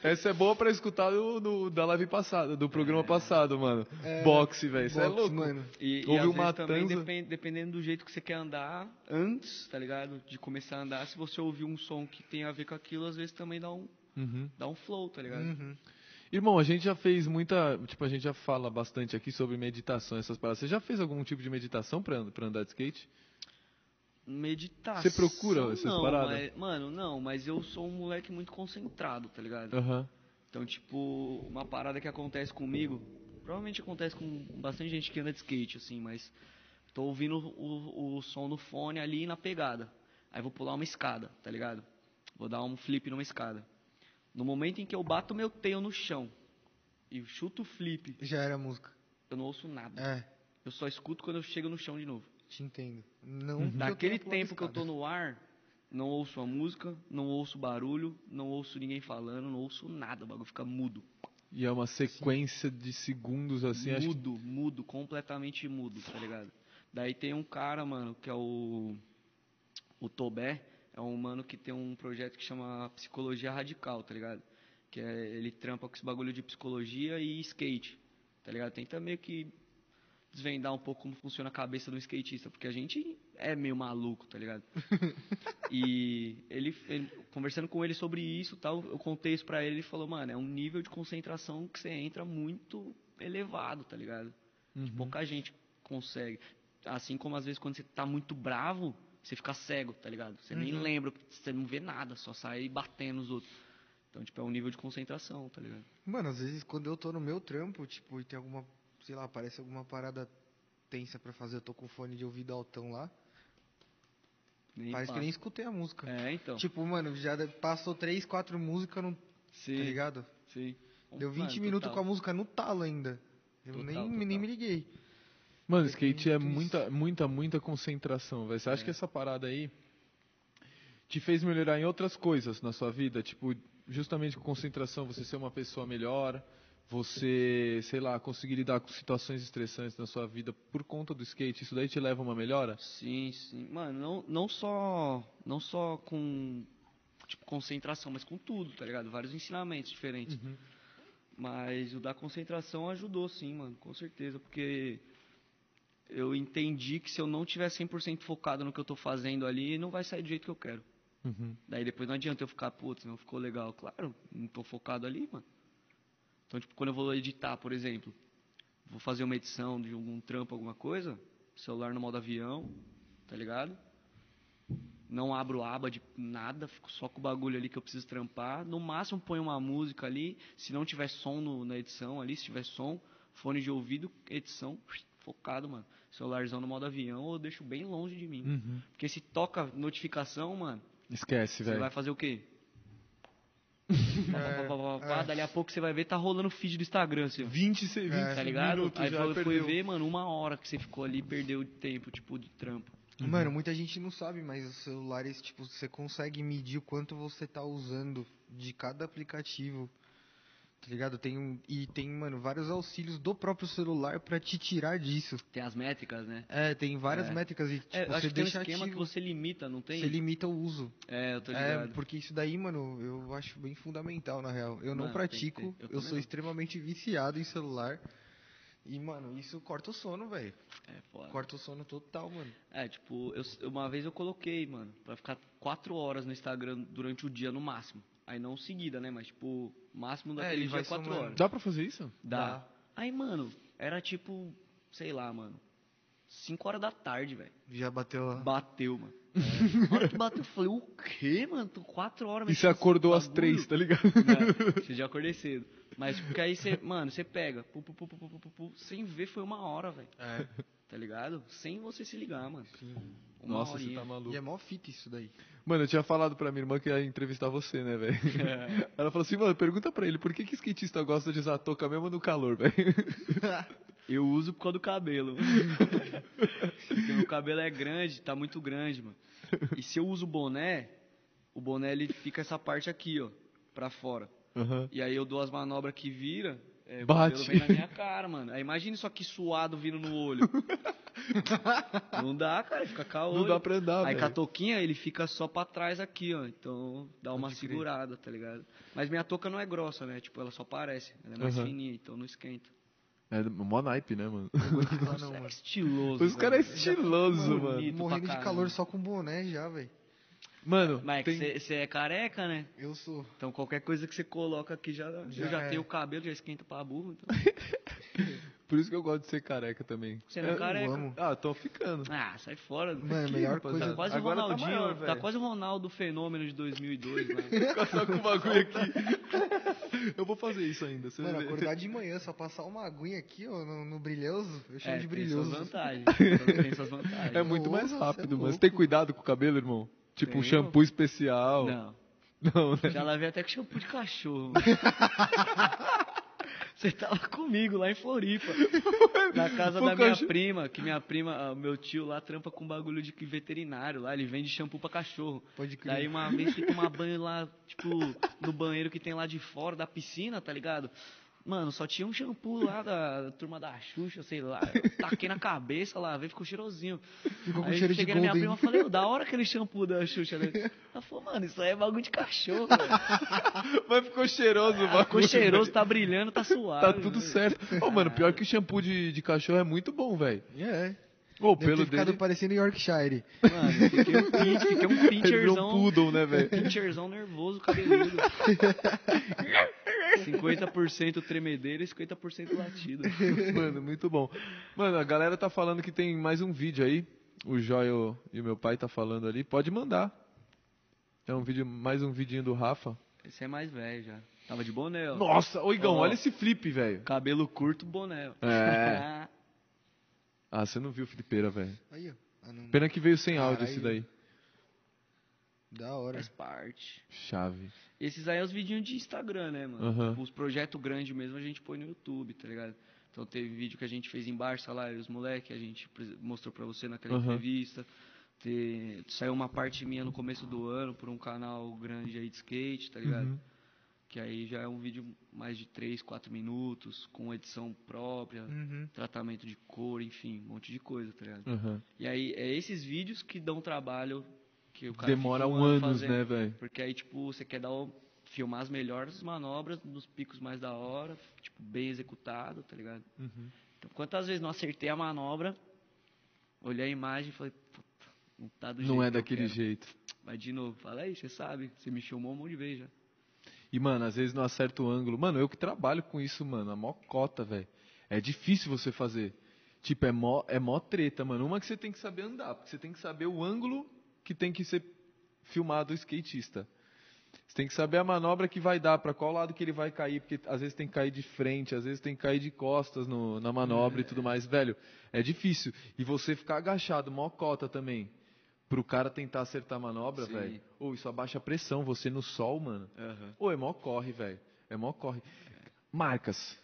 Speaker 1: Essa é boa pra escutar do, do- da live passada, do programa passado, mano. Boxe, velho. Isso é
Speaker 2: Box,
Speaker 1: louco.
Speaker 2: mano.
Speaker 3: E, e
Speaker 1: Houve
Speaker 3: às vezes
Speaker 1: uma
Speaker 3: também,
Speaker 1: tanza.
Speaker 3: depen- dependendo do jeito que você quer andar, antes, tá ligado? De começar a andar, se você ouvir um som que tem a ver com aquilo, às vezes também dá um,
Speaker 1: Uhum.
Speaker 3: dá um flow, tá ligado?
Speaker 1: Hum.
Speaker 2: Uhum.
Speaker 1: Irmão, a gente já fez muita. Tipo, a gente já fala bastante aqui sobre meditação, essas paradas. Você já fez algum tipo de meditação pra, and- pra andar de skate?
Speaker 3: Meditação.
Speaker 1: Você procura essas
Speaker 3: não,
Speaker 1: paradas?
Speaker 3: mas- mano, não, mas eu sou um moleque muito concentrado, tá ligado?
Speaker 1: Aham.
Speaker 3: Então, tipo, uma parada que acontece comigo, provavelmente acontece com bastante gente que anda de skate, assim, mas tô ouvindo o, o som no fone ali na pegada. Aí vou pular uma escada, tá ligado? Vou dar um flip numa escada. No momento em que eu bato meu tail no chão e chuto o flip,
Speaker 2: Já era música.
Speaker 3: eu não ouço
Speaker 1: Ah.
Speaker 3: nada.
Speaker 2: É,
Speaker 3: Eu só escuto quando eu chego no chão de novo.
Speaker 2: te entendo. Não que eu tenha
Speaker 3: Daquele
Speaker 2: pulado
Speaker 3: Uhum. tempo que eu tô
Speaker 2: escada.
Speaker 3: no ar, não ouço a música, não ouço barulho, não ouço ninguém falando, não ouço nada, o bagulho fica mudo.
Speaker 1: E é uma sequência de segundos assim, acho que.
Speaker 3: mudo, mudo, completamente mudo, tá ligado? Daí tem um cara, mano, que é o. O Tobé, é um mano que tem um projeto que chama Psicologia Radical, tá ligado? Que é, ele trampa com esse bagulho de psicologia e skate, tá ligado? Tenta meio que desvendar um pouco como funciona a cabeça do skatista, porque a gente é meio maluco, tá ligado? E ele, ele- conversando com ele sobre isso, e tal, eu contei isso pra ele, ele falou, mano, é um nível de concentração que você entra muito elevado, tá ligado?
Speaker 2: Uhum.
Speaker 3: Que
Speaker 1: Uhum.
Speaker 3: pouca gente consegue. Assim como às vezes quando você tá muito bravo, você fica cego, tá ligado? Você nem
Speaker 2: Uhum.
Speaker 3: lembra, você não vê nada, só sai batendo nos outros. Então, tipo, é um nível de concentração, tá ligado?
Speaker 2: Mano, às vezes quando eu tô no meu trampo, tipo, e tem alguma, sei lá, aparece alguma parada tensa pra fazer, eu tô com fone de ouvido altão lá,
Speaker 3: Nem
Speaker 2: parece que
Speaker 3: passa.
Speaker 2: nem escutei a música.
Speaker 3: É, então.
Speaker 2: Tipo, mano, já de- passou três, quatro músicas, não, tá
Speaker 3: sim,
Speaker 2: ligado?
Speaker 3: sim.
Speaker 2: Deu 20
Speaker 3: Mano,
Speaker 2: minutos
Speaker 3: total.
Speaker 2: com a música no talo ainda. Eu
Speaker 3: Total,
Speaker 2: nem,
Speaker 3: total.
Speaker 2: nem me liguei.
Speaker 1: Mano,
Speaker 2: Tem
Speaker 1: skate é
Speaker 2: muito isso.
Speaker 1: muita, muita, muita concentração, velho. Você
Speaker 3: É.
Speaker 1: acha que essa parada aí te fez melhorar em outras coisas na sua vida? Tipo, justamente com concentração, você ser uma pessoa melhor, você, sei lá, conseguir lidar com situações estressantes na sua vida por conta do skate. Isso daí te leva a uma melhora?
Speaker 3: Sim, sim. Mano, não, não só não só com tipo concentração, mas com tudo, tá ligado? Vários ensinamentos diferentes.
Speaker 1: Hum.
Speaker 3: Mas o da concentração ajudou sim, mano, com certeza, porque eu entendi que se eu não tiver 100% focado no que eu tô fazendo ali, não vai sair do jeito que eu quero.
Speaker 1: Uhum.
Speaker 3: Daí depois não adianta eu ficar, putz, não ficou legal. Claro, não tô focado ali, mano. Então, tipo, quando eu vou editar, por exemplo, vou fazer uma edição de algum trampo, alguma coisa, celular no modo avião, tá ligado? Não abro aba de nada, fico só com o bagulho ali que eu preciso trampar. No máximo põe uma música ali, se não tiver som no- na edição ali, se tiver som, fone de ouvido, edição, focado, mano. Celularzão no modo avião, eu deixo bem longe de mim.
Speaker 1: Hum.
Speaker 3: Porque se toca notificação, mano,
Speaker 1: Uhum. Esquece,
Speaker 3: você
Speaker 1: velho.
Speaker 3: vai fazer o quê? Pá,
Speaker 2: É.
Speaker 3: pá, pá, pá, pá, pá, Dali a pouco você vai ver, tá rolando o feed do Instagram, você
Speaker 1: 20 se- 20
Speaker 2: É.
Speaker 3: tá ligado?
Speaker 1: minutos
Speaker 3: Aí
Speaker 1: já
Speaker 3: foi, foi
Speaker 1: perdeu.
Speaker 3: ver, mano, uma hora que você ficou ali, perdeu tempo, tipo, de trampo.
Speaker 2: Mano, muita gente não sabe, mas os celulares, tipo, você consegue medir o quanto você tá usando de cada aplicativo. Tá ligado? Tem um, e tem, mano, vários auxílios do próprio celular pra te tirar disso.
Speaker 3: Tem as métricas, né?
Speaker 2: É, tem várias
Speaker 3: É.
Speaker 2: métricas e tipo,
Speaker 3: É, eu acho
Speaker 2: você
Speaker 3: que tem um
Speaker 2: deixa
Speaker 3: esquema que
Speaker 2: ativo,
Speaker 3: você limita, não tem?
Speaker 2: você limita o uso.
Speaker 3: É, eu tô
Speaker 2: É,
Speaker 3: ligado.
Speaker 2: porque isso daí, mano, eu acho bem fundamental, na real. Eu não
Speaker 3: Mano, tem que ter.
Speaker 2: pratico,
Speaker 3: Eu
Speaker 2: eu,
Speaker 3: também
Speaker 2: sou
Speaker 3: não.
Speaker 2: extremamente viciado em celular. E, mano, isso corta o sono, velho.
Speaker 3: É, foda.
Speaker 2: Corta o sono total, mano.
Speaker 3: É, tipo, eu- uma vez eu coloquei, mano, pra ficar quatro horas no Instagram durante o dia no máximo. Aí não seguida, né? Mas, tipo, máximo daquele
Speaker 2: É, ele
Speaker 3: dia
Speaker 2: vai
Speaker 3: quatro
Speaker 2: somando.
Speaker 3: horas.
Speaker 1: Dá pra fazer isso?
Speaker 3: Dá.
Speaker 2: Dá.
Speaker 3: Aí, mano, era tipo, sei lá, mano, cinco horas da tarde, velho.
Speaker 2: Já bateu a...
Speaker 3: Bateu, mano. Na hora que bateu, eu falei, o quê, mano? Tô quatro horas,
Speaker 1: E
Speaker 3: mexendo
Speaker 1: você
Speaker 3: nesse
Speaker 1: acordou às
Speaker 3: bagulho. É,
Speaker 1: três, tá ligado?
Speaker 3: Não, você já acordei cedo. Mas porque aí você, mano, você pega, pu, pu, pu, pu, pu, pu, pu, pu, sem ver foi uma hora, velho.
Speaker 2: É.
Speaker 3: Tá ligado? Sem você se ligar, mano. Uma
Speaker 1: Nossa, você
Speaker 3: horinha.
Speaker 1: tá maluco.
Speaker 2: E é mó fita isso daí.
Speaker 1: Mano, eu tinha falado pra minha irmã que ia entrevistar você, né, velho?
Speaker 3: É.
Speaker 1: Ela falou assim, mano, pergunta pra ele, por que que skatista gosta de usar touca mesmo no calor, velho?
Speaker 3: Eu uso por causa do cabelo. Porque meu cabelo é grande, tá muito grande, mano. E se eu uso o boné, o boné ele fica essa parte aqui, ó, pra fora.
Speaker 1: Aham.
Speaker 3: E aí eu dou as manobras que vira, é, o
Speaker 1: Bate.
Speaker 3: cabelo vem na minha cara, mano. Aí imagina isso aqui suado vindo no olho. Não dá, cara, fica caô.
Speaker 1: Não dá pra andar,
Speaker 3: Aí
Speaker 1: velho.
Speaker 3: com a touquinha ele fica só pra trás aqui, ó. Então dá uma segurada, tá ligado? Mas minha touca não é grossa, né? Tipo, ela só parece. Ela é mais
Speaker 1: Aham.
Speaker 3: fininha, então não esquenta.
Speaker 1: É mó naipe, né, mano?
Speaker 2: Ah, não,
Speaker 3: Moleque
Speaker 2: mano.
Speaker 3: estiloso.
Speaker 1: Os caras é
Speaker 3: velho.
Speaker 1: estiloso,
Speaker 3: é Bonito
Speaker 1: mano.
Speaker 3: pra
Speaker 2: Morrendo de
Speaker 3: caramba.
Speaker 2: calor só com boné já, velho.
Speaker 1: Mano,
Speaker 3: Mas
Speaker 1: tem-
Speaker 3: você é careca, né?
Speaker 2: Eu sou.
Speaker 3: Então qualquer coisa que você coloca aqui já.
Speaker 2: Já
Speaker 3: eu já
Speaker 2: é.
Speaker 3: tenho o cabelo, já esquenta pra burro. Então.
Speaker 1: por isso que eu gosto de ser careca também.
Speaker 3: Você não é
Speaker 1: Eu-
Speaker 3: careca.
Speaker 2: amo.
Speaker 1: Ah, tô ficando.
Speaker 3: Ah, sai fora.
Speaker 2: Mano, a melhor
Speaker 1: rapaziada.
Speaker 2: coisa.
Speaker 3: Quase
Speaker 1: Agora
Speaker 3: o
Speaker 1: tá
Speaker 3: Ronaldinho.
Speaker 1: maior,
Speaker 3: Tá,
Speaker 1: velho.
Speaker 3: quase o Ronaldo Fenômeno de 2002, mano.
Speaker 1: Fica só com o bagulho aqui. Eu vou fazer isso ainda. Você
Speaker 2: Mano,
Speaker 1: vê.
Speaker 2: acordar de manhã, só passar uma aguinha aqui, ó, no, no brilhoso. Eu chamo
Speaker 3: É,
Speaker 2: de
Speaker 3: Tem suas
Speaker 2: brilhoso.
Speaker 3: vantagens. Tem suas vantagens.
Speaker 1: É muito mais
Speaker 2: Nossa,
Speaker 1: rápido,
Speaker 2: cê é
Speaker 1: mano. Você
Speaker 2: louco.
Speaker 1: tem cuidado com o cabelo, irmão? Tipo um
Speaker 3: Tenho.
Speaker 1: shampoo especial.
Speaker 3: Não.
Speaker 1: Não, né?
Speaker 3: Já lavei até com shampoo de cachorro. Você tava comigo lá em Floripa. Na casa
Speaker 1: Pô,
Speaker 3: da minha
Speaker 1: cachorro.
Speaker 3: prima, que minha prima, ah, meu tio lá trampa com bagulho de veterinário lá, ele vende shampoo pra cachorro.
Speaker 2: Pode crer.
Speaker 3: Daí uma vez fui tomar banho lá, tipo, no banheiro que tem lá de fora da piscina, tá ligado? Mano, só tinha um shampoo lá da, da turma da Xuxa, sei lá. Eu taquei na cabeça lá, veio, ficou cheirosinho.
Speaker 2: Ficou com
Speaker 3: Aí eu
Speaker 2: cheiro de
Speaker 3: cheguei na minha
Speaker 2: Golden.
Speaker 3: prima e falei, "Ô, da hora aquele shampoo da Xuxa. né?" Ela falou, mano, isso aí é bagulho de cachorro, velho.
Speaker 1: Mas ficou cheiroso, o bagulho.
Speaker 3: Ah, Ficou cheiroso, tá brilhando, tá suave.
Speaker 1: Tá tudo
Speaker 3: né?
Speaker 1: certo. Ô, mano, pior que o shampoo de, de cachorro é muito bom, velho.
Speaker 2: É.
Speaker 1: Ô,
Speaker 2: Deve
Speaker 1: pelo
Speaker 2: ter ficado
Speaker 1: dele.
Speaker 2: parecendo Yorkshire.
Speaker 3: Mano, fiquei um pinch, fiquei
Speaker 1: Ele virou
Speaker 3: um
Speaker 1: um
Speaker 3: pincherzão.
Speaker 1: poodle, né, velho?
Speaker 3: Pincherzão nervoso, cabeludo. 50% tremedeira e 50% latido.
Speaker 1: Mano, muito bom. Mano, a galera tá falando que tem mais um vídeo aí. O Joio e o meu pai tá falando ali. Pode mandar. É um vídeo, mais um vidinho do Rafa.
Speaker 3: Esse é mais velho já. Tava de boné, ó.
Speaker 1: Nossa, ô Igão,
Speaker 3: Ó.
Speaker 1: olha esse flip, velho.
Speaker 3: Cabelo curto, boné. ó.
Speaker 1: É. Ah, você não viu o flipeira, velho.
Speaker 2: Aí, ó. Ah, não.
Speaker 1: Pena que veio sem áudio esse
Speaker 2: Caralho.
Speaker 1: daí.
Speaker 2: Da hora.
Speaker 3: Faz parte.
Speaker 1: Chave.
Speaker 3: Esses aí é os vidinhos de Instagram, né, mano?
Speaker 1: Aham.
Speaker 3: Tipo, Os projetos grandes mesmo a gente põe no YouTube, tá ligado? Então teve vídeo que a gente fez em Barça lá, eu e os moleques, a gente pres- mostrou pra você naquela
Speaker 1: Aham.
Speaker 3: entrevista. Te- Saiu uma parte minha no começo do ano por um canal grande aí de skate, tá
Speaker 1: Uhum.
Speaker 3: ligado? Que aí já é um vídeo mais de 3, 4 minutos, com edição própria,
Speaker 2: Uhum.
Speaker 3: tratamento de cor, enfim, um monte de coisa, tá ligado?
Speaker 1: Aham.
Speaker 3: E aí é esses vídeos que dão trabalho que o cara
Speaker 1: Demora
Speaker 3: fica
Speaker 1: um anos,
Speaker 3: fazendo.
Speaker 1: né, velho?
Speaker 3: Porque aí, tipo, você quer dar o- filmar as melhores manobras nos picos mais da hora, tipo, bem executado, tá ligado? Então, quantas vezes não acertei a manobra, olhei a imagem e falei, puta, não tá do jeito.
Speaker 1: Não é
Speaker 3: que eu
Speaker 1: daquele
Speaker 3: quero."
Speaker 1: jeito.
Speaker 3: Mas de novo, fala aí, você sabe, você me filmou um monte de vez já.
Speaker 1: E, mano, às vezes não acerta o ângulo. Mano, eu que trabalho com isso, mano. A mó cota, velho. É difícil você fazer. Tipo, é mó, é mó treta, mano. Uma que você tem que saber andar, porque você tem que saber o ângulo que tem que ser filmado o skatista. Você tem que saber a manobra que vai dar, pra qual lado que ele vai cair, porque às vezes tem que cair de frente, às vezes tem que cair de costas no- na manobra e tudo mais. Velho, é difícil. E você ficar agachado, mó cota também. Pro cara tentar acertar a manobra,
Speaker 3: Sim.
Speaker 1: velho. Ou isso abaixa a pressão, você no sol, mano. Ô, é mó corre, velho. É mó corre. Marcas,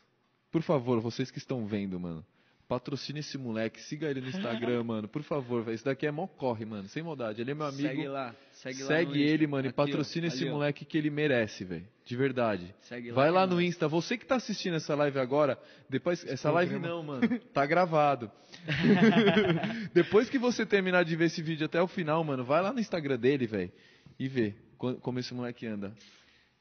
Speaker 1: por favor, vocês que estão vendo, mano. Patrocina esse moleque, siga ele no Instagram, mano. Por favor, velho. Esse daqui é mó corre, mano. Sem maldade. Ele é meu amigo.
Speaker 3: Segue lá, segue, lá. no
Speaker 1: Segue
Speaker 3: Insta.
Speaker 1: ele, mano, e
Speaker 3: Aqui, ó,
Speaker 1: patrocina esse
Speaker 3: ali, ó.
Speaker 1: moleque que ele merece, velho. De verdade.
Speaker 3: Segue
Speaker 1: Vai lá
Speaker 3: que é
Speaker 1: no
Speaker 3: nóis.
Speaker 1: Insta. Você que tá assistindo essa live agora, depois. essa live
Speaker 2: programa.
Speaker 1: não, mano. Tá gravado. depois que você terminar de ver esse vídeo até o final, mano, vai lá no Instagram dele, velho, e vê co- como esse moleque anda.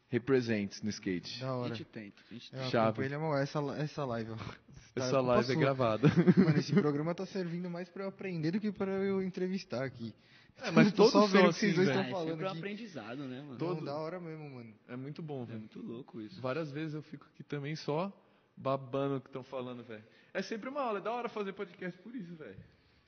Speaker 1: Represents no skate.
Speaker 2: Da
Speaker 3: A
Speaker 2: hora.
Speaker 3: gente tenta, a gente tenta.
Speaker 2: Eu
Speaker 1: Chave.
Speaker 2: acompanho Ele é uma, essa, essa live, ó. Tá,
Speaker 1: Essa
Speaker 2: culpa
Speaker 1: live é
Speaker 2: sua.
Speaker 1: gravada.
Speaker 2: Mano, esse programa tá servindo mais pra eu aprender do que pra eu entrevistar aqui.
Speaker 1: É, mas
Speaker 2: Tô só
Speaker 1: todos são
Speaker 2: vendo o que vocês
Speaker 1: assim,
Speaker 2: dois
Speaker 1: velho.
Speaker 2: tão
Speaker 3: Ah, é
Speaker 2: falando
Speaker 3: sempre um
Speaker 2: aqui.
Speaker 3: aprendizado, né, mano?
Speaker 2: Todo.
Speaker 1: Todo.
Speaker 2: Da hora mesmo, mano.
Speaker 1: É muito bom,
Speaker 3: É
Speaker 1: velho.
Speaker 3: muito louco isso.
Speaker 1: Várias vezes eu fico aqui também só babando o que estão falando, velho. É sempre uma aula, é da hora fazer podcast por isso, velho.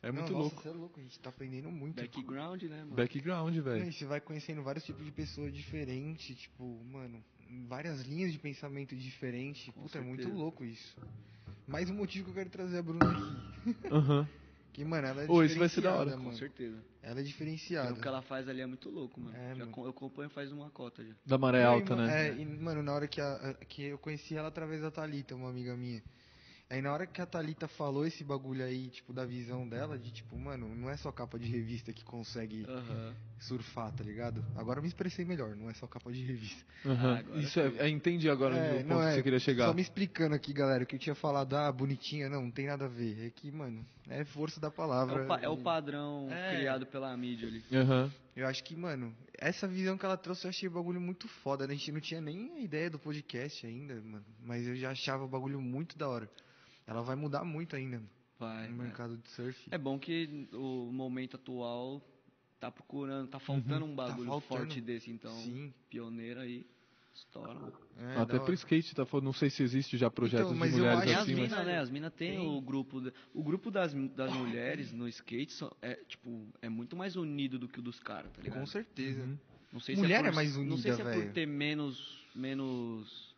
Speaker 1: É muito
Speaker 2: Não,
Speaker 1: louco.
Speaker 2: Nossa, você é louco, a gente tá aprendendo muito.
Speaker 3: Background, né, mano?
Speaker 1: Background,
Speaker 2: Não,
Speaker 1: velho.
Speaker 2: e você vai conhecendo vários tipos de pessoas diferentes, tipo, mano, várias linhas de pensamento diferentes.
Speaker 3: Com
Speaker 2: Puta, é
Speaker 3: certeza.
Speaker 2: muito louco isso. Mais um motivo que eu quero trazer a Bruna aqui. Uhum.
Speaker 1: Aham.
Speaker 2: Que, mano, ela é
Speaker 1: Ô,
Speaker 2: diferenciada,
Speaker 1: isso vai ser da hora,
Speaker 3: Com
Speaker 2: mano.
Speaker 3: certeza.
Speaker 2: Ela é
Speaker 3: Porque O que
Speaker 2: diferenciada.
Speaker 3: ela faz ali é muito louco, mano.
Speaker 2: É,
Speaker 3: Já
Speaker 2: mano.
Speaker 3: co- Eu acompanho faz uma cota já.
Speaker 1: Da maré
Speaker 2: Não, é, e,
Speaker 1: é alta,
Speaker 2: ma-
Speaker 1: né?
Speaker 2: É, e, mano, na hora que, a- a- que eu conheci ela através da Thalita, uma amiga minha. Aí na hora que a Thalita falou esse bagulho aí, tipo, da visão dela, de tipo, mano, não é só capa de revista que consegue
Speaker 3: Aham.
Speaker 2: surfar, tá ligado? Agora eu me expressei melhor, não é só capa de revista.
Speaker 1: Aham.
Speaker 3: agora
Speaker 1: Isso é, é, entendi agora
Speaker 2: Ah, É,
Speaker 1: o ponto que você queria chegar.
Speaker 2: Só me explicando aqui, galera, o que eu tinha falado, ah, bonitinha, não, não tem nada a ver. É que, mano, é força da
Speaker 3: É
Speaker 2: palavra.
Speaker 3: o, pa- é o padrão
Speaker 2: É.
Speaker 3: criado pela mídia ali.
Speaker 1: Aham.
Speaker 2: Eu acho que, mano, essa visão que ela trouxe eu achei o bagulho muito foda. né? A gente não tinha nem a ideia do podcast ainda, mano. Mas eu já achava o bagulho muito da hora. Ela vai mudar muito ainda É, mano,
Speaker 3: Vai.
Speaker 2: no
Speaker 3: vai.
Speaker 2: mercado de surf.
Speaker 3: É bom que o momento atual tá procurando, tá faltando um bagulho
Speaker 2: Uhum. faltando.
Speaker 3: forte desse, então
Speaker 2: Sim.
Speaker 3: pioneiro aí, estoura.
Speaker 2: É, da
Speaker 1: Até
Speaker 2: hora.
Speaker 1: pro skate, tá falando, não sei se existe já projetos
Speaker 2: Então, mas
Speaker 1: de
Speaker 2: eu
Speaker 1: mulheres
Speaker 2: acho
Speaker 3: Tem
Speaker 2: que
Speaker 3: as
Speaker 1: assim, mas...
Speaker 3: minas, né? As minas tem
Speaker 2: Tem.
Speaker 3: o grupo. da- O grupo das, das mulheres no skate só- é, tipo, é muito mais unido do que o dos caras, tá ligado?
Speaker 2: Com certeza.
Speaker 1: Uhum.
Speaker 3: Não sei
Speaker 2: Mulher
Speaker 3: se é, por,
Speaker 2: é mais
Speaker 3: Não sei
Speaker 2: unida,
Speaker 3: se é
Speaker 2: velho.
Speaker 3: por ter menos. menos.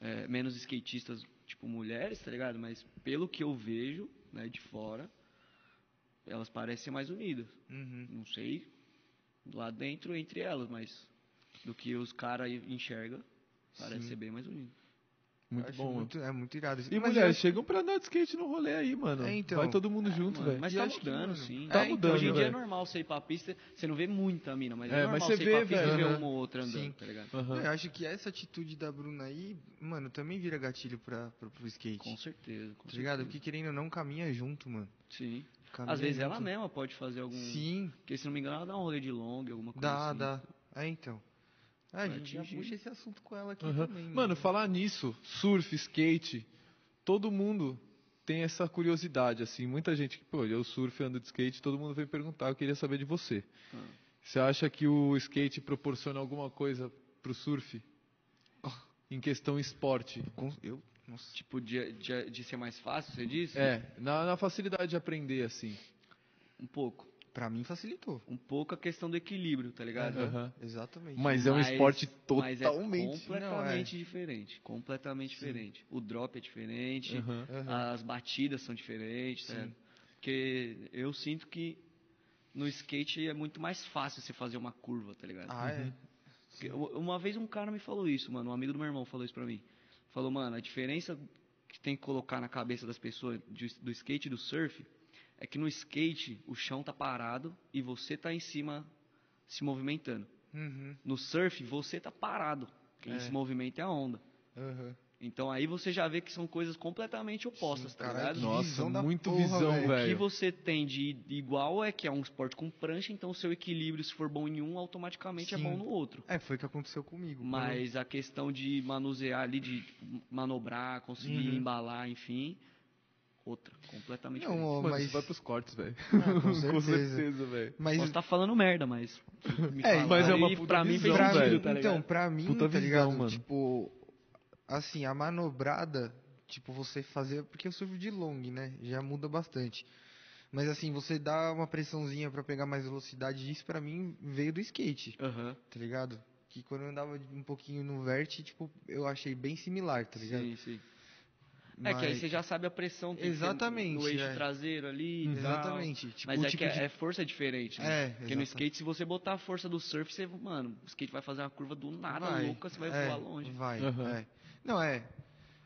Speaker 3: é, menos skatistas, tipo, mulheres, tá ligado? Mas pelo que eu vejo, né, de fora, elas parecem ser mais unidas.
Speaker 2: Uhum.
Speaker 3: Não sei lá dentro entre elas, mas do que os caras enxergam, parece né?
Speaker 2: Sim.
Speaker 3: ser bem mais unido.
Speaker 1: Muito
Speaker 2: Acho
Speaker 1: bom, mano.
Speaker 2: muito- é muito irado.
Speaker 1: E
Speaker 2: Mas
Speaker 1: mulheres
Speaker 2: eu-
Speaker 1: chegam pra andar de skate no rolê aí, mano.
Speaker 2: É, então.
Speaker 1: Vai todo mundo junto,
Speaker 3: Mano,
Speaker 1: velho.
Speaker 3: Mas
Speaker 2: E
Speaker 3: tá
Speaker 2: acho que,
Speaker 3: mudando,
Speaker 2: mano,
Speaker 3: sim.
Speaker 1: tá
Speaker 3: É, então,
Speaker 1: mudando,
Speaker 3: Hoje em dia é
Speaker 1: velho.
Speaker 3: normal ser ir pra pista, você não vê muita mina, mas
Speaker 1: É,
Speaker 3: é,
Speaker 1: mas
Speaker 3: normal
Speaker 1: você
Speaker 3: você ir
Speaker 1: vê,
Speaker 3: pra pista
Speaker 1: velho,
Speaker 3: e ver
Speaker 1: aham.
Speaker 3: uma ou outra andando,
Speaker 2: Sim.
Speaker 3: tá ligado?
Speaker 1: Aham.
Speaker 2: Eu acho que essa atitude da Bruna aí, mano, também vira gatilho pra, pro, pro skate.
Speaker 3: Com certeza, com
Speaker 2: Tá ligado?
Speaker 3: certeza.
Speaker 2: Porque querendo ou não, caminha junto, mano.
Speaker 3: Sim.
Speaker 2: Caminha
Speaker 3: Às vezes
Speaker 2: junto.
Speaker 3: ela mesma um pode fazer algum...
Speaker 2: Sim,
Speaker 3: Porque se não me engano ela dá um rolê de longa, alguma coisa
Speaker 2: dá,
Speaker 3: assim.
Speaker 2: dá. É, então. Ah, a
Speaker 3: Vai
Speaker 2: gente já
Speaker 3: atingir.
Speaker 2: puxa esse assunto com ela aqui
Speaker 1: Aham.
Speaker 2: também.
Speaker 1: Mano, falar nisso, surf, skate, todo mundo tem essa curiosidade, assim. Muita gente que, pô, eu surfo e ando de skate, todo mundo vem perguntar, eu queria saber de você.
Speaker 3: Ah.
Speaker 1: Você acha que o skate proporciona alguma coisa pro surf? Em questão esporte.
Speaker 2: Com- Eu? Nossa.
Speaker 3: Tipo, de, de, de ser mais fácil, você disse?
Speaker 1: É, na, na facilidade de aprender, assim.
Speaker 3: Um pouco.
Speaker 2: Pra mim facilitou.
Speaker 3: Um pouco a questão do equilíbrio, tá ligado?
Speaker 1: Aham.
Speaker 2: Exatamente.
Speaker 1: Mas é um esporte
Speaker 3: mas é
Speaker 1: totalmente.
Speaker 3: completamente diferente. Completamente diferente. O drop é diferente.
Speaker 1: Aham.
Speaker 2: Aham.
Speaker 3: as batidas são diferentes, né? Porque eu sinto que no skate é muito mais fácil você fazer uma curva, tá ligado?
Speaker 2: Ah, é.
Speaker 3: Porque u- uma vez um cara me falou isso, mano, um amigo do meu irmão falou isso pra mim. Falou, mano, a diferença que tem que colocar na cabeça das pessoas de- do skate e do surf é que no skate o chão tá parado e você tá em cima se movimentando.
Speaker 2: Uhum.
Speaker 3: No surf você tá parado, quem
Speaker 2: É.
Speaker 3: se movimenta é a onda.
Speaker 2: Aham.
Speaker 3: Então aí você já vê que são coisas completamente opostas,
Speaker 2: Sim,
Speaker 3: tá
Speaker 2: caralho,
Speaker 3: ligado?
Speaker 2: Que
Speaker 1: Nossa,
Speaker 2: visão da
Speaker 1: muito
Speaker 2: porra,
Speaker 1: visão,
Speaker 2: velho.
Speaker 3: O que
Speaker 1: velho.
Speaker 3: você tem de igual é que é um esporte com prancha, então seu equilíbrio, se for bom em um, automaticamente é
Speaker 2: Sim.
Speaker 3: bom no outro.
Speaker 2: É, foi o que aconteceu comigo. Quando-
Speaker 3: Mas a questão de manusear ali, de tipo, manobrar, conseguir
Speaker 2: Uhum.
Speaker 3: embalar, enfim, outra, completamente
Speaker 2: Não,
Speaker 3: diferente.
Speaker 2: ó,
Speaker 1: Mano,
Speaker 2: mas...
Speaker 1: isso vai pros cortes, velho.
Speaker 2: Ah, com
Speaker 1: Com
Speaker 2: certeza.
Speaker 1: certeza, velho.
Speaker 2: Mas...
Speaker 3: Posso estar falando merda, mas. me
Speaker 2: É,
Speaker 3: fala.
Speaker 1: mas é uma
Speaker 3: Aí,
Speaker 1: puta
Speaker 3: pra mim
Speaker 1: visão,
Speaker 3: fez
Speaker 2: pra
Speaker 1: velho.
Speaker 2: mim,
Speaker 3: sentido, tá ligado?
Speaker 2: então, pra mim,
Speaker 1: Puta
Speaker 2: tá
Speaker 1: visão,
Speaker 2: ligado?
Speaker 1: mano.
Speaker 2: Tipo, assim, a manobrada, tipo, você fazer... Porque eu surfo de long, né? Já muda bastante. Mas assim, você dá uma pressãozinha pra pegar mais velocidade, isso pra mim veio do skate,
Speaker 3: Aham,
Speaker 2: tá ligado? Que quando eu andava um pouquinho no vert, tipo, eu achei bem similar, tá ligado?
Speaker 3: sim, sim. É que aí você já sabe a pressão que tem
Speaker 2: Exatamente,
Speaker 3: no eixo
Speaker 2: é.
Speaker 3: traseiro ali. e tal.
Speaker 2: Exatamente. Tipo,
Speaker 3: Mas
Speaker 2: o
Speaker 3: é
Speaker 2: tipo
Speaker 3: que
Speaker 2: de...
Speaker 3: é força diferente, né?
Speaker 2: É,
Speaker 3: Porque no
Speaker 2: exata-
Speaker 3: skate, se você botar a força do surf, você, mano, o skate vai fazer uma curva do nada
Speaker 2: Vai,
Speaker 3: louca, você vai
Speaker 2: é,
Speaker 3: voar longe.
Speaker 2: Vai,
Speaker 1: Aham.
Speaker 2: é. Não, é.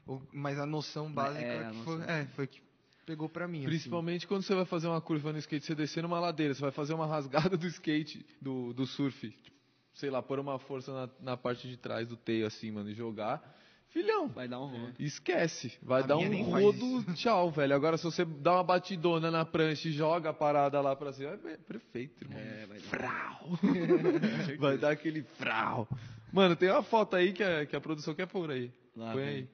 Speaker 2: O- mas a noção básica
Speaker 3: É, a
Speaker 2: que
Speaker 3: noção.
Speaker 2: foi, é, foi que pegou pra mim. assim.
Speaker 1: Principalmente quando você vai fazer uma curva no skate, você descer numa ladeira, você vai fazer uma rasgada do skate, do, do surf. Sei lá, pôr uma força na, na parte de trás do teio, assim, mano, e jogar. Filhão,
Speaker 3: Vai dar um rolo.
Speaker 1: esquece. Vai
Speaker 2: A
Speaker 1: dar
Speaker 2: minha
Speaker 1: um
Speaker 2: nem faz
Speaker 1: rodo, tchau, velho. Agora, se você dá uma batidona na prancha e joga a parada lá pra cima, é perfeito, irmão.
Speaker 3: É, vai dar.
Speaker 1: Frau!
Speaker 2: é
Speaker 1: vai dar aquele frau. Mano, tem uma foto aí que a, que a produção quer pôr aí.
Speaker 2: Ah,
Speaker 3: Lá
Speaker 1: Põe
Speaker 3: vem.
Speaker 1: aí.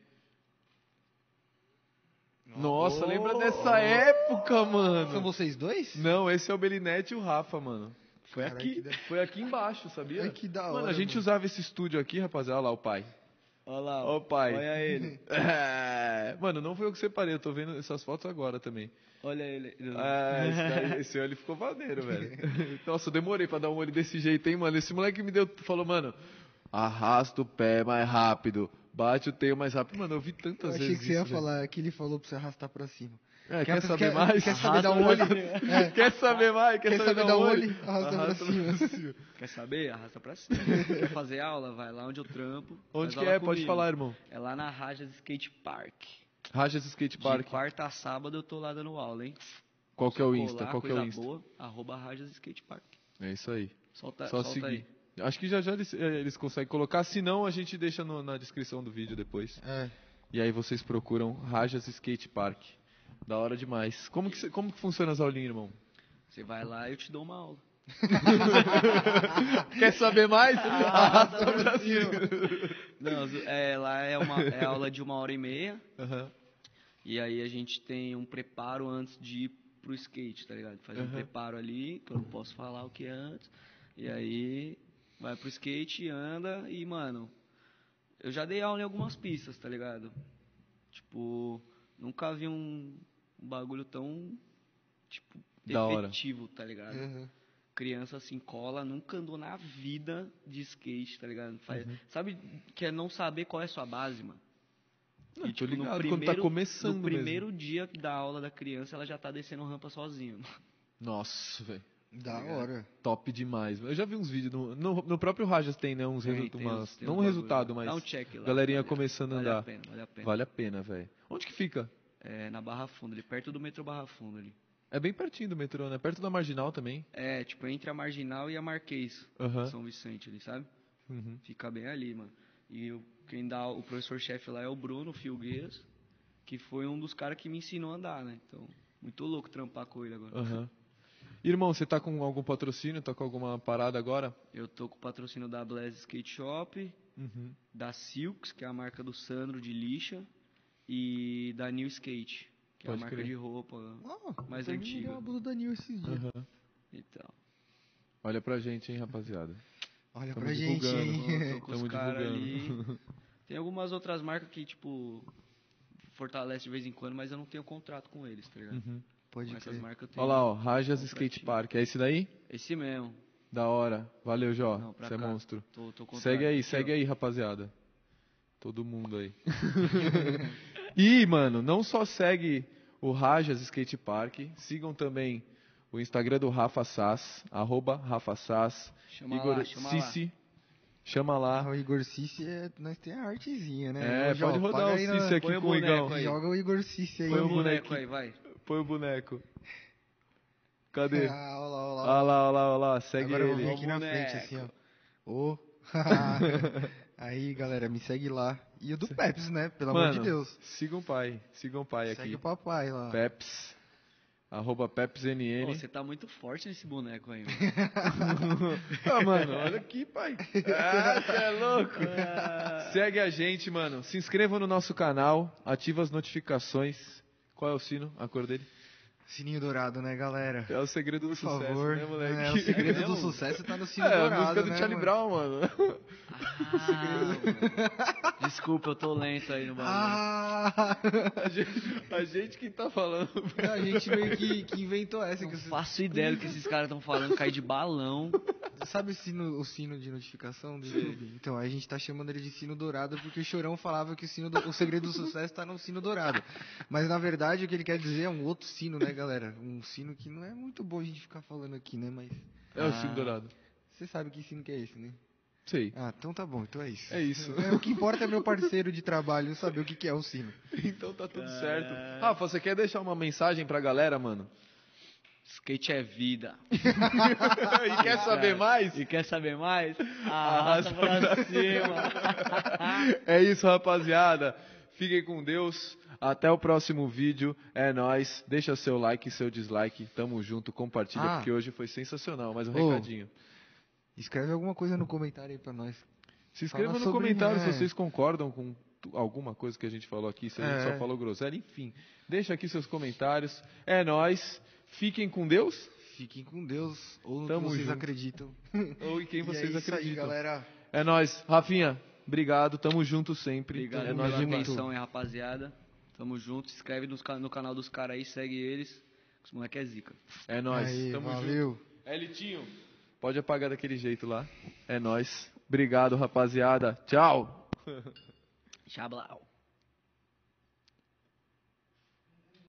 Speaker 1: Nossa, lembra dessa época, mano?
Speaker 2: São vocês dois?
Speaker 1: Não, esse é o Belinete e o Rafa, mano. Foi
Speaker 2: Cara,
Speaker 1: aqui,
Speaker 2: que da-
Speaker 1: foi aqui embaixo, sabia?
Speaker 2: Ai, que da
Speaker 1: mano, a
Speaker 2: hora,
Speaker 1: gente
Speaker 2: mano.
Speaker 1: usava esse estúdio aqui, rapaziada. Olha lá o pai.
Speaker 3: Olha lá,
Speaker 1: Ó o pai.
Speaker 3: Olha ele.
Speaker 1: É. Mano, não foi eu que separei, eu tô vendo essas fotos agora também.
Speaker 3: Olha ele.
Speaker 1: Ah, esse, daí- esse olho ficou maneiro, velho. Nossa, eu demorei pra dar um olho desse jeito, hein, mano. Esse moleque me deu, falou, mano, arrasta o pé mais rápido, bate o teio mais rápido. Mano, eu vi
Speaker 2: Eu
Speaker 1: tantas
Speaker 2: achei
Speaker 1: vezes
Speaker 2: que você ia
Speaker 1: isso, né? velho.
Speaker 2: falar que ele falou pra você arrastar pra cima.
Speaker 1: É, quer, saber mais?
Speaker 2: Quer saber dar um olho?
Speaker 1: Arrasta
Speaker 2: É,
Speaker 1: Quer saber mais? Quer,
Speaker 2: Quer saber
Speaker 1: dar um
Speaker 2: dar
Speaker 1: olho?
Speaker 2: olho? Arrasta pra cima.
Speaker 3: Quer saber? Arrasta pra cima. Quer fazer aula? Vai lá onde eu trampo.
Speaker 1: Onde
Speaker 3: faz
Speaker 1: que
Speaker 3: aula
Speaker 1: é? Pode
Speaker 3: comigo.
Speaker 1: falar, irmão.
Speaker 3: É lá na Rajas Skate Park.
Speaker 1: Raja esse skate park.
Speaker 3: De quarta a sábado eu tô lá dando aula, hein?
Speaker 1: Qual que é o
Speaker 3: Colar,
Speaker 1: Insta? Qual que é
Speaker 3: coisa
Speaker 1: o Insta?
Speaker 3: Boa, arroba Rajas Skate Park.
Speaker 1: É isso aí.
Speaker 3: Solta,
Speaker 1: Só
Speaker 3: solta
Speaker 1: seguir.
Speaker 3: aí.
Speaker 1: Acho que já já eles, eh, eles conseguem colocar. Se não, a gente deixa no- na descrição do vídeo depois.
Speaker 2: É.
Speaker 1: E aí vocês procuram Rajas Skate Park. Da hora demais. Como que, cê- como que funciona as aulinhas, irmão?
Speaker 3: Você vai lá e eu te dou uma aula.
Speaker 1: Quer saber mais? Ah,
Speaker 3: tá Não, é, lá é, uma, é aula de uma hora e meia.
Speaker 1: Aham.
Speaker 3: E aí a gente tem um preparo antes de ir pro skate, tá ligado? Faz um
Speaker 1: Aham.
Speaker 3: preparo ali, que eu não posso falar o que é antes. E aí vai pro skate, anda e, mano, eu já dei aula em algumas pistas, tá ligado? Tipo, nunca vi um, um bagulho tão, tipo,
Speaker 1: Da hora.
Speaker 3: efetivo, tá ligado?
Speaker 2: Uhum.
Speaker 3: criança assim cola, nunca andou na vida de skate, tá ligado? Faz-
Speaker 1: Uhum.
Speaker 3: Sabe que é não saber qual é a sua base, mano.
Speaker 1: Não,
Speaker 3: E,
Speaker 1: tô
Speaker 3: tipo, no
Speaker 1: ligado, quando tá
Speaker 3: primeiro-
Speaker 1: começando
Speaker 3: no
Speaker 1: mesmo.
Speaker 3: primeiro dia da aula da criança, ela já tá descendo rampa sozinha. mano.
Speaker 1: Nossa, velho.
Speaker 3: tá
Speaker 2: Da hora.
Speaker 1: Top demais. Eu já vi uns vídeos. No, no, no próprio Rajas tem, né? Uns
Speaker 3: Tem-
Speaker 1: resultados.
Speaker 3: tem uns- tem
Speaker 1: Não um
Speaker 3: uns bagulho.
Speaker 1: resultado, mas.
Speaker 3: Dá um check lá.
Speaker 1: galerinha
Speaker 3: vale-
Speaker 1: começando a
Speaker 3: vale
Speaker 1: andar.
Speaker 3: a pena, vale a pena.
Speaker 1: Vale a pena, velho. Onde que fica?
Speaker 3: É, na Barra Funda, ali perto do metrô Barra Funda ali.
Speaker 1: É bem pertinho do metrô, né? Perto da marginal também.
Speaker 3: É, tipo, entre a Marginal e a Marquês,
Speaker 1: Aham.
Speaker 3: São Vicente ali, sabe?
Speaker 1: Uhum.
Speaker 3: Fica bem ali, mano. E o- quem dá o professor-chefe lá é o Bruno Filgueiras, que foi um dos caras que me ensinou a andar, né? Então, muito louco trampar com ele agora.
Speaker 1: Aham. Irmão, você tá com algum patrocínio? Tá com alguma parada agora?
Speaker 3: Eu tô com o patrocínio da Blaze Skate Shop,
Speaker 1: Uhum.
Speaker 3: da Silks, que é a marca do Sandro de lixa, e da New Skate, que é
Speaker 1: Pode
Speaker 3: a marca
Speaker 1: crer.
Speaker 3: de roupa
Speaker 2: Oh,
Speaker 3: mais
Speaker 2: eu
Speaker 3: antiga.
Speaker 2: a blusa da Nil esses dias.
Speaker 3: e tal.
Speaker 1: Olha pra gente, hein, rapaziada.
Speaker 2: Olha
Speaker 1: Tamo
Speaker 2: pra gente,
Speaker 1: divulgando.
Speaker 2: hein?
Speaker 3: Tô, tô com
Speaker 1: Tamo
Speaker 3: os caras
Speaker 1: divulgando.
Speaker 3: ali. Tem algumas outras marcas que, tipo, fortalece de vez em quando, mas eu não tenho contrato com eles, tá ligado?
Speaker 1: Uhum.
Speaker 2: Pode
Speaker 3: Com essas
Speaker 2: crer.
Speaker 3: marcas eu tenho.
Speaker 1: Olha lá, ó. Rajas
Speaker 3: Bom,
Speaker 1: Skate
Speaker 3: certinho.
Speaker 1: Park. É esse daí?
Speaker 3: Esse mesmo.
Speaker 1: Da hora. Valeu, Jó.
Speaker 3: Não, pra
Speaker 1: Você é
Speaker 3: cá.
Speaker 1: monstro.
Speaker 3: Tô, tô contrário.
Speaker 1: Segue aí,
Speaker 3: Aqui,
Speaker 1: segue
Speaker 3: ó.
Speaker 1: aí, rapaziada. Todo mundo aí. e, mano, não só segue o Rajas Skate Park, sigam também o Instagram do Rafa Sass, arroba Rafa Sass,
Speaker 3: Chama
Speaker 1: Igor
Speaker 3: lá, chama lá.
Speaker 1: Cici, chama
Speaker 2: Ah,
Speaker 1: lá.
Speaker 2: o Igor Cici, é, nós tem a artezinha, né?
Speaker 1: É,
Speaker 2: Ô, Jó,
Speaker 1: pode rodar
Speaker 2: paga
Speaker 1: o
Speaker 2: aí na-
Speaker 1: Cici aqui
Speaker 3: põe o
Speaker 1: com o Igão.
Speaker 3: boneco aí.
Speaker 2: Joga o Igor Cici aí.
Speaker 1: Põe
Speaker 3: Põe
Speaker 1: o
Speaker 3: o
Speaker 2: no-
Speaker 3: boneco
Speaker 1: bonequinho.
Speaker 3: aí, vai.
Speaker 1: Põe o boneco. Cadê? Olha
Speaker 2: Ah, olha lá, olha lá.
Speaker 1: lá, olha lá, olha lá, segue
Speaker 2: Agora eu vou
Speaker 1: ele.
Speaker 2: vir aqui na
Speaker 3: Boneco.
Speaker 2: frente, assim, ó. Ô. aí, galera, me segue lá. E o do Peps, né? Pelo
Speaker 1: Mano,
Speaker 2: amor de Deus.
Speaker 1: sigam o um pai, sigam o pai
Speaker 2: Segue
Speaker 1: aqui.
Speaker 2: o papai lá.
Speaker 1: Peps, arroba PepsNN.
Speaker 3: Ô, você tá muito forte nesse boneco aí, mano.
Speaker 1: Ah, mano, olha aqui, pai. Ah, você é louco.
Speaker 3: Ah.
Speaker 1: Segue a gente, mano. Se inscreva no nosso canal, ativa as notificações. Qual é o sino? A cor dele?
Speaker 2: Sininho dourado, né, galera?
Speaker 1: É o segredo do
Speaker 2: Por
Speaker 1: sucesso,
Speaker 2: favor.
Speaker 1: né, moleque?
Speaker 2: É, o segredo do
Speaker 1: mesmo?
Speaker 2: sucesso tá no
Speaker 1: É,
Speaker 2: sininho
Speaker 1: a
Speaker 2: dourado,
Speaker 1: música do
Speaker 2: né,
Speaker 1: Charlie
Speaker 2: mano?
Speaker 1: Brown, mano.
Speaker 3: Ah, mano. Desculpa, eu tô lento aí no bagulho.
Speaker 2: Ah!
Speaker 1: A gente, a gente que tá falando.
Speaker 2: A gente meio que, que inventou essa.
Speaker 3: não
Speaker 2: Que você,
Speaker 3: faço ideia do que esses caras estão falando, cair de balão.
Speaker 2: sabe o sino, o sino de notificação do YouTube? Então, a gente tá chamando ele de sino dourado porque o Chorão falava que o, sino do- o segredo do sucesso tá no sino dourado. Mas, na verdade, o que ele quer dizer é um outro sino, né, galera? Um sino que não é muito bom a gente ficar falando aqui, né? Mas
Speaker 1: É o sino dourado.
Speaker 2: você sabe que sino que é esse, né?
Speaker 1: Sei.
Speaker 2: Ah, então tá bom. Então é isso.
Speaker 1: É isso.
Speaker 2: É, o que importa é meu parceiro de trabalho saber o que, que é o sino.
Speaker 1: Então tá tudo
Speaker 2: É.
Speaker 1: certo. Rafa, você quer deixar uma mensagem pra galera, mano?
Speaker 3: Skate é vida.
Speaker 1: E quer saber mais?
Speaker 3: E quer saber mais? Arrasta
Speaker 1: Arrasta
Speaker 3: pra cima.
Speaker 1: É isso, rapaziada. Fiquem com Deus. Até o próximo vídeo. É nóis. Deixa seu like, seu dislike. Tamo junto. Compartilha,
Speaker 2: Ah.
Speaker 1: porque hoje foi sensacional. Mais um
Speaker 2: Ô.
Speaker 1: recadinho.
Speaker 2: Escreve alguma coisa no comentário aí pra nós.
Speaker 1: Se
Speaker 2: fala
Speaker 1: inscreva no
Speaker 2: sobre-
Speaker 1: comentário
Speaker 2: é.
Speaker 1: se vocês concordam com tu- alguma coisa que a gente falou aqui. Se a gente
Speaker 2: É.
Speaker 1: só falou groselha. Enfim, deixa aqui seus comentários. É nóis. Fiquem com Deus.
Speaker 2: Fiquem com Deus, ou no
Speaker 1: Tamo
Speaker 2: que vocês
Speaker 1: junto.
Speaker 2: acreditam.
Speaker 1: Ou em quem
Speaker 2: E
Speaker 1: vocês
Speaker 2: é isso aí,
Speaker 1: acreditam.
Speaker 2: galera.
Speaker 1: é nóis. Rafinha, obrigado. Tamo junto sempre.
Speaker 3: Obrigado
Speaker 1: é
Speaker 3: pela
Speaker 1: nóis demais.
Speaker 3: atenção aí, rapaziada. Tamo junto. Se inscreve nos ca- no canal dos caras aí, segue eles. Os moleque é zica.
Speaker 1: É nóis.
Speaker 2: Aí,
Speaker 1: Tamo junto.
Speaker 2: valeu.
Speaker 1: Elitinho, pode apagar daquele jeito lá. É nóis. Obrigado, rapaziada. Tchau.
Speaker 3: Tchau, blau.